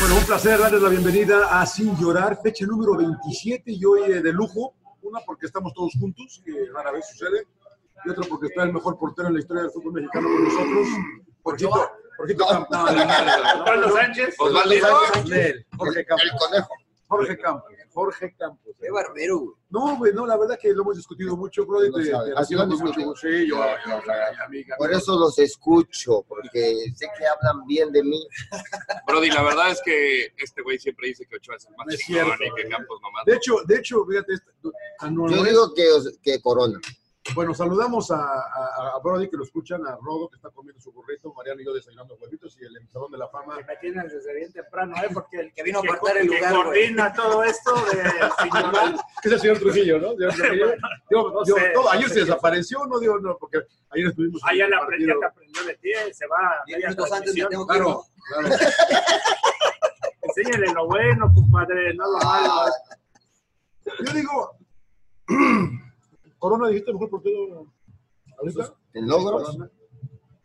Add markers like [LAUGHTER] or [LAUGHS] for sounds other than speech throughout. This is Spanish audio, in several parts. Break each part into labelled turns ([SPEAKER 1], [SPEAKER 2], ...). [SPEAKER 1] Bueno, un placer darles la bienvenida a Sin Llorar, fecha número 27 y hoy eh, de lujo. Una porque estamos todos juntos, que rara vez sucede, y otra porque está el mejor portero en la historia del fútbol mexicano con nosotros, Jorgito, Jorgito Campos.
[SPEAKER 2] Osvaldo Sánchez.
[SPEAKER 1] Osvaldo Sánchez.
[SPEAKER 2] Jorge Campos. El conejo.
[SPEAKER 1] Jorge Campos. Jorge Campos.
[SPEAKER 2] Qué barbero, güey.
[SPEAKER 1] No, güey, no, la verdad que lo hemos discutido mucho, Brody.
[SPEAKER 2] No
[SPEAKER 1] te-
[SPEAKER 2] sabe.
[SPEAKER 1] te
[SPEAKER 2] Ah, sí lo han
[SPEAKER 1] respetamos mucho.
[SPEAKER 2] discutido.
[SPEAKER 1] Sí, yo, yo,
[SPEAKER 2] No,
[SPEAKER 1] yo, mi amiga.
[SPEAKER 2] Por eso los escucho, porque sé que hablan bien de mí.
[SPEAKER 3] Brody, la verdad es que este güey siempre dice que Ochoa es el más
[SPEAKER 1] No es
[SPEAKER 3] chingón
[SPEAKER 1] cierto,
[SPEAKER 3] y que Campos nomás.
[SPEAKER 1] De hecho, de hecho, fíjate, esto- ah, no,
[SPEAKER 2] Yo
[SPEAKER 1] no es-
[SPEAKER 2] digo que, os- que Corona.
[SPEAKER 1] Bueno, saludamos a, a- a Brody que lo escuchan, a Rodo que está comiendo su burrito, Mariano y yo desayunando huevitos y el Salón de la Fama.
[SPEAKER 4] Me tienes desde bien temprano, ¿eh? Porque el que
[SPEAKER 2] vino a
[SPEAKER 4] que
[SPEAKER 2] apartar
[SPEAKER 4] co-
[SPEAKER 2] el
[SPEAKER 4] que
[SPEAKER 2] lugar, güey.
[SPEAKER 4] coordina todo esto de señoral.
[SPEAKER 1] Que es el señor Trujillo, ¿no? Señor Trujillo. Digo,
[SPEAKER 4] [LAUGHS] No
[SPEAKER 1] digo,
[SPEAKER 4] sé,
[SPEAKER 1] todo-
[SPEAKER 4] no
[SPEAKER 1] ayer
[SPEAKER 4] sé
[SPEAKER 1] se
[SPEAKER 4] qué-
[SPEAKER 1] desapareció, no digo, no, porque ayer estuvimos. en
[SPEAKER 4] Ah, ya
[SPEAKER 1] el
[SPEAKER 4] la
[SPEAKER 1] partido.
[SPEAKER 4] aprendió, aprendió de ti, eh, se va. a
[SPEAKER 1] Diez
[SPEAKER 4] media
[SPEAKER 1] minutos antes me
[SPEAKER 4] transmisión.
[SPEAKER 1] tengo que ir. Claro,
[SPEAKER 4] [LAUGHS] Enséñale lo bueno, compadre, no lo malo.
[SPEAKER 1] Yo digo, [CLEARS THROAT] Corona, dijiste mejor portero. ¿Ahorita?
[SPEAKER 2] ¿En logros?
[SPEAKER 1] Corona.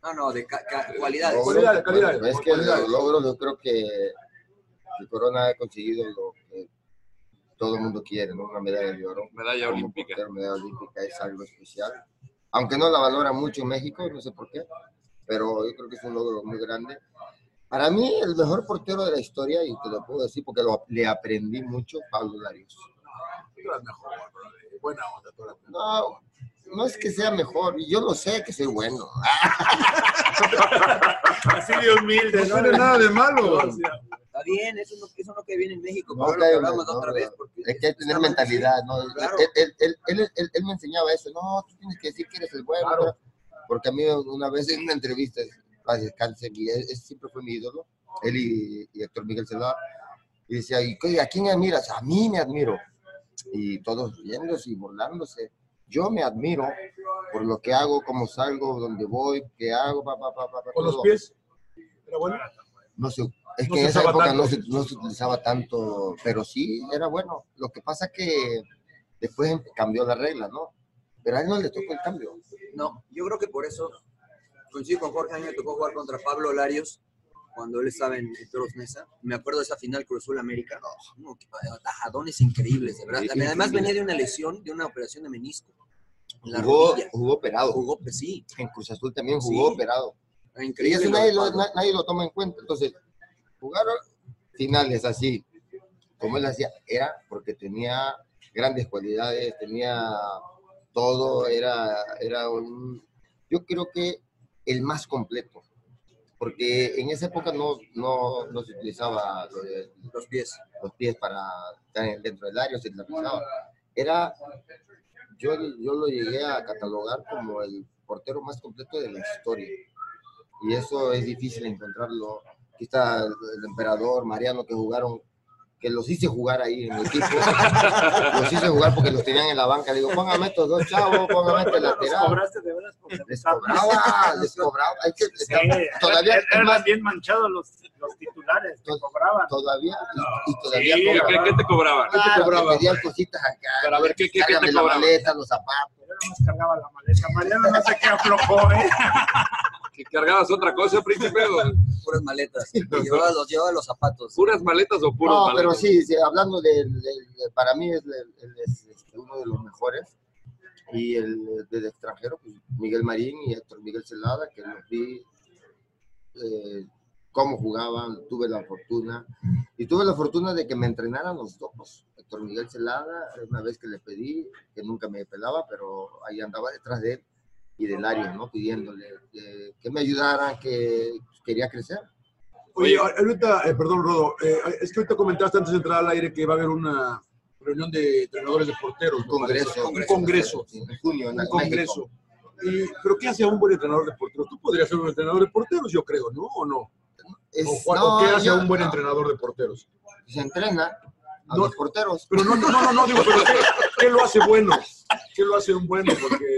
[SPEAKER 5] No, no, de ca- ca- cualidades.
[SPEAKER 1] Cualidades, cualidades.
[SPEAKER 2] Bueno, es que los logros yo creo que, que Corona ha conseguido lo que todo el mundo quiere, ¿no? Una medalla de oro.
[SPEAKER 3] Medalla
[SPEAKER 2] Como
[SPEAKER 3] olímpica.
[SPEAKER 2] portero, medalla olímpica es algo especial. Aunque no la valora mucho en México, no sé por qué, pero yo creo que es un logro muy grande. Para mí, el mejor portero de la historia, y te lo puedo decir porque lo- le aprendí mucho, Pablo Larios.
[SPEAKER 1] Tú eras mejor, brother. Buena onda, tú eras mejor.
[SPEAKER 2] No, no es que sea mejor, yo lo sé que soy bueno.
[SPEAKER 4] Así de humilde,
[SPEAKER 1] No tiene nada de malo.
[SPEAKER 5] Está bien, eso no, eso no que viene en México.
[SPEAKER 2] No,
[SPEAKER 5] pero lo
[SPEAKER 2] cae
[SPEAKER 5] que
[SPEAKER 2] una-
[SPEAKER 5] hablamos la
[SPEAKER 2] no,
[SPEAKER 5] otra
[SPEAKER 2] no.
[SPEAKER 5] vez. Porque
[SPEAKER 2] Es que hay que tener mentalidad, ¿no?
[SPEAKER 5] Claro.
[SPEAKER 2] Él, él- él- él- él- él me enseñaba eso, no, tú tienes que decir que eres el bueno.
[SPEAKER 1] Claro.
[SPEAKER 2] ¿verdad? Porque a mí una vez en una entrevista, paz descanse, y él, él siempre fue mi ídolo, él y, y Héctor Miguel Celada, y decía, ¿y qué, a quién admiras? A mí me admiro. Y todos riéndose y burlándose. Yo me admiro por lo que hago, cómo salgo, dónde voy, qué hago, pa, pa, pa, pa, pa,
[SPEAKER 1] Con los
[SPEAKER 2] todo.
[SPEAKER 1] pies. Era bueno.
[SPEAKER 2] No sé, es
[SPEAKER 1] No
[SPEAKER 2] que
[SPEAKER 1] se
[SPEAKER 2] en esa
[SPEAKER 1] usaba
[SPEAKER 2] época
[SPEAKER 1] tanto.
[SPEAKER 2] no se, no se utilizaba tanto, pero sí era bueno. Lo que pasa que después cambió la regla, ¿no? Pero a él no le tocó el cambio.
[SPEAKER 5] No, yo creo que por eso coincido con Jorge. A mí me tocó jugar contra Pablo Larios cuando él estaba en, en Toros Mesa. Me acuerdo de esa final Cruz Azul América. No, qué atajadones increíbles, de verdad.
[SPEAKER 2] Oh, Sí,
[SPEAKER 5] Además
[SPEAKER 2] increíble.
[SPEAKER 5] venía de una lesión, de una operación de menisco. en La
[SPEAKER 2] Jugó,
[SPEAKER 5] rodilla.
[SPEAKER 2] jugó operado.
[SPEAKER 5] Jugó, pues sí.
[SPEAKER 2] En Cruz Azul también jugó
[SPEAKER 5] Sí.
[SPEAKER 2] operado. Y
[SPEAKER 5] Increíble.
[SPEAKER 2] eso
[SPEAKER 5] lo de
[SPEAKER 2] nadie lo,
[SPEAKER 5] Pablo.
[SPEAKER 2] na- nadie lo toma en cuenta. Entonces, jugaron finales así, como él hacía, era porque tenía grandes cualidades, tenía todo, era, era un, yo creo que el más completo, porque en esa época no, no, no se utilizaba lo de
[SPEAKER 5] los pies.
[SPEAKER 2] los pies para estar en- dentro del área, se utilizaba. Era, yo, yo lo llegué a catalogar como el portero más completo de la historia. Y eso es difícil encontrarlo. Aquí está el emperador, Mariano, que jugaron, que los hice jugar ahí en el equipo.
[SPEAKER 5] [LAUGHS]
[SPEAKER 2] los hice jugar porque los tenían en la banca. Le digo, póngame estos dos chavos, póngame este
[SPEAKER 4] Los
[SPEAKER 2] lateral.
[SPEAKER 4] cobraste de veras porque
[SPEAKER 2] Les
[SPEAKER 3] Ah,
[SPEAKER 2] cobraba, [LAUGHS] les cobraba. Es que
[SPEAKER 4] Sí,
[SPEAKER 2] todavía,
[SPEAKER 4] er-
[SPEAKER 2] es
[SPEAKER 4] eran
[SPEAKER 2] más,
[SPEAKER 4] bien manchados los, los titulares, te
[SPEAKER 2] Entonces,
[SPEAKER 4] cobraban.
[SPEAKER 2] todavía, y, y todavía
[SPEAKER 3] Sí,
[SPEAKER 2] cobra.
[SPEAKER 3] ¿qué, qué te cobraban?
[SPEAKER 2] Claro, te
[SPEAKER 1] cobraba,
[SPEAKER 2] pedían cositas acá.
[SPEAKER 3] Pero a ver, ¿qué- qué- qué te
[SPEAKER 2] Cárgame la
[SPEAKER 3] cobraba?
[SPEAKER 2] maleta, los zapatos.
[SPEAKER 4] Yo nada más cargaba la maleta. Mariano no sé qué aflojó, ¿eh?
[SPEAKER 3] ¿Que cargabas otra cosa, príncipe? o
[SPEAKER 5] Puras maletas. Y llevaba los, llevaba los zapatos.
[SPEAKER 3] ¿Puras maletas o puros
[SPEAKER 2] No,
[SPEAKER 3] maletas?
[SPEAKER 2] pero sí, sí, hablando de, de- de- para mí es, el- el- es, este, uno de los mejores. Y el del extranjero, pues, Miguel Marín y Héctor Miguel Celada, que los vi eh, cómo jugaban, tuve la fortuna. Y tuve la fortuna de que me entrenaran los dos. Héctor Miguel Celada, una vez que le pedí, que nunca me pelaba, pero ahí andaba detrás de él y del área, ¿no? Pidiéndole que, que me ayudara, que quería crecer.
[SPEAKER 1] Oye, ahorita, eh, perdón, Rodo, eh, es que ahorita comentaste antes de entrar al aire que va a haber una reunión de entrenadores de porteros. ¿no?
[SPEAKER 2] Congreso.
[SPEAKER 1] Un congreso.
[SPEAKER 2] Sí, en junio, en
[SPEAKER 1] Un congreso. Y- pero ¿qué hace a un buen entrenador de porteros? Tú podrías ser un entrenador de porteros, yo creo, ¿no? ¿O no?
[SPEAKER 2] Es-
[SPEAKER 1] ¿O, cuál-
[SPEAKER 2] no,
[SPEAKER 1] o qué hace a
[SPEAKER 2] yo-
[SPEAKER 1] un buen
[SPEAKER 2] no.
[SPEAKER 1] entrenador de porteros?
[SPEAKER 2] Se entrena a
[SPEAKER 1] No.
[SPEAKER 2] los porteros.
[SPEAKER 1] Pero no, no, no, no, digo, pero ¿qué, qué lo hace bueno? ¿Qué lo hace un bueno? Porque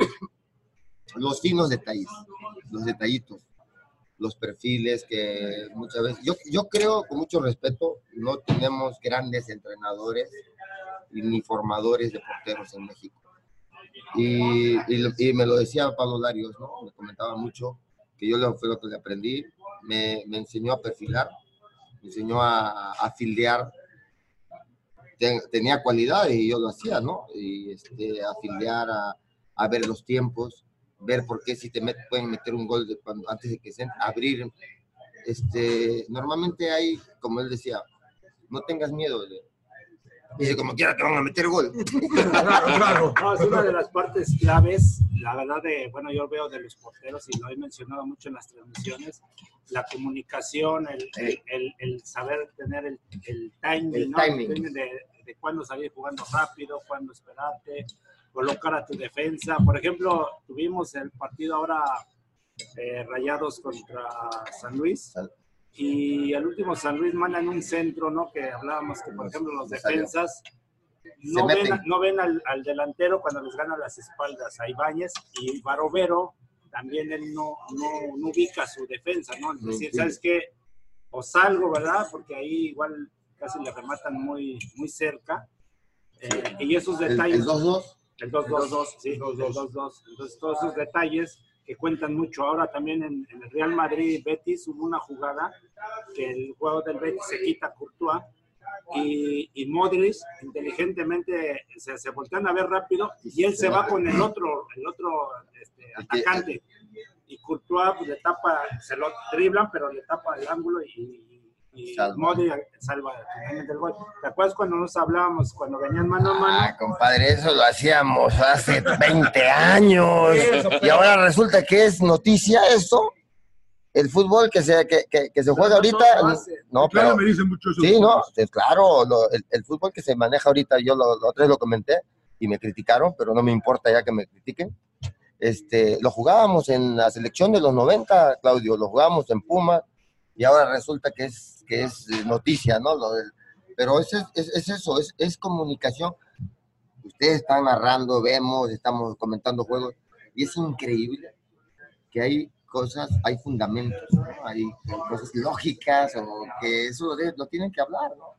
[SPEAKER 2] los finos detalles, los detallitos, los perfiles que muchas veces, yo, yo creo con mucho respeto, no tenemos grandes entrenadores ni formadores de porteros en México. Y, y lo- y me lo decía Pablo Larios, ¿no? me comentaba mucho que yo lo, fue lo que le aprendí, me, me enseñó a perfilar, me enseñó a, a fildear. Ten- tenía cualidad y yo lo hacía, ¿no? Y este, a fildear, a, a ver los tiempos, ver por qué si te met- pueden meter un gol de cuando- antes de que se abrir. Este, normalmente hay, como él decía, no tengas miedo. de- Dice, como quiera te van a meter gol.
[SPEAKER 4] No, es una de las partes claves, la verdad, de, bueno, yo veo de los porteros y lo he mencionado mucho en las transmisiones, la comunicación, el, el- el- el saber tener el, el timing,
[SPEAKER 2] El
[SPEAKER 4] ¿no?
[SPEAKER 2] timing.
[SPEAKER 4] de, de cuándo salir jugando rápido, cuándo esperarte, colocar a tu defensa. Por ejemplo, tuvimos el partido ahora eh, Rayados contra San Luis. Y al último San Luis mandan un centro, ¿no? Que hablábamos que, por ejemplo, los
[SPEAKER 2] nos salió.
[SPEAKER 4] defensas
[SPEAKER 2] Se
[SPEAKER 4] no ven,
[SPEAKER 2] meten.
[SPEAKER 4] no ven al, al delantero cuando les ganan las espaldas a Ibáñez y Barovero también él no, no, no ubica su defensa, ¿no? Es
[SPEAKER 2] No
[SPEAKER 4] decir,
[SPEAKER 2] entiende.
[SPEAKER 4] ¿sabes qué? O salgo, ¿verdad? Porque ahí igual casi le rematan muy, muy cerca. Eh, y esos
[SPEAKER 2] El-
[SPEAKER 4] detalles.
[SPEAKER 2] el 2-2.
[SPEAKER 4] El 2-2, sí, el 2-2. Entonces, todos esos detalles que cuentan mucho. Ahora también en, en el Real Madrid Betis hubo una jugada que el jugador del Betis se quita a Courtois y, y Modric inteligentemente se, se voltean a ver rápido y él se va con el otro, el otro este,
[SPEAKER 2] que-
[SPEAKER 4] atacante. Y Courtois pues, le tapa, se lo driblan, pero le tapa el ángulo y, y
[SPEAKER 2] Salva.
[SPEAKER 4] Modric salva finalmente el gol. ¿Te acuerdas cuando nos hablábamos, cuando venían mano a mano?
[SPEAKER 2] Ah, compadre, eso lo hacíamos hace 20 años.
[SPEAKER 4] Eso,
[SPEAKER 2] Y
[SPEAKER 4] pero-
[SPEAKER 2] ahora resulta que es noticia esto. El fútbol que se, que, que- que se
[SPEAKER 1] no,
[SPEAKER 2] juega
[SPEAKER 1] no
[SPEAKER 2] ahorita.
[SPEAKER 1] lo hace.
[SPEAKER 2] No,
[SPEAKER 1] Claro,
[SPEAKER 2] pero-
[SPEAKER 1] me dicen mucho eso.
[SPEAKER 2] Sí, no, sí, claro. lo- el, el fútbol que se maneja ahorita, yo lo, lo otra vez lo comenté y me criticaron, pero no me importa ya que me critiquen. Este, lo jugábamos en la selección de los 90, Claudio, lo jugábamos en Puma y ahora resulta que es, que es eh, noticia, ¿no? Lo del- pero es, es, es eso, es, es comunicación. Ustedes están narrando, vemos, estamos comentando juegos y es increíble que hay cosas, hay fundamentos, ¿no? hay cosas lógicas o que eso lo, de- lo tienen que hablar, ¿no?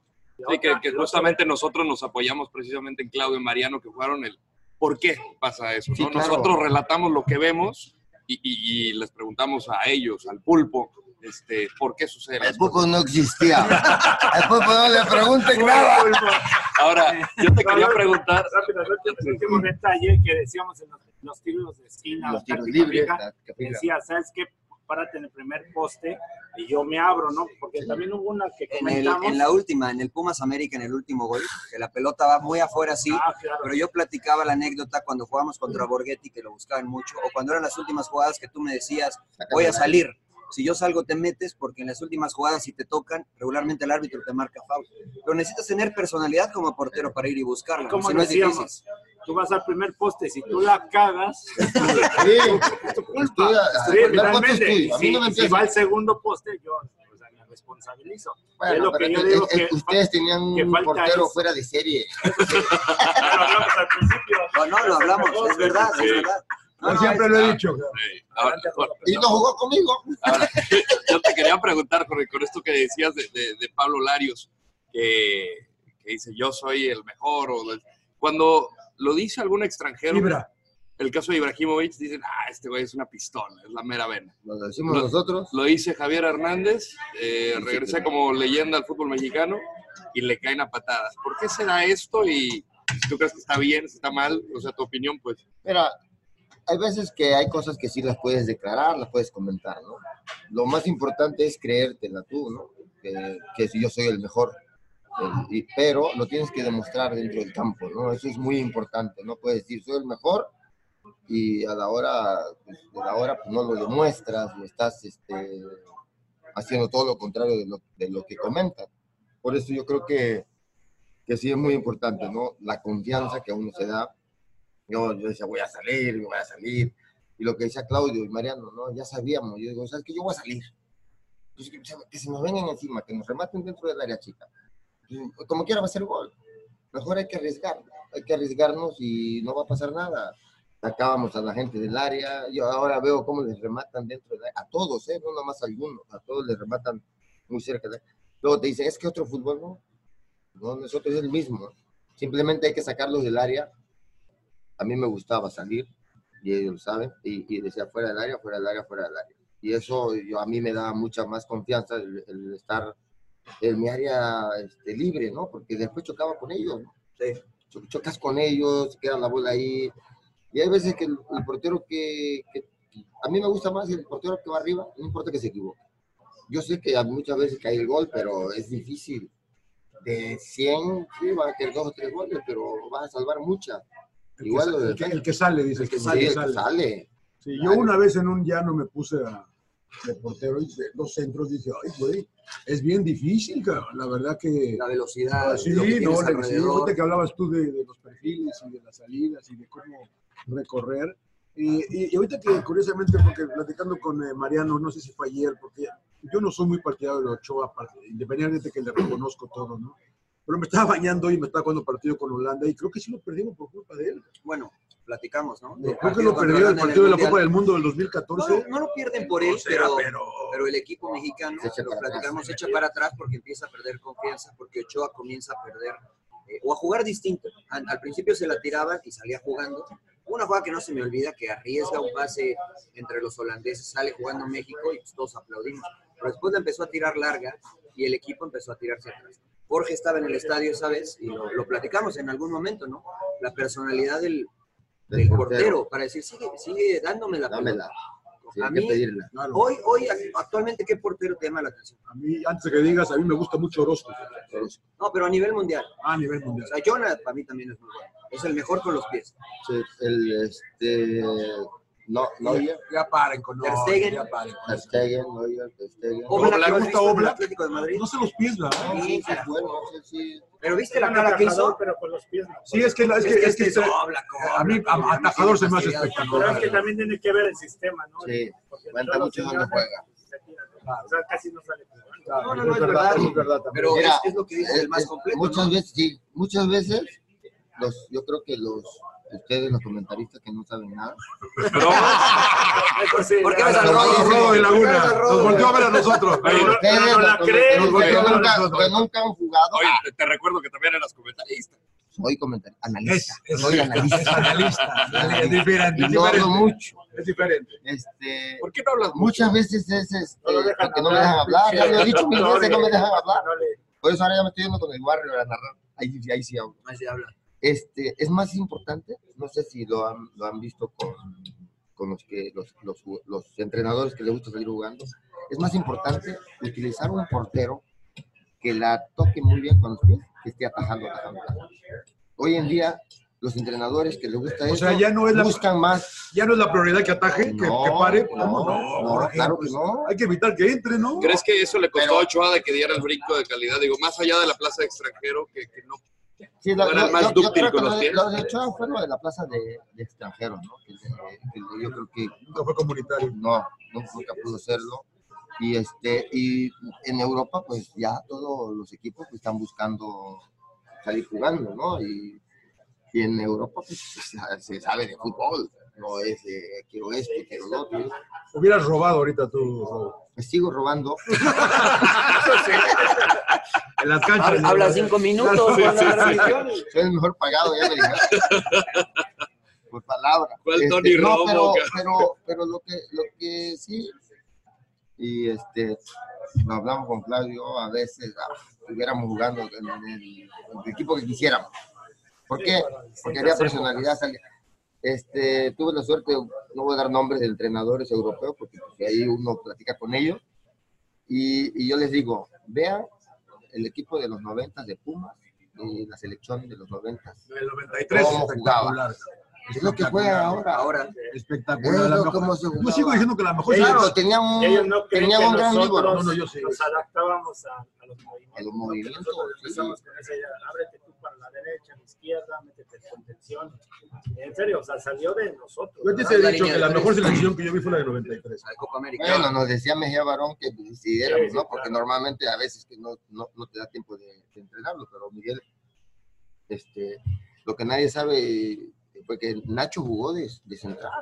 [SPEAKER 3] Sí, que, que justamente nosotros nos apoyamos precisamente en Claudio y Mariano que jugaron el por qué pasa eso.
[SPEAKER 2] Sí,
[SPEAKER 3] ¿no?
[SPEAKER 2] claro.
[SPEAKER 3] Nosotros relatamos lo que vemos y, y- y les preguntamos a ellos, al pulpo, este, por qué sucede. las
[SPEAKER 2] El poco no [LAUGHS] existía. Al poco no le pregunten nada.
[SPEAKER 3] [LAUGHS] Ahora, yo te quería preguntar.
[SPEAKER 4] Rápido, rápido, el último detalle que decíamos en los, los tiros de esquina,
[SPEAKER 2] Los tiros
[SPEAKER 4] Tati
[SPEAKER 2] libres,
[SPEAKER 4] Pareja,
[SPEAKER 2] la- que fija.
[SPEAKER 4] decía, ¿sabes qué? Párate en el primer poste y yo me abro, ¿no? Porque también hubo una que
[SPEAKER 5] En, el-
[SPEAKER 4] comentamos.
[SPEAKER 5] en la última, en el Pumas América, en el último gol, que la pelota va muy afuera así,
[SPEAKER 3] Ah,
[SPEAKER 5] pero yo platicaba la anécdota cuando jugábamos contra Borghetti, que lo buscaban mucho, o cuando eran las últimas jugadas que tú me decías, voy a salir. Si yo salgo, te metes, porque en las últimas jugadas, si te tocan, regularmente el árbitro te marca foul. Pero necesitas tener personalidad como portero para ir y buscarla.
[SPEAKER 4] como
[SPEAKER 5] si no es
[SPEAKER 4] decíamos,
[SPEAKER 5] difícil.
[SPEAKER 4] tú vas al primer poste, si tú la cagas, es tu culpa.
[SPEAKER 2] Estoy este, a-
[SPEAKER 4] Sí,
[SPEAKER 2] a- la culpa es
[SPEAKER 4] realmente.
[SPEAKER 2] tuya,
[SPEAKER 4] Y
[SPEAKER 2] a mí
[SPEAKER 4] si-
[SPEAKER 2] no me
[SPEAKER 4] y si
[SPEAKER 2] empieces.
[SPEAKER 4] va al segundo poste, yo o sea, me responsabilizo.
[SPEAKER 2] Bueno,
[SPEAKER 4] es lo
[SPEAKER 2] pero
[SPEAKER 4] que yo
[SPEAKER 2] es-
[SPEAKER 4] digo
[SPEAKER 2] es-
[SPEAKER 4] que
[SPEAKER 2] ustedes tenían
[SPEAKER 4] que
[SPEAKER 2] un
[SPEAKER 4] falta
[SPEAKER 2] portero
[SPEAKER 4] es-
[SPEAKER 2] fuera de serie.
[SPEAKER 4] Ah,
[SPEAKER 5] No, no, lo hablamos, es verdad, es verdad. No,
[SPEAKER 1] Yo
[SPEAKER 5] no,
[SPEAKER 1] siempre
[SPEAKER 5] es-
[SPEAKER 1] lo he dicho.
[SPEAKER 3] Ahora,
[SPEAKER 2] Y no jugó conmigo.
[SPEAKER 3] yo te quería preguntar con, con esto que decías de, de- de Pablo Larios, que, que dice yo soy el mejor. o el- cuando lo dice algún extranjero,
[SPEAKER 1] Ibra.
[SPEAKER 3] el caso de Ibrahimovic, dicen, ah, este güey es una pistola, es la mera vena.
[SPEAKER 2] Lo decimos
[SPEAKER 3] Lo-
[SPEAKER 2] nosotros.
[SPEAKER 3] Lo hice Javier Hernández, eh, regresé como leyenda al fútbol mexicano y le caen a patadas. ¿Por qué será esto? Y si tú crees que está bien, si está mal, o sea, tu opinión, pues.
[SPEAKER 2] Mira, hay veces que hay cosas que sí las puedes declarar, las puedes comentar, ¿no? Lo más importante es creértela tú, ¿no? Que, que si yo soy el mejor. El- y- pero lo tienes que demostrar dentro del campo, ¿no? Eso es muy importante, no puedes decir soy el mejor y a la hora, pues, de la hora pues, no lo demuestras, o estás este, haciendo todo lo contrario de lo, de lo que comentan. Por eso yo creo que, que sí es muy importante, ¿no? La confianza que a uno se da. Yo, yo decía, voy a salir, voy a salir. Y lo que decía Claudio y Mariano, ¿no? Ya sabíamos. Yo digo, ¿sabes qué? Yo voy a salir. Pues que, se- que se nos vengan encima, que nos rematen dentro del área chica. Y Como quiera va a ser gol. Mejor hay que arriesgar. Hay que arriesgarnos y no va a pasar nada. Sacábamos a la gente del área. Yo ahora veo cómo les rematan dentro del área. A todos, ¿eh? No nomás a algunos. A todos les rematan muy cerca. del área. Luego te dicen, es que otro fútbol, ¿no? No, nosotros es el mismo. Simplemente hay que sacarlos del área. A mí me gustaba salir, y ellos lo saben, y, y decía fuera del área, fuera del área, fuera del área. Y eso yo, a mí me da mucha más confianza el, el estar en mi área este, libre, ¿no? Porque después chocaba con ellos, ¿no? Cho- Chocas con ellos, queda la bola ahí. Y hay veces que el, el portero que, que- A mí me gusta más el portero que va arriba, no importa que se equivoque. Yo sé que muchas veces cae el gol, pero es difícil de 100, sí, va a caer dos o tres goles, pero vas a salvar muchas.
[SPEAKER 1] El que,
[SPEAKER 2] Igual lo
[SPEAKER 1] sa-
[SPEAKER 2] de
[SPEAKER 1] el que- el que sale, dice
[SPEAKER 2] que sale, el que sale.
[SPEAKER 1] Sí, yo una vez en un llano me puse a, de portero y de- dos centros dije, ay, güey, es bien difícil, cabrón. La verdad que...
[SPEAKER 5] La
[SPEAKER 2] Ah,
[SPEAKER 5] velocidad,
[SPEAKER 1] Sí,
[SPEAKER 5] Ah, lo que tienes
[SPEAKER 1] no, la- sí,
[SPEAKER 5] alrededor.
[SPEAKER 1] ahorita que hablabas tú de, de los perfiles y de las salidas y de cómo recorrer. Y, y- y ahorita que curiosamente, porque platicando con eh, Mariano, no sé si fue ayer, porque yo no soy muy partidario de Ochoa, par- independientemente que le reconozco todo, ¿no? Pero me estaba bañando y me estaba jugando partido con Holanda y creo que sí lo perdimos por culpa de él.
[SPEAKER 5] Bueno, platicamos, ¿no?
[SPEAKER 1] Creo
[SPEAKER 5] Del
[SPEAKER 1] que
[SPEAKER 5] partido
[SPEAKER 1] lo
[SPEAKER 5] contra
[SPEAKER 1] perdió el
[SPEAKER 5] Holanda en
[SPEAKER 1] partido de la
[SPEAKER 5] Mundial.
[SPEAKER 1] Copa del Mundo del 2014.
[SPEAKER 5] No, no lo pierden por él,
[SPEAKER 1] O sea,
[SPEAKER 5] pero,
[SPEAKER 1] pero-
[SPEAKER 5] pero el equipo mexicano,
[SPEAKER 1] Se echa
[SPEAKER 5] lo
[SPEAKER 1] para atrás.
[SPEAKER 5] platicamos,
[SPEAKER 2] eh,
[SPEAKER 5] se echa para atrás porque empieza a perder confianza, porque Ochoa comienza a perder eh, o a jugar distinto. Al, al principio se la tiraban y salía jugando. Una jugada que no se me olvida, que arriesga un pase entre los holandeses, sale jugando México y pues todos aplaudimos. Pero después la empezó a tirar larga y el equipo empezó a tirarse atrás. Jorge estaba en el estadio, ¿sabes? Y lo, lo platicamos en algún momento, ¿no? La personalidad del, del portero para decir, sigue, sigue dándome la
[SPEAKER 2] Dámela.
[SPEAKER 5] pelota".
[SPEAKER 2] Sí,
[SPEAKER 5] a
[SPEAKER 2] hay que
[SPEAKER 5] mí,
[SPEAKER 2] pedirla.
[SPEAKER 1] Claro.
[SPEAKER 5] hoy, hoy, actualmente, ¿qué portero te llama la atención?
[SPEAKER 1] A mí, antes de que digas, a mí me gusta mucho Orozco.
[SPEAKER 5] Ah, No, pero a nivel mundial.
[SPEAKER 1] A nivel mundial.
[SPEAKER 5] O sea, Jonah para mí también es muy bueno. Es el mejor con los pies.
[SPEAKER 2] Sí, el, este, no, Neuer,
[SPEAKER 1] Ya paren con
[SPEAKER 5] Ter Stegen.
[SPEAKER 2] Ter Stegen, Neuer, Ter Stegen.
[SPEAKER 5] Oblak,
[SPEAKER 2] Oblak,
[SPEAKER 5] ¿lo has
[SPEAKER 2] gusta
[SPEAKER 5] visto en el
[SPEAKER 2] Oblak.
[SPEAKER 5] Atlético de Madrid.
[SPEAKER 1] No se los ¿eh? pies, ¿verdad?
[SPEAKER 2] Sí, sí, es bueno,
[SPEAKER 5] Pero viste la
[SPEAKER 4] Bueno,
[SPEAKER 5] cara que
[SPEAKER 4] atajador,
[SPEAKER 5] hizo.
[SPEAKER 4] Pero con los pies no.
[SPEAKER 1] Sí, es que, la- es que, es que,
[SPEAKER 5] este
[SPEAKER 1] se-
[SPEAKER 5] dobla, cobra,
[SPEAKER 1] a mí a- atajador se me hace
[SPEAKER 4] Pero es
[SPEAKER 1] espectacular.
[SPEAKER 4] que también tiene que ver el sistema, ¿no?
[SPEAKER 2] Sí,
[SPEAKER 4] Porque
[SPEAKER 2] cuenta
[SPEAKER 4] todos
[SPEAKER 2] mucho
[SPEAKER 4] los
[SPEAKER 2] dónde
[SPEAKER 4] señores
[SPEAKER 2] juega.
[SPEAKER 4] se tiran, ¿no? O sea, casi no sale.
[SPEAKER 5] No, no, no, es verdad.
[SPEAKER 1] es verdad también.
[SPEAKER 5] Pero
[SPEAKER 2] Mira,
[SPEAKER 5] es, es lo que dice
[SPEAKER 2] eh,
[SPEAKER 5] el más
[SPEAKER 2] eh,
[SPEAKER 5] completo.
[SPEAKER 2] Muchas
[SPEAKER 5] ¿no?
[SPEAKER 2] veces, sí, muchas veces, los, yo creo que los, ustedes los comentaristas que no saben nada,
[SPEAKER 4] Eso sí,
[SPEAKER 5] ¿Por qué
[SPEAKER 4] ya
[SPEAKER 5] vas a
[SPEAKER 2] Rodo,
[SPEAKER 5] Rodo?
[SPEAKER 1] Rodo de Laguna,
[SPEAKER 5] Rodo.
[SPEAKER 1] nos volteó a ver a nosotros.
[SPEAKER 3] [LAUGHS] Oye,
[SPEAKER 1] Pero-
[SPEAKER 2] ustedes
[SPEAKER 4] no la
[SPEAKER 2] los
[SPEAKER 4] creen,
[SPEAKER 2] que
[SPEAKER 1] güey, no la
[SPEAKER 2] nunca-
[SPEAKER 1] nosotros.
[SPEAKER 2] que nunca han jugado,
[SPEAKER 3] Oye, te, te recuerdo que también eras comentarista.
[SPEAKER 2] soy comentarista, analista,
[SPEAKER 1] Es- es-
[SPEAKER 2] soy analista.
[SPEAKER 1] es analista, es diferente,
[SPEAKER 2] [LAUGHS] Y no hablo
[SPEAKER 1] diferente.
[SPEAKER 2] mucho.
[SPEAKER 1] Es diferente.
[SPEAKER 2] Este,
[SPEAKER 3] ¿Por qué no hablas mucho?
[SPEAKER 2] muchas veces es este,
[SPEAKER 4] No lo dejan
[SPEAKER 2] porque no me
[SPEAKER 4] hablar,
[SPEAKER 2] dejan hablar, ya lo he dicho mil
[SPEAKER 4] No
[SPEAKER 2] veces,
[SPEAKER 4] le-
[SPEAKER 2] no me dejan hablar.
[SPEAKER 4] no le-
[SPEAKER 2] Por eso ahora ya me estoy yendo con el barrio a narrar. Ahí, ahí sí hablo.
[SPEAKER 5] Ahí se habla.
[SPEAKER 2] Este, es más importante, no sé si lo han, lo han visto con, con los, que, los, los, ju- los entrenadores que les gusta salir jugando, es más importante utilizar un portero que la toque muy bien con los pies, que esté atajando, atajando, atajando. Hoy en día, los entrenadores que les gusta
[SPEAKER 1] O
[SPEAKER 2] eso,
[SPEAKER 1] sea, ya no es la-
[SPEAKER 2] buscan más.
[SPEAKER 1] Ya no es la prioridad que ataje, que,
[SPEAKER 2] No,
[SPEAKER 1] que pare.
[SPEAKER 2] no,
[SPEAKER 1] ¿Cómo no?
[SPEAKER 2] no,
[SPEAKER 1] Jorge?
[SPEAKER 2] claro que no.
[SPEAKER 1] Hay que evitar que entre, ¿no?
[SPEAKER 3] ¿Crees que eso le costó a Ochoa de que diera el brinco de calidad? Digo, más allá de la plaza de extranjero, que, que no.
[SPEAKER 2] Sí, la-
[SPEAKER 3] No eran
[SPEAKER 2] yo-
[SPEAKER 3] más
[SPEAKER 2] yo- yo
[SPEAKER 3] dúctil
[SPEAKER 2] creo que
[SPEAKER 3] con los
[SPEAKER 2] lo de-
[SPEAKER 3] pies.
[SPEAKER 2] Lo de Ochoa fue lo de la plaza de, de extranjeros, ¿no? Que- eh, que- que yo creo que
[SPEAKER 1] Nunca fue comunitario.
[SPEAKER 2] No, no, nunca pudo serlo. Y, este, y en Europa, pues ya todos los equipos pues, están buscando salir jugando, ¿no? Y, y en Europa pues, [LAUGHS] se, sa- se sabe de fútbol, no es de quiero esto, quiero lo otro.
[SPEAKER 1] Hubieras robado ahorita tú, Rodo.
[SPEAKER 2] Me sigo robando.
[SPEAKER 1] En las canchas.
[SPEAKER 5] Habla
[SPEAKER 1] ¿no?
[SPEAKER 5] cinco minutos
[SPEAKER 1] Sí,
[SPEAKER 5] con
[SPEAKER 1] sí,
[SPEAKER 5] la
[SPEAKER 1] sí.
[SPEAKER 5] transmisión.
[SPEAKER 2] Soy el mejor pagado, ya
[SPEAKER 3] [LAUGHS]
[SPEAKER 2] me dijeron. Por palabra. Este,
[SPEAKER 3] ¿Cuál Tony
[SPEAKER 2] no,
[SPEAKER 3] Romo,
[SPEAKER 2] pero,
[SPEAKER 3] cara?
[SPEAKER 2] pero, pero lo que, lo que sí, y este, lo hablamos con Claudio, a veces ah, estuviéramos jugando en el, en el equipo que quisiéramos. ¿Por qué? Porque había personalidad. salía. Este, tuve la suerte, no voy a dar nombres de entrenadores europeos porque pues, ahí uno platica con ellos. Y, y yo les digo, vean el equipo de los 90 de Pumas y la selección de los 90.
[SPEAKER 1] El 93
[SPEAKER 2] ¿Cómo jugaba?
[SPEAKER 1] espectacular.
[SPEAKER 2] Es lo que juega ahora.
[SPEAKER 5] Ahora,
[SPEAKER 2] Es
[SPEAKER 1] espectacular.
[SPEAKER 2] lo
[SPEAKER 1] La
[SPEAKER 2] que
[SPEAKER 1] mejor-
[SPEAKER 2] hemos jugado.
[SPEAKER 1] Yo sigo diciendo que la mejor.
[SPEAKER 2] Claro, tenía un,
[SPEAKER 1] Ellos
[SPEAKER 4] no creen
[SPEAKER 2] tenía
[SPEAKER 4] que
[SPEAKER 2] un gran
[SPEAKER 4] nosotros-
[SPEAKER 2] ídolo.
[SPEAKER 1] No, no, yo sé.
[SPEAKER 4] Nos adaptábamos a, a los movimientos.
[SPEAKER 2] A los movimientos,
[SPEAKER 4] Nosotros
[SPEAKER 2] sí.
[SPEAKER 4] empezamos con esa idea, ábrete tú para la derecha, a la izquierda, métete en contención. En serio, o sea, salió de nosotros.
[SPEAKER 1] Yo antes
[SPEAKER 4] ¿verdad?
[SPEAKER 1] he dicho que la mejor selección que yo vi fue la de 93.
[SPEAKER 5] Copa América.
[SPEAKER 2] Bueno, nos decía Mejía Barón que decidiéramos,
[SPEAKER 1] Sí, sí,
[SPEAKER 2] ¿no? Porque
[SPEAKER 1] claro.
[SPEAKER 2] normalmente a veces que no, no, no te da tiempo de, de entrenarlo, pero Miguel, este, lo que nadie sabe eh, fue que Nacho jugó de, de central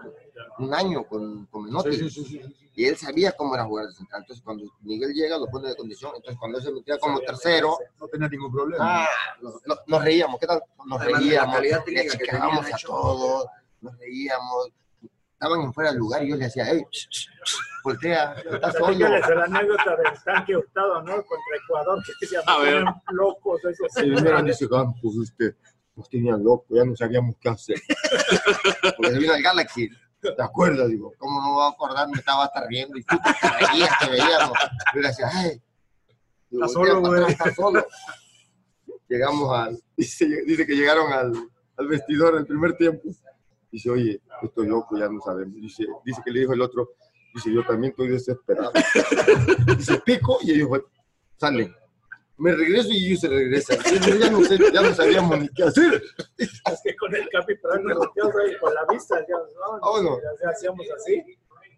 [SPEAKER 2] un año con, con Menotti.
[SPEAKER 1] Sí, sí, sí, sí, sí.
[SPEAKER 2] Y él sabía cómo era jugar de central. Entonces, cuando Miguel llega, lo pone de condición. Entonces, cuando él se metía como
[SPEAKER 1] Sabía
[SPEAKER 2] tercero,
[SPEAKER 1] meterse. No tenía ningún problema.
[SPEAKER 2] ah, nos, nos- nos reíamos. ¿Qué tal?
[SPEAKER 5] Además
[SPEAKER 2] Nos
[SPEAKER 5] de la
[SPEAKER 2] reíamos,
[SPEAKER 5] calidad técnica
[SPEAKER 2] le
[SPEAKER 5] que tenía
[SPEAKER 2] achicábamos a
[SPEAKER 5] Nacho.
[SPEAKER 2] todos, nos reíamos. Estaban en fuera de lugar y yo le decía, hey, voltea, estás
[SPEAKER 4] [LAUGHS]
[SPEAKER 2] solo.
[SPEAKER 4] Platícales la anécdota del tanque hurtado, ¿no? Contra Ecuador, que se
[SPEAKER 3] A ver.
[SPEAKER 4] llamaban locos esos.
[SPEAKER 2] Sí, mira, en ese campus, este, nos tenían locos, ya no sabíamos qué hacer. Porque se vino el Galaxy, ¿te acuerdas? Digo, ¿cómo no me voy a acordar? Me estaba hasta riendo y tú te reías, te veíamos. Yo le decía, ay, digo,
[SPEAKER 1] Está
[SPEAKER 2] voltea
[SPEAKER 1] solo,
[SPEAKER 2] para
[SPEAKER 1] güey.
[SPEAKER 2] atrás, está solo. Llegamos al, dice, dice que llegaron al, al vestidor en el primer tiempo. Dice, oye, estoy loco, ya no sabemos. Dice, dice que le dijo el otro, dice, yo también estoy desesperado. dice, pico, y ellos bueno, salen me regreso y ellos se regresan. Entonces, ya, no sé, ya no sabíamos ni qué hacer.
[SPEAKER 4] Es que con el Capi Prat nos volteamos ahí con la vista, digamos,
[SPEAKER 2] Ah,
[SPEAKER 4] ¿no?
[SPEAKER 2] Vámonos.
[SPEAKER 4] Ya se hacíamos así.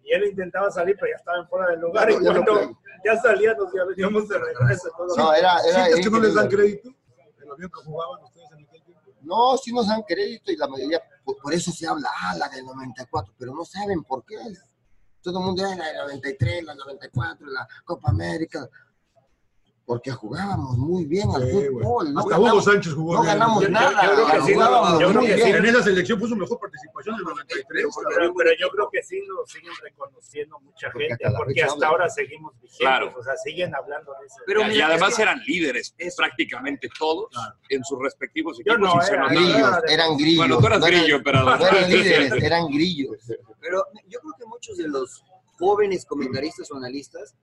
[SPEAKER 4] Y él intentaba salir, pero ya estaban fuera del lugar. y
[SPEAKER 2] No, ya no
[SPEAKER 4] cuando
[SPEAKER 2] pueden.
[SPEAKER 4] ya salíamos, ya veníamos de regreso. todo.
[SPEAKER 2] No, era, era
[SPEAKER 1] ¿Sientes que no les dan
[SPEAKER 2] increíble.
[SPEAKER 1] crédito? El avión que jugaban ustedes en aquel tiempo.
[SPEAKER 2] No, sí nos dan crédito y la mayoría, por, por eso se habla, ah, la del 94, pero no saben por qué. Todo el mundo era la del 93, la del 94, la Copa América. Porque jugábamos muy bien al
[SPEAKER 1] Sí, güey.
[SPEAKER 2] fútbol. No
[SPEAKER 1] Hasta Hugo
[SPEAKER 2] ganamos,
[SPEAKER 1] Sánchez jugó.
[SPEAKER 2] no
[SPEAKER 1] bien.
[SPEAKER 2] ganamos
[SPEAKER 1] Yo- yo-
[SPEAKER 2] nada.
[SPEAKER 4] yo creo que sí,
[SPEAKER 2] jugábamos
[SPEAKER 4] yo creo
[SPEAKER 2] muy
[SPEAKER 4] que sí.
[SPEAKER 2] bien.
[SPEAKER 1] En esa selección puso mejor participación en el 93.
[SPEAKER 4] Pero, pero yo creo que sí nos siguen reconociendo mucha
[SPEAKER 2] Porque
[SPEAKER 4] gente,
[SPEAKER 2] hasta la
[SPEAKER 4] porque
[SPEAKER 2] fecha
[SPEAKER 4] hasta
[SPEAKER 2] hablan.
[SPEAKER 4] ahora seguimos vigentes,
[SPEAKER 3] Claro.
[SPEAKER 4] o sea, siguen hablando de eso.
[SPEAKER 5] Pero
[SPEAKER 3] y
[SPEAKER 5] mira,
[SPEAKER 3] además
[SPEAKER 5] es que-
[SPEAKER 3] eran líderes prácticamente todos en sus respectivos
[SPEAKER 4] Yo
[SPEAKER 3] equipos.
[SPEAKER 4] no
[SPEAKER 3] y se
[SPEAKER 4] era.
[SPEAKER 3] notaba.
[SPEAKER 2] Grillos, eran grillos.
[SPEAKER 3] Bueno, tú eras
[SPEAKER 2] no eran-
[SPEAKER 3] grillo, emperador.
[SPEAKER 1] [LAUGHS]
[SPEAKER 2] No eran líderes, eran grillos.
[SPEAKER 5] Pero yo creo que muchos de los jóvenes comentaristas o analistas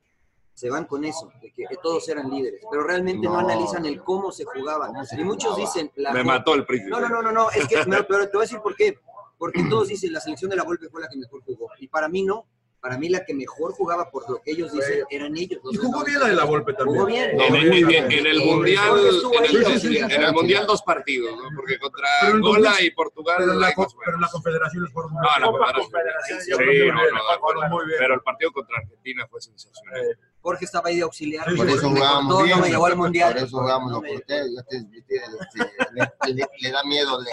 [SPEAKER 5] se van con eso, de que todos eran líderes, pero realmente no,
[SPEAKER 2] No.
[SPEAKER 5] analizan el cómo se jugaban.
[SPEAKER 2] Cómo se
[SPEAKER 5] y muchos
[SPEAKER 2] jugaba.
[SPEAKER 5] dicen... La
[SPEAKER 3] [LAUGHS] Me mató el príncipe.
[SPEAKER 5] No, no, no, no, no, es que, no, pero te voy a decir por qué. Porque todos dicen, la selección de la Volpe fue la que mejor jugó. Y para mí no. Para mí la que mejor jugaba, por lo que ellos dicen, eran ellos. los
[SPEAKER 1] Y jugó
[SPEAKER 5] del
[SPEAKER 1] bien la de
[SPEAKER 5] 90.
[SPEAKER 1] la Volpe también.
[SPEAKER 5] Jugó bien.
[SPEAKER 3] En el, muy bien, en el
[SPEAKER 5] Eh,
[SPEAKER 3] mundial,
[SPEAKER 5] Jorge estuvo
[SPEAKER 3] en el,
[SPEAKER 5] ahí,
[SPEAKER 1] sí, sí, sí.
[SPEAKER 3] en el mundial dos partidos, ¿no? porque contra
[SPEAKER 1] Pero en
[SPEAKER 3] Angola
[SPEAKER 1] 2000,
[SPEAKER 3] y Portugal.
[SPEAKER 1] Pero la,
[SPEAKER 3] hay más
[SPEAKER 1] co- pero la confederación les fueron muy
[SPEAKER 3] No, la
[SPEAKER 1] bien.
[SPEAKER 4] Copa
[SPEAKER 3] Confederación.
[SPEAKER 4] Confederación,
[SPEAKER 3] Sí,
[SPEAKER 4] yo creo que
[SPEAKER 3] no,
[SPEAKER 4] fue
[SPEAKER 3] no,
[SPEAKER 4] la
[SPEAKER 3] de acuerdo.
[SPEAKER 4] mejor.
[SPEAKER 1] muy bien.
[SPEAKER 3] pero el partido contra Argentina fue sensacional.
[SPEAKER 5] Jorge estaba ahí de auxiliar.
[SPEAKER 1] Sí,
[SPEAKER 2] Por
[SPEAKER 1] sí,
[SPEAKER 2] eso
[SPEAKER 5] me
[SPEAKER 2] jugábamos
[SPEAKER 5] cortó,
[SPEAKER 2] bien.
[SPEAKER 5] No me llevó al mundial.
[SPEAKER 2] Por eso jugábamos
[SPEAKER 5] No
[SPEAKER 2] los
[SPEAKER 5] me-
[SPEAKER 2] porteros. ya te- te- te- le, le- le da miedo, le,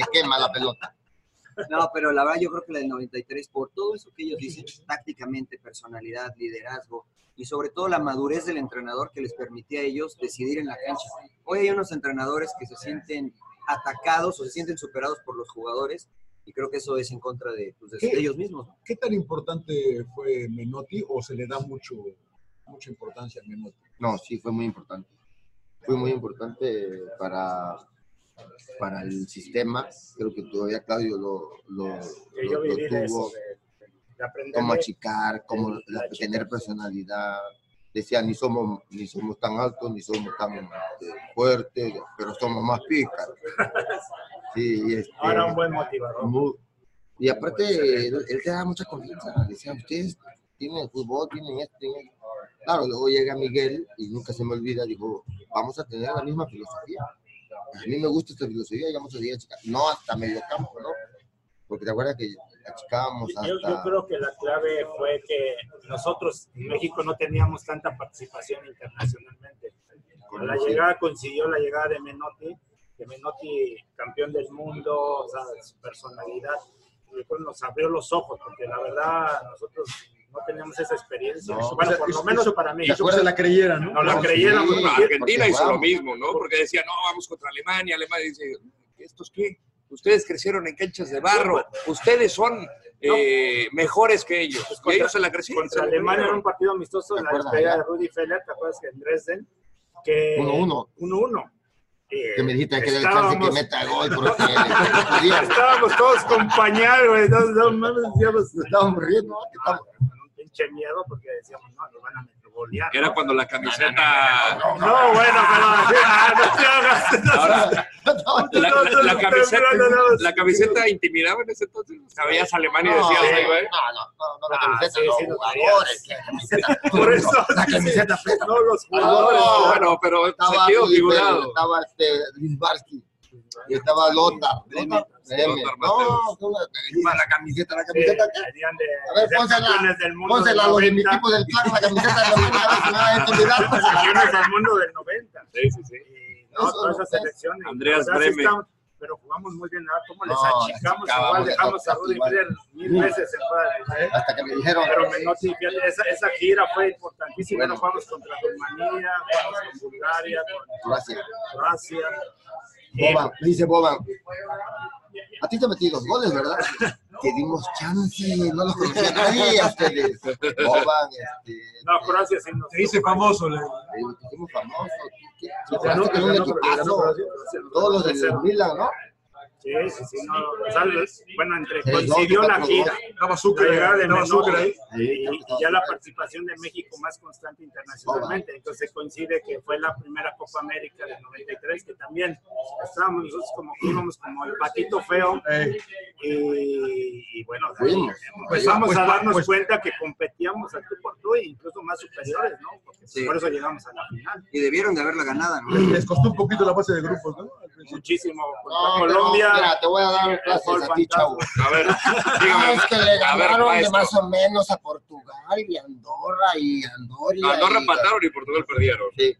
[SPEAKER 2] le quema la pelota.
[SPEAKER 5] No, pero la verdad yo creo que la del 93, por todo eso que ellos dicen, tácticamente, personalidad, liderazgo y sobre todo la madurez del entrenador que les permitía a ellos decidir en la cancha. Hoy hay unos entrenadores que se sienten atacados o se sienten superados por los jugadores y creo que eso es en contra de, pues, de
[SPEAKER 1] Sí.
[SPEAKER 5] ellos mismos. ¿no?
[SPEAKER 1] ¿Qué tan importante fue Menotti o se le da mucho, mucha importancia a Menotti?
[SPEAKER 2] No, sí, fue muy importante. Fue muy importante para, para el sistema. Creo que todavía Claudio lo, lo,
[SPEAKER 4] Que
[SPEAKER 2] lo-
[SPEAKER 4] yo
[SPEAKER 2] lo
[SPEAKER 4] viví de eso,
[SPEAKER 2] tuvo.
[SPEAKER 4] de, de aprender.
[SPEAKER 2] Cómo
[SPEAKER 4] de-
[SPEAKER 2] achicar, cómo la-
[SPEAKER 4] La
[SPEAKER 2] tener personalidad. Decía, ni somos, ni somos tan altos, ni somos tan eh, fuertes, pero somos más
[SPEAKER 4] [LAUGHS]
[SPEAKER 2] pícaros. Sí, y este,
[SPEAKER 4] Ahora un buen motivador.
[SPEAKER 2] Mu- Y aparte, él, él te da mucha confianza. Decía, ustedes tienen fútbol, tienen esto, tienen esto". Claro, luego llega Miguel y nunca se me olvida, dijo, vamos a tener la misma filosofía. A mí me gusta esta filosofía y vamos a ir a chicar. No hasta medio campo, ¿no? Porque te acuerdas que achicábamos
[SPEAKER 4] Yo, yo
[SPEAKER 2] hasta...
[SPEAKER 4] creo que la clave fue que nosotros en México no teníamos tanta participación internacionalmente. Con la llegada consiguió la llegada de Menotti, de Menotti campeón del mundo, o sea, su personalidad, yo creo que nos abrió los ojos, porque la verdad nosotros no teníamos esa experiencia.
[SPEAKER 2] No.
[SPEAKER 4] bueno,
[SPEAKER 1] O sea,
[SPEAKER 4] por lo
[SPEAKER 1] eso-
[SPEAKER 4] menos
[SPEAKER 1] eso-
[SPEAKER 4] para mí.
[SPEAKER 1] ¿Te acuerdas la creyera, no?
[SPEAKER 4] No la
[SPEAKER 2] No,
[SPEAKER 4] creyeron.
[SPEAKER 2] sí,
[SPEAKER 4] porque-
[SPEAKER 3] Argentina
[SPEAKER 2] porque
[SPEAKER 3] hizo lo
[SPEAKER 2] jugamos.
[SPEAKER 3] mismo, ¿no? Porque decía, no, vamos contra Alemania. Alemania dice, ¿estos qué? Ustedes crecieron en canchas de barro. Ustedes son eh, mejores que ellos.
[SPEAKER 4] Pues
[SPEAKER 3] y
[SPEAKER 4] contra-
[SPEAKER 3] ellos se la crecieron.
[SPEAKER 4] contra
[SPEAKER 3] se la
[SPEAKER 4] Alemania en
[SPEAKER 3] creyeron.
[SPEAKER 4] un partido amistoso
[SPEAKER 2] ¿Te
[SPEAKER 4] en la
[SPEAKER 2] acuerdas
[SPEAKER 4] despedida de
[SPEAKER 2] allá?
[SPEAKER 4] Rudy Feller, ¿te acuerdas que en Dresden? Que
[SPEAKER 2] 1-1.
[SPEAKER 4] 1-1.
[SPEAKER 2] Que me dijiste que era el chance que
[SPEAKER 4] Eh, estábamos-
[SPEAKER 2] meta gol
[SPEAKER 4] [LAUGHS]
[SPEAKER 2] porque [LAUGHS] podía.
[SPEAKER 4] Estábamos todos con pañal, güey. No, no mames, decíamos,
[SPEAKER 2] estábamos riendo. ¿no?
[SPEAKER 4] Que estábamos con un pinche miedo porque decíamos, no, nos van a metrobolear.
[SPEAKER 3] Era cuando la camiseta.
[SPEAKER 4] No, bueno, pero. ah, no
[SPEAKER 2] [LAUGHS]
[SPEAKER 4] te hagas.
[SPEAKER 3] Ahora, la, la- la
[SPEAKER 4] no,
[SPEAKER 3] camiseta,
[SPEAKER 4] no, no, no.
[SPEAKER 3] la camiseta intimidaba en ese entonces. Sabías alemán y
[SPEAKER 4] No,
[SPEAKER 3] decías,
[SPEAKER 4] sí.
[SPEAKER 3] "Ay, güey.
[SPEAKER 2] No, no, no, no, la
[SPEAKER 4] Ah,
[SPEAKER 2] camiseta,
[SPEAKER 4] sí,
[SPEAKER 2] los
[SPEAKER 4] sí, no
[SPEAKER 2] jugadores, que la camiseta.
[SPEAKER 4] Por eso.
[SPEAKER 2] La camiseta
[SPEAKER 4] preta. No, los jugadores. eh,
[SPEAKER 2] Ah,
[SPEAKER 4] no,
[SPEAKER 3] bueno, pero en
[SPEAKER 2] Estaba
[SPEAKER 3] sentido
[SPEAKER 2] Luis Vela,
[SPEAKER 3] figurado.
[SPEAKER 2] Estaba este, Lisbarski. Y estaba Lota. Lota. M.
[SPEAKER 3] Lothar
[SPEAKER 2] No, tú la encima la camiseta, la camiseta. ¿qué?
[SPEAKER 4] Serían de.
[SPEAKER 2] A ver,
[SPEAKER 4] de
[SPEAKER 2] pónsela,
[SPEAKER 4] campeones del mundo
[SPEAKER 2] pónsela a
[SPEAKER 4] del
[SPEAKER 2] los de mi
[SPEAKER 4] 90.
[SPEAKER 2] equipo del clan, la camiseta de la eh, buena, a ver si me van a dejar mirar.
[SPEAKER 4] Campeones del mundo del 90.
[SPEAKER 3] Sí, sí, sí.
[SPEAKER 4] Eh, No,
[SPEAKER 2] Eso
[SPEAKER 4] todas
[SPEAKER 2] no
[SPEAKER 4] esas
[SPEAKER 2] sé.
[SPEAKER 4] selecciones.
[SPEAKER 3] Andreas
[SPEAKER 4] O sea, sí
[SPEAKER 3] Breme.
[SPEAKER 4] estamos- Pero jugamos muy bien, nada, ¿Cómo les
[SPEAKER 2] No, les
[SPEAKER 4] achicamos?
[SPEAKER 2] achicábamos,
[SPEAKER 4] Igual
[SPEAKER 2] les
[SPEAKER 4] dejamos a Rudy Miller
[SPEAKER 2] achicábamos.
[SPEAKER 4] mil
[SPEAKER 2] Mm.
[SPEAKER 4] veces en fuera de- ¿eh?
[SPEAKER 2] Hasta que me dijeron.
[SPEAKER 4] Pero Menotti, fíjate, esa, esa gira fue importantísima. Bueno, jugamos contra Rumanía, jugamos con Bulgaria, con
[SPEAKER 2] Gracias.
[SPEAKER 4] Croacia.
[SPEAKER 2] Boban, me dice Boban, a ti te metí dos goles, ¿verdad? Te dimos chance, no los conocía nadie a ustedes. Boban, este,
[SPEAKER 4] No, Croacia sí nos.
[SPEAKER 1] Te hice famoso, le
[SPEAKER 2] te digo, te hicimos famoso. ¿Qué?
[SPEAKER 4] Ganó,
[SPEAKER 2] Jugaste con un
[SPEAKER 4] ganó, ganó,
[SPEAKER 2] equipazo.
[SPEAKER 4] ganó, ganó.
[SPEAKER 2] Todos los del
[SPEAKER 4] Cero.
[SPEAKER 2] Milan, ¿no?
[SPEAKER 4] Sí, sí, sí, no, o sea, les- bueno, entre
[SPEAKER 2] Sí,
[SPEAKER 4] coincidió
[SPEAKER 2] no,
[SPEAKER 4] la
[SPEAKER 2] no,
[SPEAKER 4] gira,
[SPEAKER 2] no.
[SPEAKER 1] Estaba Sucre,
[SPEAKER 4] la llegada de
[SPEAKER 1] estaba
[SPEAKER 4] Menotti
[SPEAKER 1] Sucre ahí.
[SPEAKER 4] y, y ya la participación de México más constante internacionalmente. Entonces coincide que fue la primera Copa América del 93, que también estábamos nosotros como que íbamos como el patito feo.
[SPEAKER 1] Eh.
[SPEAKER 4] Y, y bueno, de ahí
[SPEAKER 2] Fuimos.
[SPEAKER 4] empezamos
[SPEAKER 1] Pues,
[SPEAKER 4] a
[SPEAKER 1] pues,
[SPEAKER 4] darnos
[SPEAKER 1] pues.
[SPEAKER 4] cuenta que competíamos a tú por tú e incluso más superiores, ¿no? Porque
[SPEAKER 5] Sí.
[SPEAKER 4] por eso llegamos a la final.
[SPEAKER 5] Y debieron de haberla ganado, ¿no?
[SPEAKER 1] Les costó un poquito la fase de grupos, ¿no?
[SPEAKER 4] Muchísimo. contra
[SPEAKER 2] No, pero,
[SPEAKER 4] Colombia.
[SPEAKER 2] mira, te voy a dar
[SPEAKER 4] el
[SPEAKER 2] clases
[SPEAKER 4] gol
[SPEAKER 2] a
[SPEAKER 4] fantasma.
[SPEAKER 2] ti, chavo.
[SPEAKER 3] A ver,
[SPEAKER 2] Ah,
[SPEAKER 3] dígame.
[SPEAKER 2] es que le
[SPEAKER 3] a ver,
[SPEAKER 2] ganaron de
[SPEAKER 3] maestro.
[SPEAKER 2] más o menos a Portugal y Andorra y Andoria.
[SPEAKER 3] No, no
[SPEAKER 2] y-
[SPEAKER 3] empataron y Portugal perdieron.
[SPEAKER 2] Sí.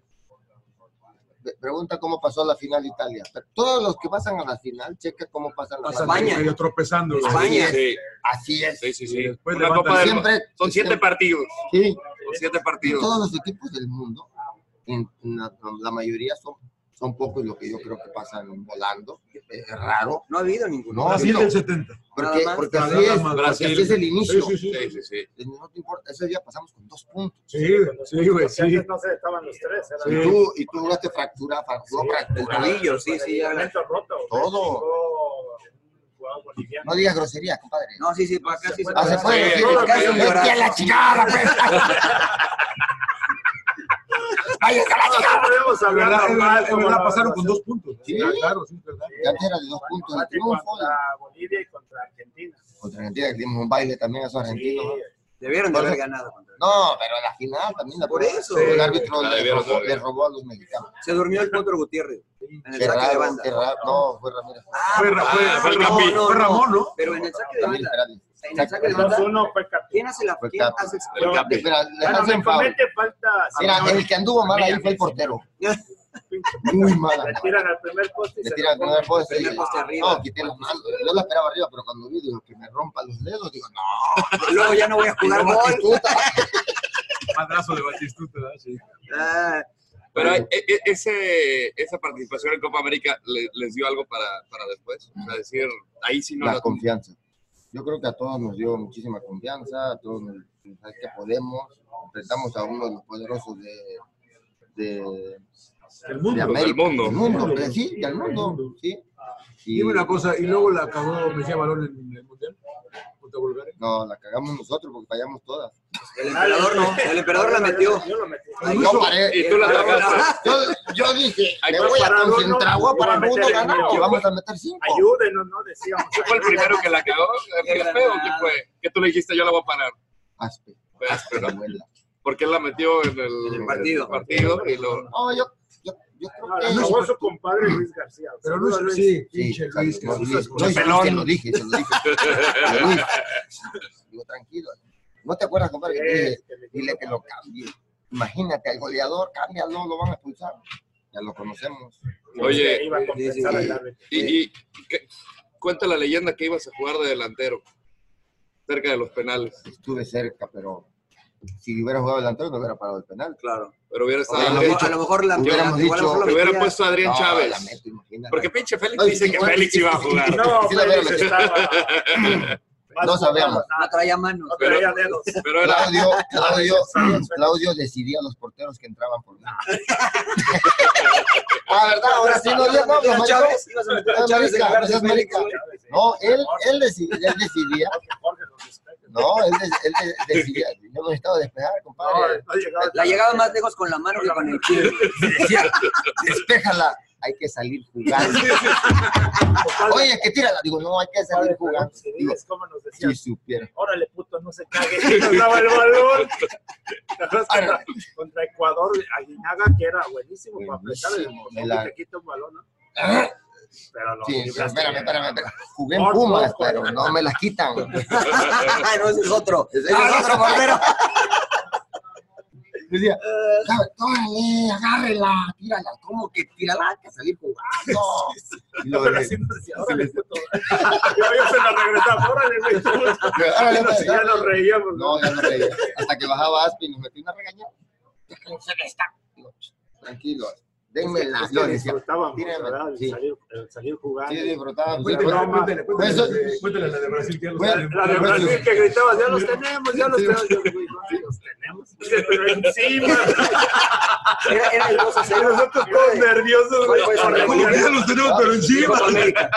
[SPEAKER 2] Pe- Pregunta cómo pasó la final Italia. Pero todos los que pasan a la final, checa cómo pasan a la
[SPEAKER 1] Pasan
[SPEAKER 2] final.
[SPEAKER 5] España.
[SPEAKER 1] medio tropezando. güey.
[SPEAKER 5] España.
[SPEAKER 3] Sí,
[SPEAKER 2] Así es.
[SPEAKER 3] sí, sí. sí.
[SPEAKER 1] después
[SPEAKER 3] Una
[SPEAKER 1] levantan.
[SPEAKER 3] Copa del-
[SPEAKER 2] Siempre-
[SPEAKER 3] Son siete
[SPEAKER 2] siempre-
[SPEAKER 3] partidos.
[SPEAKER 2] Sí.
[SPEAKER 3] Son siete
[SPEAKER 2] Y
[SPEAKER 3] partidos.
[SPEAKER 2] todos los equipos del mundo, en, en la, la mayoría son, son pocos los que yo creo que pasan volando. Es raro.
[SPEAKER 5] No ha habido ninguno.
[SPEAKER 2] No,
[SPEAKER 1] Así es
[SPEAKER 2] no.
[SPEAKER 1] del 70.
[SPEAKER 2] Porque,
[SPEAKER 5] más.
[SPEAKER 2] porque así
[SPEAKER 1] Nada
[SPEAKER 2] es,
[SPEAKER 1] más.
[SPEAKER 2] porque
[SPEAKER 3] Brasil.
[SPEAKER 2] así es el
[SPEAKER 1] Sí,
[SPEAKER 2] inicio.
[SPEAKER 1] sí, sí.
[SPEAKER 3] Sí, sí, sí.
[SPEAKER 2] No te importa, ese día pasamos con dos puntos.
[SPEAKER 1] Sí, güey, sí, güey,
[SPEAKER 4] Porque
[SPEAKER 1] sí.
[SPEAKER 4] antes no se estaban los tres. Era
[SPEAKER 2] Y tú, y tú jugaste fractura, fractura,
[SPEAKER 5] El tobillo, sí, sí. ya la-
[SPEAKER 4] ligamento roto.
[SPEAKER 2] Todo.
[SPEAKER 4] Un jugador boliviano.
[SPEAKER 2] No digas grosería, compadre.
[SPEAKER 5] No, sí, sí, para acá sí
[SPEAKER 2] Ah, se puede
[SPEAKER 3] Sí,
[SPEAKER 2] decir.
[SPEAKER 3] todo lo que
[SPEAKER 2] Vete
[SPEAKER 3] hay en
[SPEAKER 2] a la chingada, pues. Váyase a la
[SPEAKER 4] No, no podemos
[SPEAKER 1] Es
[SPEAKER 4] hablar
[SPEAKER 1] verdad, es
[SPEAKER 4] normal,
[SPEAKER 1] verdad, es
[SPEAKER 4] como
[SPEAKER 1] verdad,
[SPEAKER 4] la-
[SPEAKER 1] pasaron con dos puntos.
[SPEAKER 2] Sí.
[SPEAKER 1] claro, sí, es verdad.
[SPEAKER 2] Ya antes era de dos puntos el
[SPEAKER 4] Empate
[SPEAKER 2] triunfo.
[SPEAKER 4] contra Bolivia y contra Argentina.
[SPEAKER 2] Contra Argentina, que dimos un baile también a esos
[SPEAKER 4] Sí,
[SPEAKER 2] argentinos. ¿no?
[SPEAKER 5] Debieron de haber ganado. contra-
[SPEAKER 2] No, pero la final también la
[SPEAKER 5] Por eso.
[SPEAKER 2] El
[SPEAKER 5] Sí.
[SPEAKER 2] árbitro
[SPEAKER 3] La
[SPEAKER 2] le
[SPEAKER 3] debieron
[SPEAKER 2] robó,
[SPEAKER 3] haber.
[SPEAKER 2] le robó a los mexicanos.
[SPEAKER 5] Se durmió el Potro Gutiérrez en el
[SPEAKER 2] Qué
[SPEAKER 5] saque de
[SPEAKER 2] raro,
[SPEAKER 5] banda.
[SPEAKER 2] qué raro. No, fue Ramírez.
[SPEAKER 1] Fue, Ra- fue-
[SPEAKER 3] Ah,
[SPEAKER 1] fue
[SPEAKER 3] no,
[SPEAKER 1] Ramón,
[SPEAKER 5] no,
[SPEAKER 1] fue
[SPEAKER 5] no.
[SPEAKER 1] Ramón, ¿no?
[SPEAKER 5] Pero en el saque de
[SPEAKER 2] Ramírez
[SPEAKER 5] banda.
[SPEAKER 2] Perales.
[SPEAKER 5] En el saque de
[SPEAKER 4] El
[SPEAKER 5] banda.
[SPEAKER 4] 2-1 fue capitán.
[SPEAKER 5] ¿Quién hace la
[SPEAKER 2] Fue
[SPEAKER 5] quién
[SPEAKER 2] Capi.
[SPEAKER 5] hace
[SPEAKER 3] El Capi.
[SPEAKER 2] Mira, le
[SPEAKER 4] Bueno,
[SPEAKER 2] hacen
[SPEAKER 4] me
[SPEAKER 2] foul.
[SPEAKER 4] comete falta.
[SPEAKER 2] Mira,
[SPEAKER 4] señor.
[SPEAKER 2] el que anduvo mal ahí
[SPEAKER 4] Mira,
[SPEAKER 2] fue el portero.
[SPEAKER 4] pinche-
[SPEAKER 2] Muy mala.
[SPEAKER 4] Le tiran al primer poste y
[SPEAKER 2] Le
[SPEAKER 4] se
[SPEAKER 2] tira
[SPEAKER 4] lo
[SPEAKER 2] el primer
[SPEAKER 4] ponen.
[SPEAKER 2] poste.
[SPEAKER 5] Primer poste
[SPEAKER 2] y-
[SPEAKER 5] arriba.
[SPEAKER 2] No, quité las manos. Yo la esperaba arriba, pero cuando vi digo, que me rompa los dedos, digo, no.
[SPEAKER 5] Luego ya no voy a jugar gol.
[SPEAKER 2] Batistuta.
[SPEAKER 1] Madrazo de Batistuta, ¿verdad? Sí.
[SPEAKER 5] Ah,
[SPEAKER 3] Pero e- e- ese, esa participación en Copa América le- les dio algo para, para después. O sea, decir, ahí sí no
[SPEAKER 2] la
[SPEAKER 3] la-
[SPEAKER 2] confianza. Yo creo que a todos nos dio muchísima confianza, a todos nos sabes que podemos, enfrentamos a uno de los poderosos de, de,
[SPEAKER 1] El
[SPEAKER 2] de
[SPEAKER 1] mundo.
[SPEAKER 2] América,
[SPEAKER 3] del mundo.
[SPEAKER 2] del mundo, pues, sí, del mundo, sí. Y,
[SPEAKER 1] Dime una cosa, y luego la acabó Mejía Balón en el Mundial contra Bulgaria.
[SPEAKER 2] no, la cagamos nosotros porque fallamos todas.
[SPEAKER 5] el emperador no. El emperador la metió.
[SPEAKER 4] Yo lo metí.
[SPEAKER 5] Ay,
[SPEAKER 2] Yo paré,
[SPEAKER 3] Y tú la sacaste.
[SPEAKER 2] yo, yo dije,
[SPEAKER 3] Ay,
[SPEAKER 2] me
[SPEAKER 3] pues,
[SPEAKER 2] voy a
[SPEAKER 4] para uno,
[SPEAKER 2] concentrar, voy a
[SPEAKER 4] yo voy a
[SPEAKER 2] parar uno
[SPEAKER 4] meter el
[SPEAKER 2] ganado,
[SPEAKER 4] mío.
[SPEAKER 2] vamos a meter cinco.
[SPEAKER 4] Ayúdenos, ¿no? Decíamos.
[SPEAKER 3] ¿Quién fue el primero que la cagó? ¿Fue Aspe o quién fue? Que tú le dijiste, yo la voy a parar.
[SPEAKER 2] Aspe,
[SPEAKER 3] Fue Aspe,
[SPEAKER 2] Aspe,
[SPEAKER 3] ¿no?
[SPEAKER 2] abuela.
[SPEAKER 3] Porque él la metió en el,
[SPEAKER 5] En el partido.
[SPEAKER 3] partido y lo...
[SPEAKER 2] No, yo, yo, yo creo
[SPEAKER 4] No,
[SPEAKER 2] que...
[SPEAKER 4] la jugó su compadre Luis García.
[SPEAKER 1] Pero no
[SPEAKER 4] Saludos,
[SPEAKER 1] es
[SPEAKER 4] Luis.
[SPEAKER 1] sí, pinche Luis, que
[SPEAKER 2] exacto,
[SPEAKER 1] es
[SPEAKER 2] Luis,
[SPEAKER 1] una-
[SPEAKER 2] Luis,
[SPEAKER 3] pelón.
[SPEAKER 2] Te lo dije, te lo
[SPEAKER 4] [LAUGHS]
[SPEAKER 2] dije. Luis, digo, tranquilo. No te acuerdas, compadre, que te dije, dile que lo cambie. Imagínate, al goleador, cámbialo, lo van a expulsar. Ya lo conocemos.
[SPEAKER 3] Oye,
[SPEAKER 4] Iba a compensar
[SPEAKER 2] sí, sí.
[SPEAKER 4] al árbitro.
[SPEAKER 3] Y, y que- cuenta la leyenda que ibas a jugar de delantero, cerca de los penales,
[SPEAKER 2] Estuve cerca, pero si hubiera jugado delantero, no hubiera parado el penal.
[SPEAKER 5] Claro.
[SPEAKER 3] pero hubiera
[SPEAKER 5] O a, lo
[SPEAKER 3] estado...
[SPEAKER 5] mejor, a lo mejor la
[SPEAKER 2] Hubiéramos
[SPEAKER 5] igual a lo mejor
[SPEAKER 2] dicho-
[SPEAKER 5] la
[SPEAKER 3] Te hubiera
[SPEAKER 5] metía.
[SPEAKER 3] puesto a Adrián
[SPEAKER 2] No,
[SPEAKER 3] Chávez.
[SPEAKER 2] la meto, imagínate.
[SPEAKER 3] Porque pinche Félix
[SPEAKER 2] Ay,
[SPEAKER 3] dice que
[SPEAKER 2] igual-
[SPEAKER 3] Félix iba a jugar.
[SPEAKER 4] No,
[SPEAKER 2] Sí la
[SPEAKER 4] Félix
[SPEAKER 2] había metido.
[SPEAKER 4] estaba. [LAUGHS]
[SPEAKER 2] no sabemos.
[SPEAKER 5] No traía manos.
[SPEAKER 2] Pero-
[SPEAKER 5] traía dedos.
[SPEAKER 2] Claudio, Claudio, Claudio decidía los porteros que entraban por mí. [LAUGHS] Ah, ¿verdad? Ahora sí, no, ya no,
[SPEAKER 5] ¿Ibas a meter a
[SPEAKER 2] no,
[SPEAKER 5] Chávez? ¿Ibas a meter a Chávez en lugar de
[SPEAKER 2] no,
[SPEAKER 5] América?
[SPEAKER 4] ¿eh?
[SPEAKER 2] No, él, él, decidía, él decidía. No, él, de- él de- decidía. Yo no necesitaba despejar,
[SPEAKER 4] eh.
[SPEAKER 2] compadre.
[SPEAKER 5] La llegaba más lejos con la mano que con el pie.
[SPEAKER 2] Decía, despéjala, hay que salir jugando. Oye, que tírala. Digo, no, hay que salir jugando. Digo, si supiera.
[SPEAKER 4] Órale, puto, no se cague. [LAUGHS] Nos daba el balón. [LAUGHS] ¿Te acuerdas contra, contra Ecuador, Aguinaga, que era buenísimo para apretar el
[SPEAKER 2] Buenísimo,
[SPEAKER 4] porque
[SPEAKER 2] la-
[SPEAKER 4] te quita un balón, ¿no?
[SPEAKER 2] Pero
[SPEAKER 4] lo
[SPEAKER 2] sí,
[SPEAKER 4] libraste
[SPEAKER 2] espérame,
[SPEAKER 4] bien.
[SPEAKER 2] espérame, espérame. Jugué en
[SPEAKER 4] Por
[SPEAKER 2] Pumas,
[SPEAKER 4] poco.
[SPEAKER 2] pero no me las [LAUGHS] quitan. Ah,
[SPEAKER 5] Ay, no, ese es otro.
[SPEAKER 2] Ese
[SPEAKER 5] Ah, es otro portero.
[SPEAKER 2] [LAUGHS] Decía, tómale, agárrela, tírala. ¿Cómo que tírala? Hay que salir [LAUGHS] jugando. Y lo
[SPEAKER 4] [LAUGHS]
[SPEAKER 2] de-
[SPEAKER 4] Yo, yo se la regresaba, órale, güey. tú.
[SPEAKER 2] Órale,
[SPEAKER 4] Pero si ya nos reíamos.
[SPEAKER 2] [LAUGHS] No, ya no reía. Hasta que bajaba Aspi y nos metió una regañada. Es que no sé qué está. Digo, "Ch, Tranquilo, denme
[SPEAKER 4] Es que-
[SPEAKER 2] la.
[SPEAKER 4] es que disfrutábamos, ¿verdad? El salir, el salir jugando.
[SPEAKER 2] Sí, disfrutaba.
[SPEAKER 4] Cuéntale, cuéntale, cuéntale.
[SPEAKER 1] la de Brasil que
[SPEAKER 4] La de Brasil que gritabas, ya los tenemos, ya los tenemos. Yo, güey, no, ya los tenemos. Pero encima.
[SPEAKER 5] Era, era el 2 a 0.
[SPEAKER 4] Nosotros todos nerviosos. güey.
[SPEAKER 5] Fue- fue-
[SPEAKER 4] Como que ya
[SPEAKER 5] los
[SPEAKER 1] tenemos, pero encima.
[SPEAKER 5] Copa América.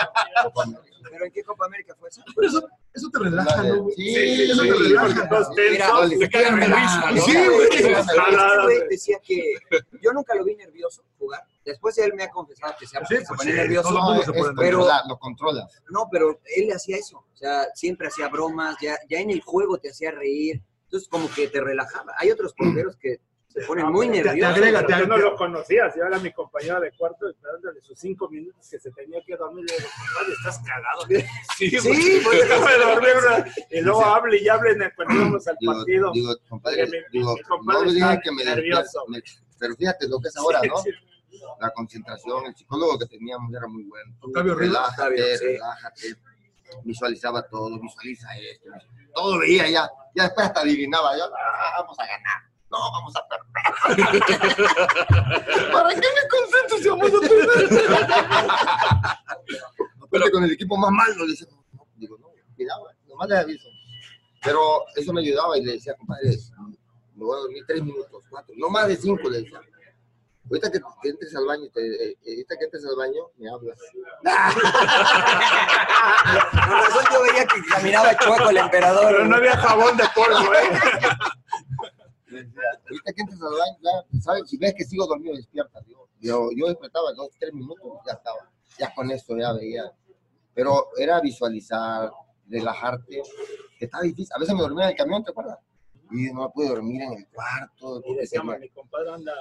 [SPEAKER 5] ¿Pero en qué Copa América fue esa?
[SPEAKER 1] Eso, eso te relaja, ¿no? güey?
[SPEAKER 2] Sí,
[SPEAKER 1] Sí, eso te
[SPEAKER 2] sí,
[SPEAKER 1] relaja.
[SPEAKER 4] Todos
[SPEAKER 5] Mira,
[SPEAKER 4] tensos, se cagan de risa.
[SPEAKER 5] Ah, no,
[SPEAKER 1] Sí,
[SPEAKER 5] güey.
[SPEAKER 1] güey.
[SPEAKER 5] Es que,
[SPEAKER 4] Jalada,
[SPEAKER 5] güey,
[SPEAKER 4] güey.
[SPEAKER 5] Decía que yo nunca lo vi nervioso jugar. Después él me ha confesado que se, ha-
[SPEAKER 1] Sí,
[SPEAKER 5] se
[SPEAKER 1] pues
[SPEAKER 5] pone
[SPEAKER 1] sí,
[SPEAKER 5] nervioso.
[SPEAKER 1] todo el mundo se
[SPEAKER 2] Es
[SPEAKER 1] pone
[SPEAKER 5] pero,
[SPEAKER 2] controla- lo controlas.
[SPEAKER 5] no, pero él le hacía eso. O sea, siempre hacía bromas. Ya, ya en el juego te hacía reír. Entonces, como que te relajaba. Hay otros porteros que se ponen muy
[SPEAKER 4] Te- te
[SPEAKER 5] nerviosos.
[SPEAKER 4] agrega,
[SPEAKER 5] pero
[SPEAKER 4] te
[SPEAKER 5] yo
[SPEAKER 4] agrega.
[SPEAKER 5] no
[SPEAKER 4] Yo
[SPEAKER 5] lo-
[SPEAKER 4] no lo conocía, si era mi compañero de cuarto esperándole sus cinco minutos que se tenía que dormir. Le digo, compadre, estás cagado.
[SPEAKER 3] Sí,
[SPEAKER 4] [LAUGHS]
[SPEAKER 3] güey.
[SPEAKER 4] Sí, pues déjame dormir. una- Y luego
[SPEAKER 2] Sí, sí.
[SPEAKER 4] hable y hable en el- cuando íbamos al
[SPEAKER 2] Digo,
[SPEAKER 4] partido.
[SPEAKER 2] digo, compadre,
[SPEAKER 4] Porque mi-
[SPEAKER 2] digo,
[SPEAKER 4] mi compadre
[SPEAKER 2] no me digas
[SPEAKER 4] está
[SPEAKER 2] que me
[SPEAKER 4] nervioso.
[SPEAKER 2] despierto. me- Pero fíjate lo que es ahora,
[SPEAKER 4] Sí,
[SPEAKER 2] ¿no?
[SPEAKER 4] sí.
[SPEAKER 2] La concentración, el psicólogo que teníamos era muy bueno. Tú
[SPEAKER 1] Octavio Rivas.
[SPEAKER 2] Relájate,
[SPEAKER 5] Octavio, sí.
[SPEAKER 2] relájate. Visualizaba todo, visualiza esto. Todo veía ya. Ya después hasta adivinaba. Yo, "Ah, vamos a ganar. No, vamos a
[SPEAKER 5] [LAUGHS]
[SPEAKER 2] perder. ¿Para qué me concentro si vamos a
[SPEAKER 5] [LAUGHS]
[SPEAKER 2] perder? Aparte con el equipo más malo. le decía, "No". Digo, no, cuidado, eh, nomás les aviso. Pero eso me ayudaba y le decía, compadre, me voy a dormir tres minutos, cuatro, no más de cinco, le decía. Ahorita que, que entres al baño, te- eh, ahorita que entres al baño, me hablas.
[SPEAKER 5] Con razón yo veía que caminaba chueco el emperador.
[SPEAKER 4] Pero no
[SPEAKER 5] güey.
[SPEAKER 4] había jabón de polvo, ¿eh?
[SPEAKER 2] Ahorita que entres al baño, ya, ¿sabes? Si ves que sigo dormido, despierta. Digo, Yo, yo despertaba dos, tres minutos, ya estaba. Ya con eso ya veía. Pero era visualizar, relajarte, que estaba difícil. A veces me dormía en el camión, ¿te acuerdas? Y no pude dormir en el cuarto.
[SPEAKER 4] Y
[SPEAKER 2] porque
[SPEAKER 4] decíamos,
[SPEAKER 2] tenía-
[SPEAKER 4] mi compadre anda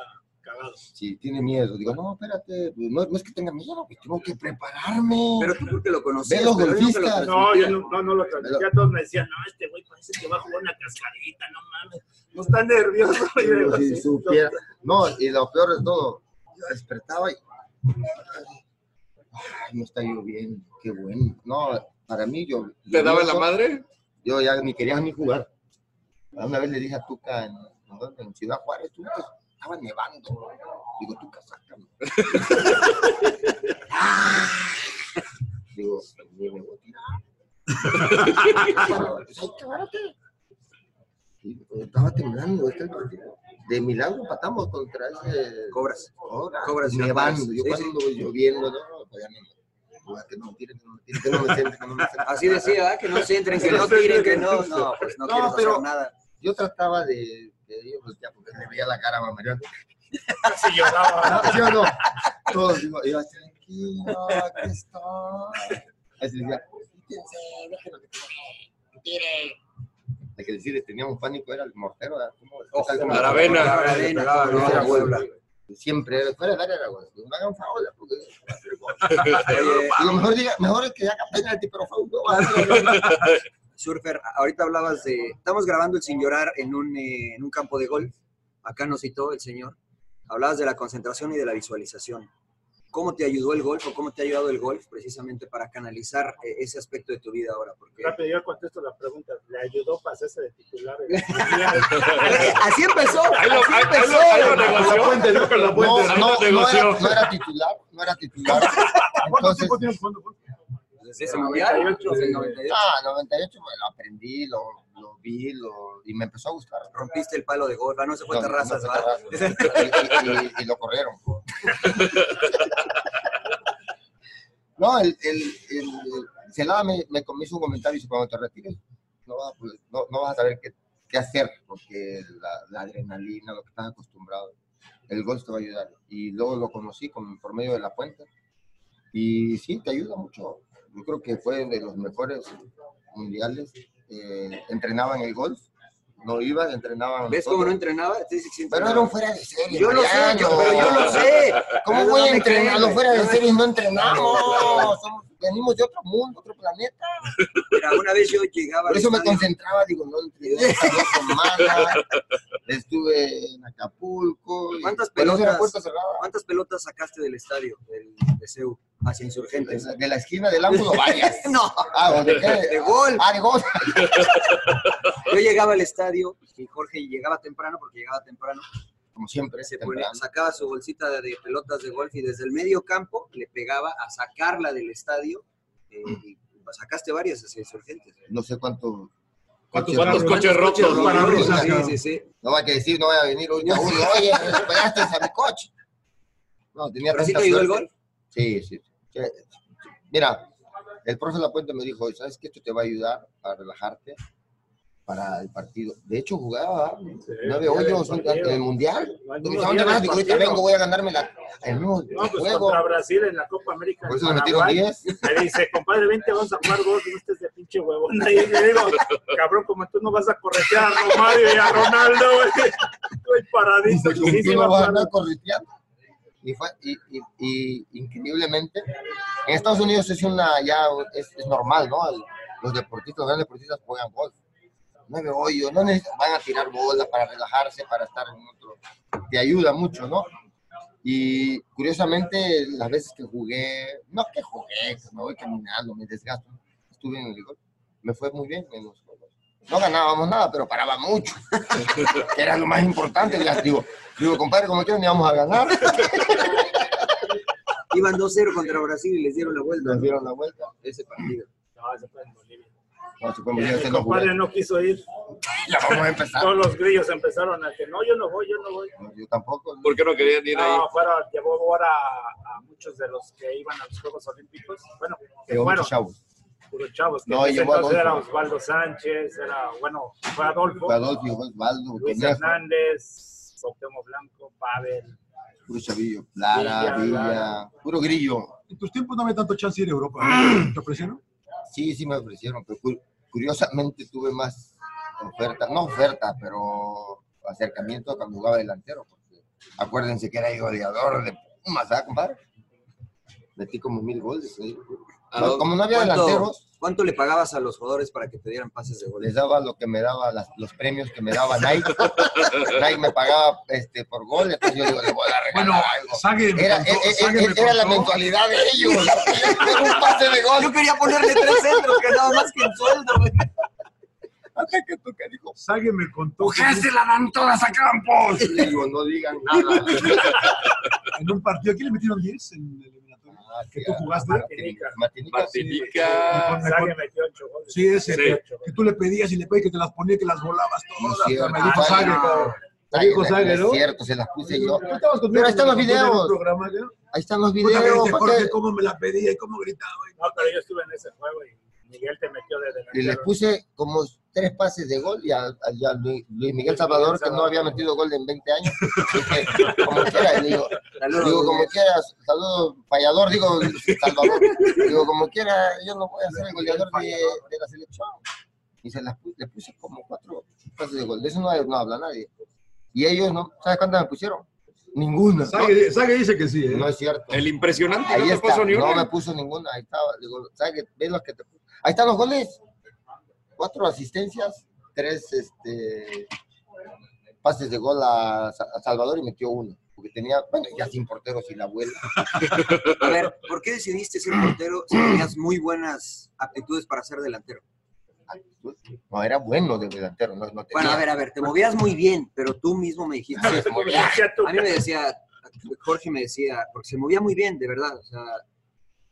[SPEAKER 4] cagado.
[SPEAKER 2] si tiene miedo, digo, no, espérate, no, no es que tenga miedo, que tengo que prepararme.
[SPEAKER 5] Pero tú porque lo conocías.
[SPEAKER 2] Ve los
[SPEAKER 5] pero él nunca lo
[SPEAKER 2] golfistas.
[SPEAKER 4] No, yo
[SPEAKER 5] transmitía.
[SPEAKER 4] no, no, no lo transmitía. Todos me decían, no, este güey parece que va a jugar una cascadita, no mames. No está nervioso. [LAUGHS] Y yo digo,
[SPEAKER 2] si
[SPEAKER 4] "Sí,
[SPEAKER 2] supiera. No, y lo peor de todo, yo despertaba y. Ay, no está lloviendo, qué bueno. No, para mí yo.
[SPEAKER 3] ¿Te daba la
[SPEAKER 2] yo-
[SPEAKER 3] madre?
[SPEAKER 2] Yo ya ni quería ni jugar. Una vez le dije a Tuca en, en Ciudad Juárez, Tuca, pues, estaba nevando. Digo, Tuca, sácame. [LAUGHS] Ah. Digo, ni me voy a tirar. Ay, qué barato. Y pues, Estaba temblando. este partido. De milagro empatamos contra ese.
[SPEAKER 5] Cobras.
[SPEAKER 2] Cobra.
[SPEAKER 5] Cobras, Ciudad
[SPEAKER 2] nevando.
[SPEAKER 5] Juárez.
[SPEAKER 2] Yo
[SPEAKER 5] Sí,
[SPEAKER 2] cuando lloviendo, no, no, todavía no. Uy, Que no me tiren, que no me tiren, que no me sienten, que no me sienten.
[SPEAKER 5] Así decía, ¿verdad? que no se entren, que no tiren, que no. No, pues no,
[SPEAKER 2] No,
[SPEAKER 5] quiero hacer
[SPEAKER 2] pero-
[SPEAKER 5] nada.
[SPEAKER 2] Yo trataba de, de ir voltear porque le veía la cara a Mariano.
[SPEAKER 4] Casi lloraba. ¿no?
[SPEAKER 2] ¿Sí o no? Todos digo, iba tranquilo, aquí estoy. Así decía, quítense, déjenlo que tire, tire. Hay que decir, teníamos pánico, era el mortero, ¿verdad? ¿Cómo? tal como-
[SPEAKER 3] Aravena.
[SPEAKER 5] Aravena, no,
[SPEAKER 2] Era
[SPEAKER 5] era
[SPEAKER 2] Puebla.
[SPEAKER 5] Puebla.
[SPEAKER 2] Siempre, era- fuera del área, güey. No hagan faula, porque va a ser gol.
[SPEAKER 5] Oye,
[SPEAKER 2] Digo, mejor, diga, mejor es que haga penalti, pero faul [LAUGHS] no va a ser gol.
[SPEAKER 5] Surfer, ahorita hablabas de. Estamos grabando el Sin Llorar en un, eh, en un campo de golf. Acá nos citó el señor. Hablabas de la concentración y de la visualización. ¿Cómo te ayudó el golf o cómo te ha ayudado el golf precisamente para canalizar eh, ese aspecto de tu vida ahora? Porque
[SPEAKER 4] Rápido, yo contesto la pregunta. ¿Le ayudó para hacerse de titular?
[SPEAKER 5] [LAUGHS] así empezó.
[SPEAKER 3] Ahí lo,
[SPEAKER 5] así
[SPEAKER 3] ahí, ahí
[SPEAKER 5] empezó.
[SPEAKER 3] lo, ahí lo
[SPEAKER 1] Con la
[SPEAKER 3] negoció.
[SPEAKER 1] puente, ¿no? Con la
[SPEAKER 2] No,
[SPEAKER 1] puente.
[SPEAKER 2] [LAUGHS] no, no era, no era titular, no era titular.
[SPEAKER 4] ¿Cuánto
[SPEAKER 2] Entonces,
[SPEAKER 4] tiempo tiene el fondo?
[SPEAKER 5] desde ese mundial. desde el 98.
[SPEAKER 2] Ah, 98 me lo aprendí, lo, lo vi lo, y me empezó a gustar.
[SPEAKER 5] Rompiste el palo de gol, ¿va? no se fue Terrazas, ¿va?
[SPEAKER 2] Y, y- y lo corrieron. No, el, el, el, el Celada me, me com- hizo un comentario y dice, cuando te retires, no vas a, poder- no, no vas a saber qué, qué hacer, porque la, la adrenalina, lo que estás acostumbrado, el golf te va a ayudar. Y luego lo conocí con, por medio de la puente y sí, te ayuda mucho. Yo creo que fue de los mejores mundiales. Eh, entrenaban el golf, no iban, entrenaban.
[SPEAKER 5] ¿Ves
[SPEAKER 2] nosotros.
[SPEAKER 5] cómo no entrenaba? Te dice que sí
[SPEAKER 2] Pero
[SPEAKER 5] entrenaba.
[SPEAKER 2] era un fuera de serie.
[SPEAKER 5] Yo lo sé,
[SPEAKER 2] Mariano.
[SPEAKER 5] yo- pero yo lo sé.
[SPEAKER 2] [LAUGHS] ¿Cómo
[SPEAKER 5] Pero
[SPEAKER 2] voy
[SPEAKER 5] no
[SPEAKER 2] a
[SPEAKER 5] me
[SPEAKER 2] entrenar
[SPEAKER 5] creen,
[SPEAKER 2] los fuera de
[SPEAKER 5] no me-
[SPEAKER 2] serie y no entrenamos? Somos- venimos de otro mundo, otro planeta.
[SPEAKER 5] Mira, una vez yo llegaba.
[SPEAKER 2] Por
[SPEAKER 5] al
[SPEAKER 2] eso me
[SPEAKER 5] estadio-
[SPEAKER 2] concentraba, digo, no entrené esta dos semanas. Estuve en Acapulco. y-
[SPEAKER 5] ¿Cuántas
[SPEAKER 2] pero eso era
[SPEAKER 5] pelotas,
[SPEAKER 2] puerta cerrada.
[SPEAKER 5] ¿Cuántas pelotas sacaste del estadio del, de CEU hacia Insurgentes?
[SPEAKER 2] De la esquina del ángulo, varias.
[SPEAKER 5] [LAUGHS] no.
[SPEAKER 2] Ah, ¿o de qué?
[SPEAKER 5] De gol.
[SPEAKER 2] Ah, de gol.
[SPEAKER 5] Yo llegaba al estadio pues, y Jorge llegaba temprano porque llegaba temprano.
[SPEAKER 2] Como siempre,
[SPEAKER 5] Se ponía-
[SPEAKER 2] temprano.
[SPEAKER 5] sacaba su bolsita de pelotas de golf y desde el medio campo le pegaba a sacarla del estadio. eh, y sacaste varias hacia Insurgentes.
[SPEAKER 2] No sé cuánto.
[SPEAKER 5] ¿Cuántos- cuántos coches rotos? Parabrisas, cabrón. Sí, sí, sí.
[SPEAKER 2] No hay que decir, no voy a venir ahorita uno. Oye, me pegaste a mi coche. No, tenía
[SPEAKER 5] ¿Pero sí
[SPEAKER 2] tanta
[SPEAKER 5] te ayudó el
[SPEAKER 2] suerte. Sí, sí. sí. Mira, el profe Lapuente me dijo, ¿sabes qué? Esto te va a ayudar a relajarte para el partido. De hecho, jugaba nueve
[SPEAKER 1] ya
[SPEAKER 2] hoyos
[SPEAKER 1] del
[SPEAKER 2] un-
[SPEAKER 1] partido.
[SPEAKER 2] en el Mundial.
[SPEAKER 1] No, el
[SPEAKER 2] Tú
[SPEAKER 1] mismo
[SPEAKER 2] me dices,
[SPEAKER 1] día
[SPEAKER 2] ¿a dónde vas?
[SPEAKER 1] del
[SPEAKER 2] Digo, ahorita
[SPEAKER 1] partido.
[SPEAKER 2] vengo, voy a ganarme la, el mismo
[SPEAKER 4] No, pues
[SPEAKER 2] juego.
[SPEAKER 4] contra Brasil en la Copa América.
[SPEAKER 2] Por
[SPEAKER 4] en
[SPEAKER 2] eso me metieron
[SPEAKER 4] Paraguay.
[SPEAKER 2] 10.
[SPEAKER 4] Me dice, compadre, vente, vamos a jugar vos, no estés de pinche huevón ahí. Le digo, cabrón, como tú no vas a corretear a Romario y a Ronaldo, güey. Estoy paradito.
[SPEAKER 2] Dice,
[SPEAKER 4] Sí,
[SPEAKER 2] "Tú
[SPEAKER 4] sí,
[SPEAKER 2] no
[SPEAKER 4] va a
[SPEAKER 2] vas a
[SPEAKER 4] jugar".
[SPEAKER 2] andar correteando. Y, fue, y, y- y increíblemente, en Estados Unidos es una ya es, es normal, ¿no? El- los deportistas, los grandes deportistas juegan golf. Nueve hoyos, no necesitan- van a tirar bola para relajarse, para estar en otro. Te ayuda mucho, ¿no? Y curiosamente, las veces que jugué, no que jugué, que me voy caminando, me desgasto, estuve en el golf, me fue muy bien en los juegos. No ganábamos nada, pero paraba mucho. que era lo más importante. ya, digo, digo, compadre, como quieren, íbamos a ganar.
[SPEAKER 5] Iban 2-0 contra Brasil y les dieron la vuelta.
[SPEAKER 2] Nos dieron la vuelta.
[SPEAKER 5] Ese partido.
[SPEAKER 4] No, se fue en Bolivia.
[SPEAKER 2] No, se fue muy
[SPEAKER 4] Eh,
[SPEAKER 2] bien,
[SPEAKER 4] mi
[SPEAKER 2] se Ah. lo
[SPEAKER 4] compadre
[SPEAKER 2] jugué.
[SPEAKER 4] no quiso ir.
[SPEAKER 2] Ya vamos a empezar.
[SPEAKER 4] Todos los grillos empezaron a que no, yo no voy, yo no voy.
[SPEAKER 2] Yo tampoco.
[SPEAKER 3] ¿Por qué no querían ir ahí?
[SPEAKER 4] No, fueron, llevó ahora a, a muchos de los que iban a los Juegos Olímpicos. Bueno, que
[SPEAKER 2] Llegó
[SPEAKER 4] fueron.
[SPEAKER 2] mucho chavo.
[SPEAKER 4] Puros chavos. Que
[SPEAKER 2] No,
[SPEAKER 4] en ese
[SPEAKER 2] llevó a
[SPEAKER 4] entonces era
[SPEAKER 2] Adolfo.
[SPEAKER 4] Osvaldo Sánchez, era, bueno, fue Adolfo.
[SPEAKER 2] Fue Adolfo, llegó Osvaldo,
[SPEAKER 4] Luis
[SPEAKER 2] Conejo,
[SPEAKER 4] Hernández, Cuauhtémoc Blanco, Pavel.
[SPEAKER 2] puro chavillo,
[SPEAKER 4] Villa,
[SPEAKER 2] Lara, Villa,
[SPEAKER 4] Lara.
[SPEAKER 2] puro grillo.
[SPEAKER 1] En tus tiempos no había tanto chance de ir a Europa.
[SPEAKER 5] [CLEARS THROAT]
[SPEAKER 1] ¿no? ¿Te ofrecieron?
[SPEAKER 2] Sí, sí me ofrecieron, pero cu- curiosamente tuve más ofertas, no ofertas, pero acercamiento cuando jugaba delantero. Porque acuérdense que era yo goleador de Pumas, ¿sabes, compadre? Metí como mil goles. ¿sí? No, como no había
[SPEAKER 5] ¿Cuánto-
[SPEAKER 2] delanteros,
[SPEAKER 5] ¿Cuánto le pagabas a los jugadores para que te dieran pases de gol?
[SPEAKER 2] les daba lo que me daba, las- los premios que me daba
[SPEAKER 5] [LAUGHS]
[SPEAKER 2] Nike. Nike me pagaba este, por gol, entonces yo digo, le voy a dar
[SPEAKER 1] Bueno, Sague me
[SPEAKER 2] Era,
[SPEAKER 1] contó-
[SPEAKER 2] era-
[SPEAKER 1] Sague
[SPEAKER 2] era-
[SPEAKER 1] me
[SPEAKER 2] era la
[SPEAKER 1] contó-
[SPEAKER 2] mensualidad de ellos. [LAUGHS] Era un pase de gol.
[SPEAKER 5] Yo quería ponerle tres centros, que nada más que el sueldo. güey.
[SPEAKER 2] Hasta que tú que dijo,
[SPEAKER 1] Sague me contó que
[SPEAKER 2] ¡Mujeres se la dan todas a Campos! Le digo, no digan [LAUGHS] nada.
[SPEAKER 1] en un partido, aquí le metieron 10 en el eliminatorio.
[SPEAKER 2] Ah,
[SPEAKER 1] Que tú jugaste.
[SPEAKER 2] Martinica. Martinica.
[SPEAKER 3] Martinica.
[SPEAKER 1] Con-
[SPEAKER 4] Sague
[SPEAKER 1] con-
[SPEAKER 4] metió ocho goles.
[SPEAKER 1] Sí, ese.
[SPEAKER 3] Sí.
[SPEAKER 1] Que, que tú le pedías y le pedías que te las ponía, que las volabas
[SPEAKER 2] No es
[SPEAKER 1] todas.
[SPEAKER 2] cierto.
[SPEAKER 1] me dijo
[SPEAKER 2] Ah,
[SPEAKER 1] Sague,
[SPEAKER 2] no.
[SPEAKER 1] cabrón. Me
[SPEAKER 2] Ay,
[SPEAKER 1] dijo
[SPEAKER 2] no
[SPEAKER 1] Sague,
[SPEAKER 2] es
[SPEAKER 1] ¿no?
[SPEAKER 2] cierto, se las puse yo.
[SPEAKER 1] Tú estabas conmigo
[SPEAKER 2] Pero ahí están los
[SPEAKER 1] cuando en el
[SPEAKER 2] videos.
[SPEAKER 1] programa, ¿no?
[SPEAKER 2] Ahí están los
[SPEAKER 1] Puta,
[SPEAKER 2] videos.
[SPEAKER 1] viste,
[SPEAKER 2] ¿pa'
[SPEAKER 1] Jorge,
[SPEAKER 2] qué?
[SPEAKER 1] cómo me la pedía y cómo gritaba.
[SPEAKER 4] No, pero yo estuve en ese juego y Miguel te metió de
[SPEAKER 2] Y les
[SPEAKER 4] delantero.
[SPEAKER 2] puse como tres pases de gol y a, a- y a Luis, Luis Miguel Salvador, que no había metido gol en 20 años. Dije, como quiera, y digo,
[SPEAKER 5] Saludos,
[SPEAKER 2] digo, como
[SPEAKER 5] güey.
[SPEAKER 2] quieras, saludos, fallador, digo, Salvador. Digo, como quiera, yo no voy a ser el goleador de, de la selección. Y se las puse, le puse como cuatro pases de gol. De eso no, no habla nadie. Y ellos, no ¿sabes cuántas me pusieron? Ninguna.
[SPEAKER 1] Sague, Sague dice que sí, ¿eh?
[SPEAKER 2] No es cierto.
[SPEAKER 3] El impresionante
[SPEAKER 2] Ahí
[SPEAKER 3] no te
[SPEAKER 2] está.
[SPEAKER 3] puso ni
[SPEAKER 2] no
[SPEAKER 3] una.
[SPEAKER 2] me puso ninguna. Ahí estaba. Digo, ¿sabes qué? ¿Ves los que te puso? Ahí están los goles. Cuatro asistencias, tres este, pases de gol a, Sa- a Salvador y metió uno. Porque tenía, bueno, ya sin porteros y la abuela.
[SPEAKER 5] A ver, ¿por qué decidiste ser portero si tenías muy buenas aptitudes para ser delantero?
[SPEAKER 2] No, era bueno de delantero. No, no tenía.
[SPEAKER 5] Bueno, a ver, a ver, te movías muy bien, pero tú mismo me dijiste.
[SPEAKER 2] Sí, como que,
[SPEAKER 4] Ya tú,
[SPEAKER 5] A mí me decía, Jorge me decía, porque se movía muy bien, de verdad. O sea,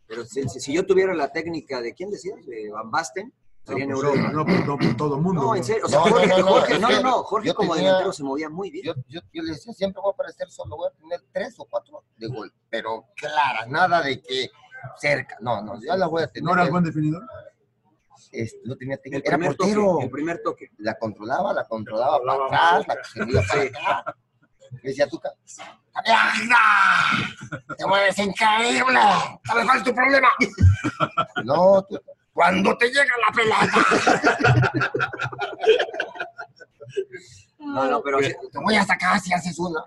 [SPEAKER 5] Pero si, si- si yo tuviera la técnica de, ¿quién decías? De Van Basten, sería en
[SPEAKER 1] pues,
[SPEAKER 5] Europa.
[SPEAKER 1] sí, No, pues, no, pues, todo el mundo.
[SPEAKER 5] No, en serio. O sea, Jorge, no, Jorge, no, no, no, Jorge como delantero se movía muy bien.
[SPEAKER 2] Yo, yo, yo le decía, siempre voy a aparecer solo, voy a tener tres o cuatro de gol, pero clara, nada de que cerca. No, no, ya la voy a tener.
[SPEAKER 1] ¿No eras buen definidor?
[SPEAKER 2] Este, no tenía técnica,
[SPEAKER 5] El
[SPEAKER 2] era
[SPEAKER 5] primer toque,
[SPEAKER 2] portero.
[SPEAKER 5] el primer toque.
[SPEAKER 2] La controlaba, la controlaba para atrás, la que se iba para acá. Le decía, tú, ¡Anda! ¡Te mueves increíble! ¿Sabes cuál es tu problema? [LAUGHS] No, tú- cuando te llega la [LAUGHS] pelota.
[SPEAKER 5] No, no, pero.
[SPEAKER 2] Te voy hasta acá si haces una.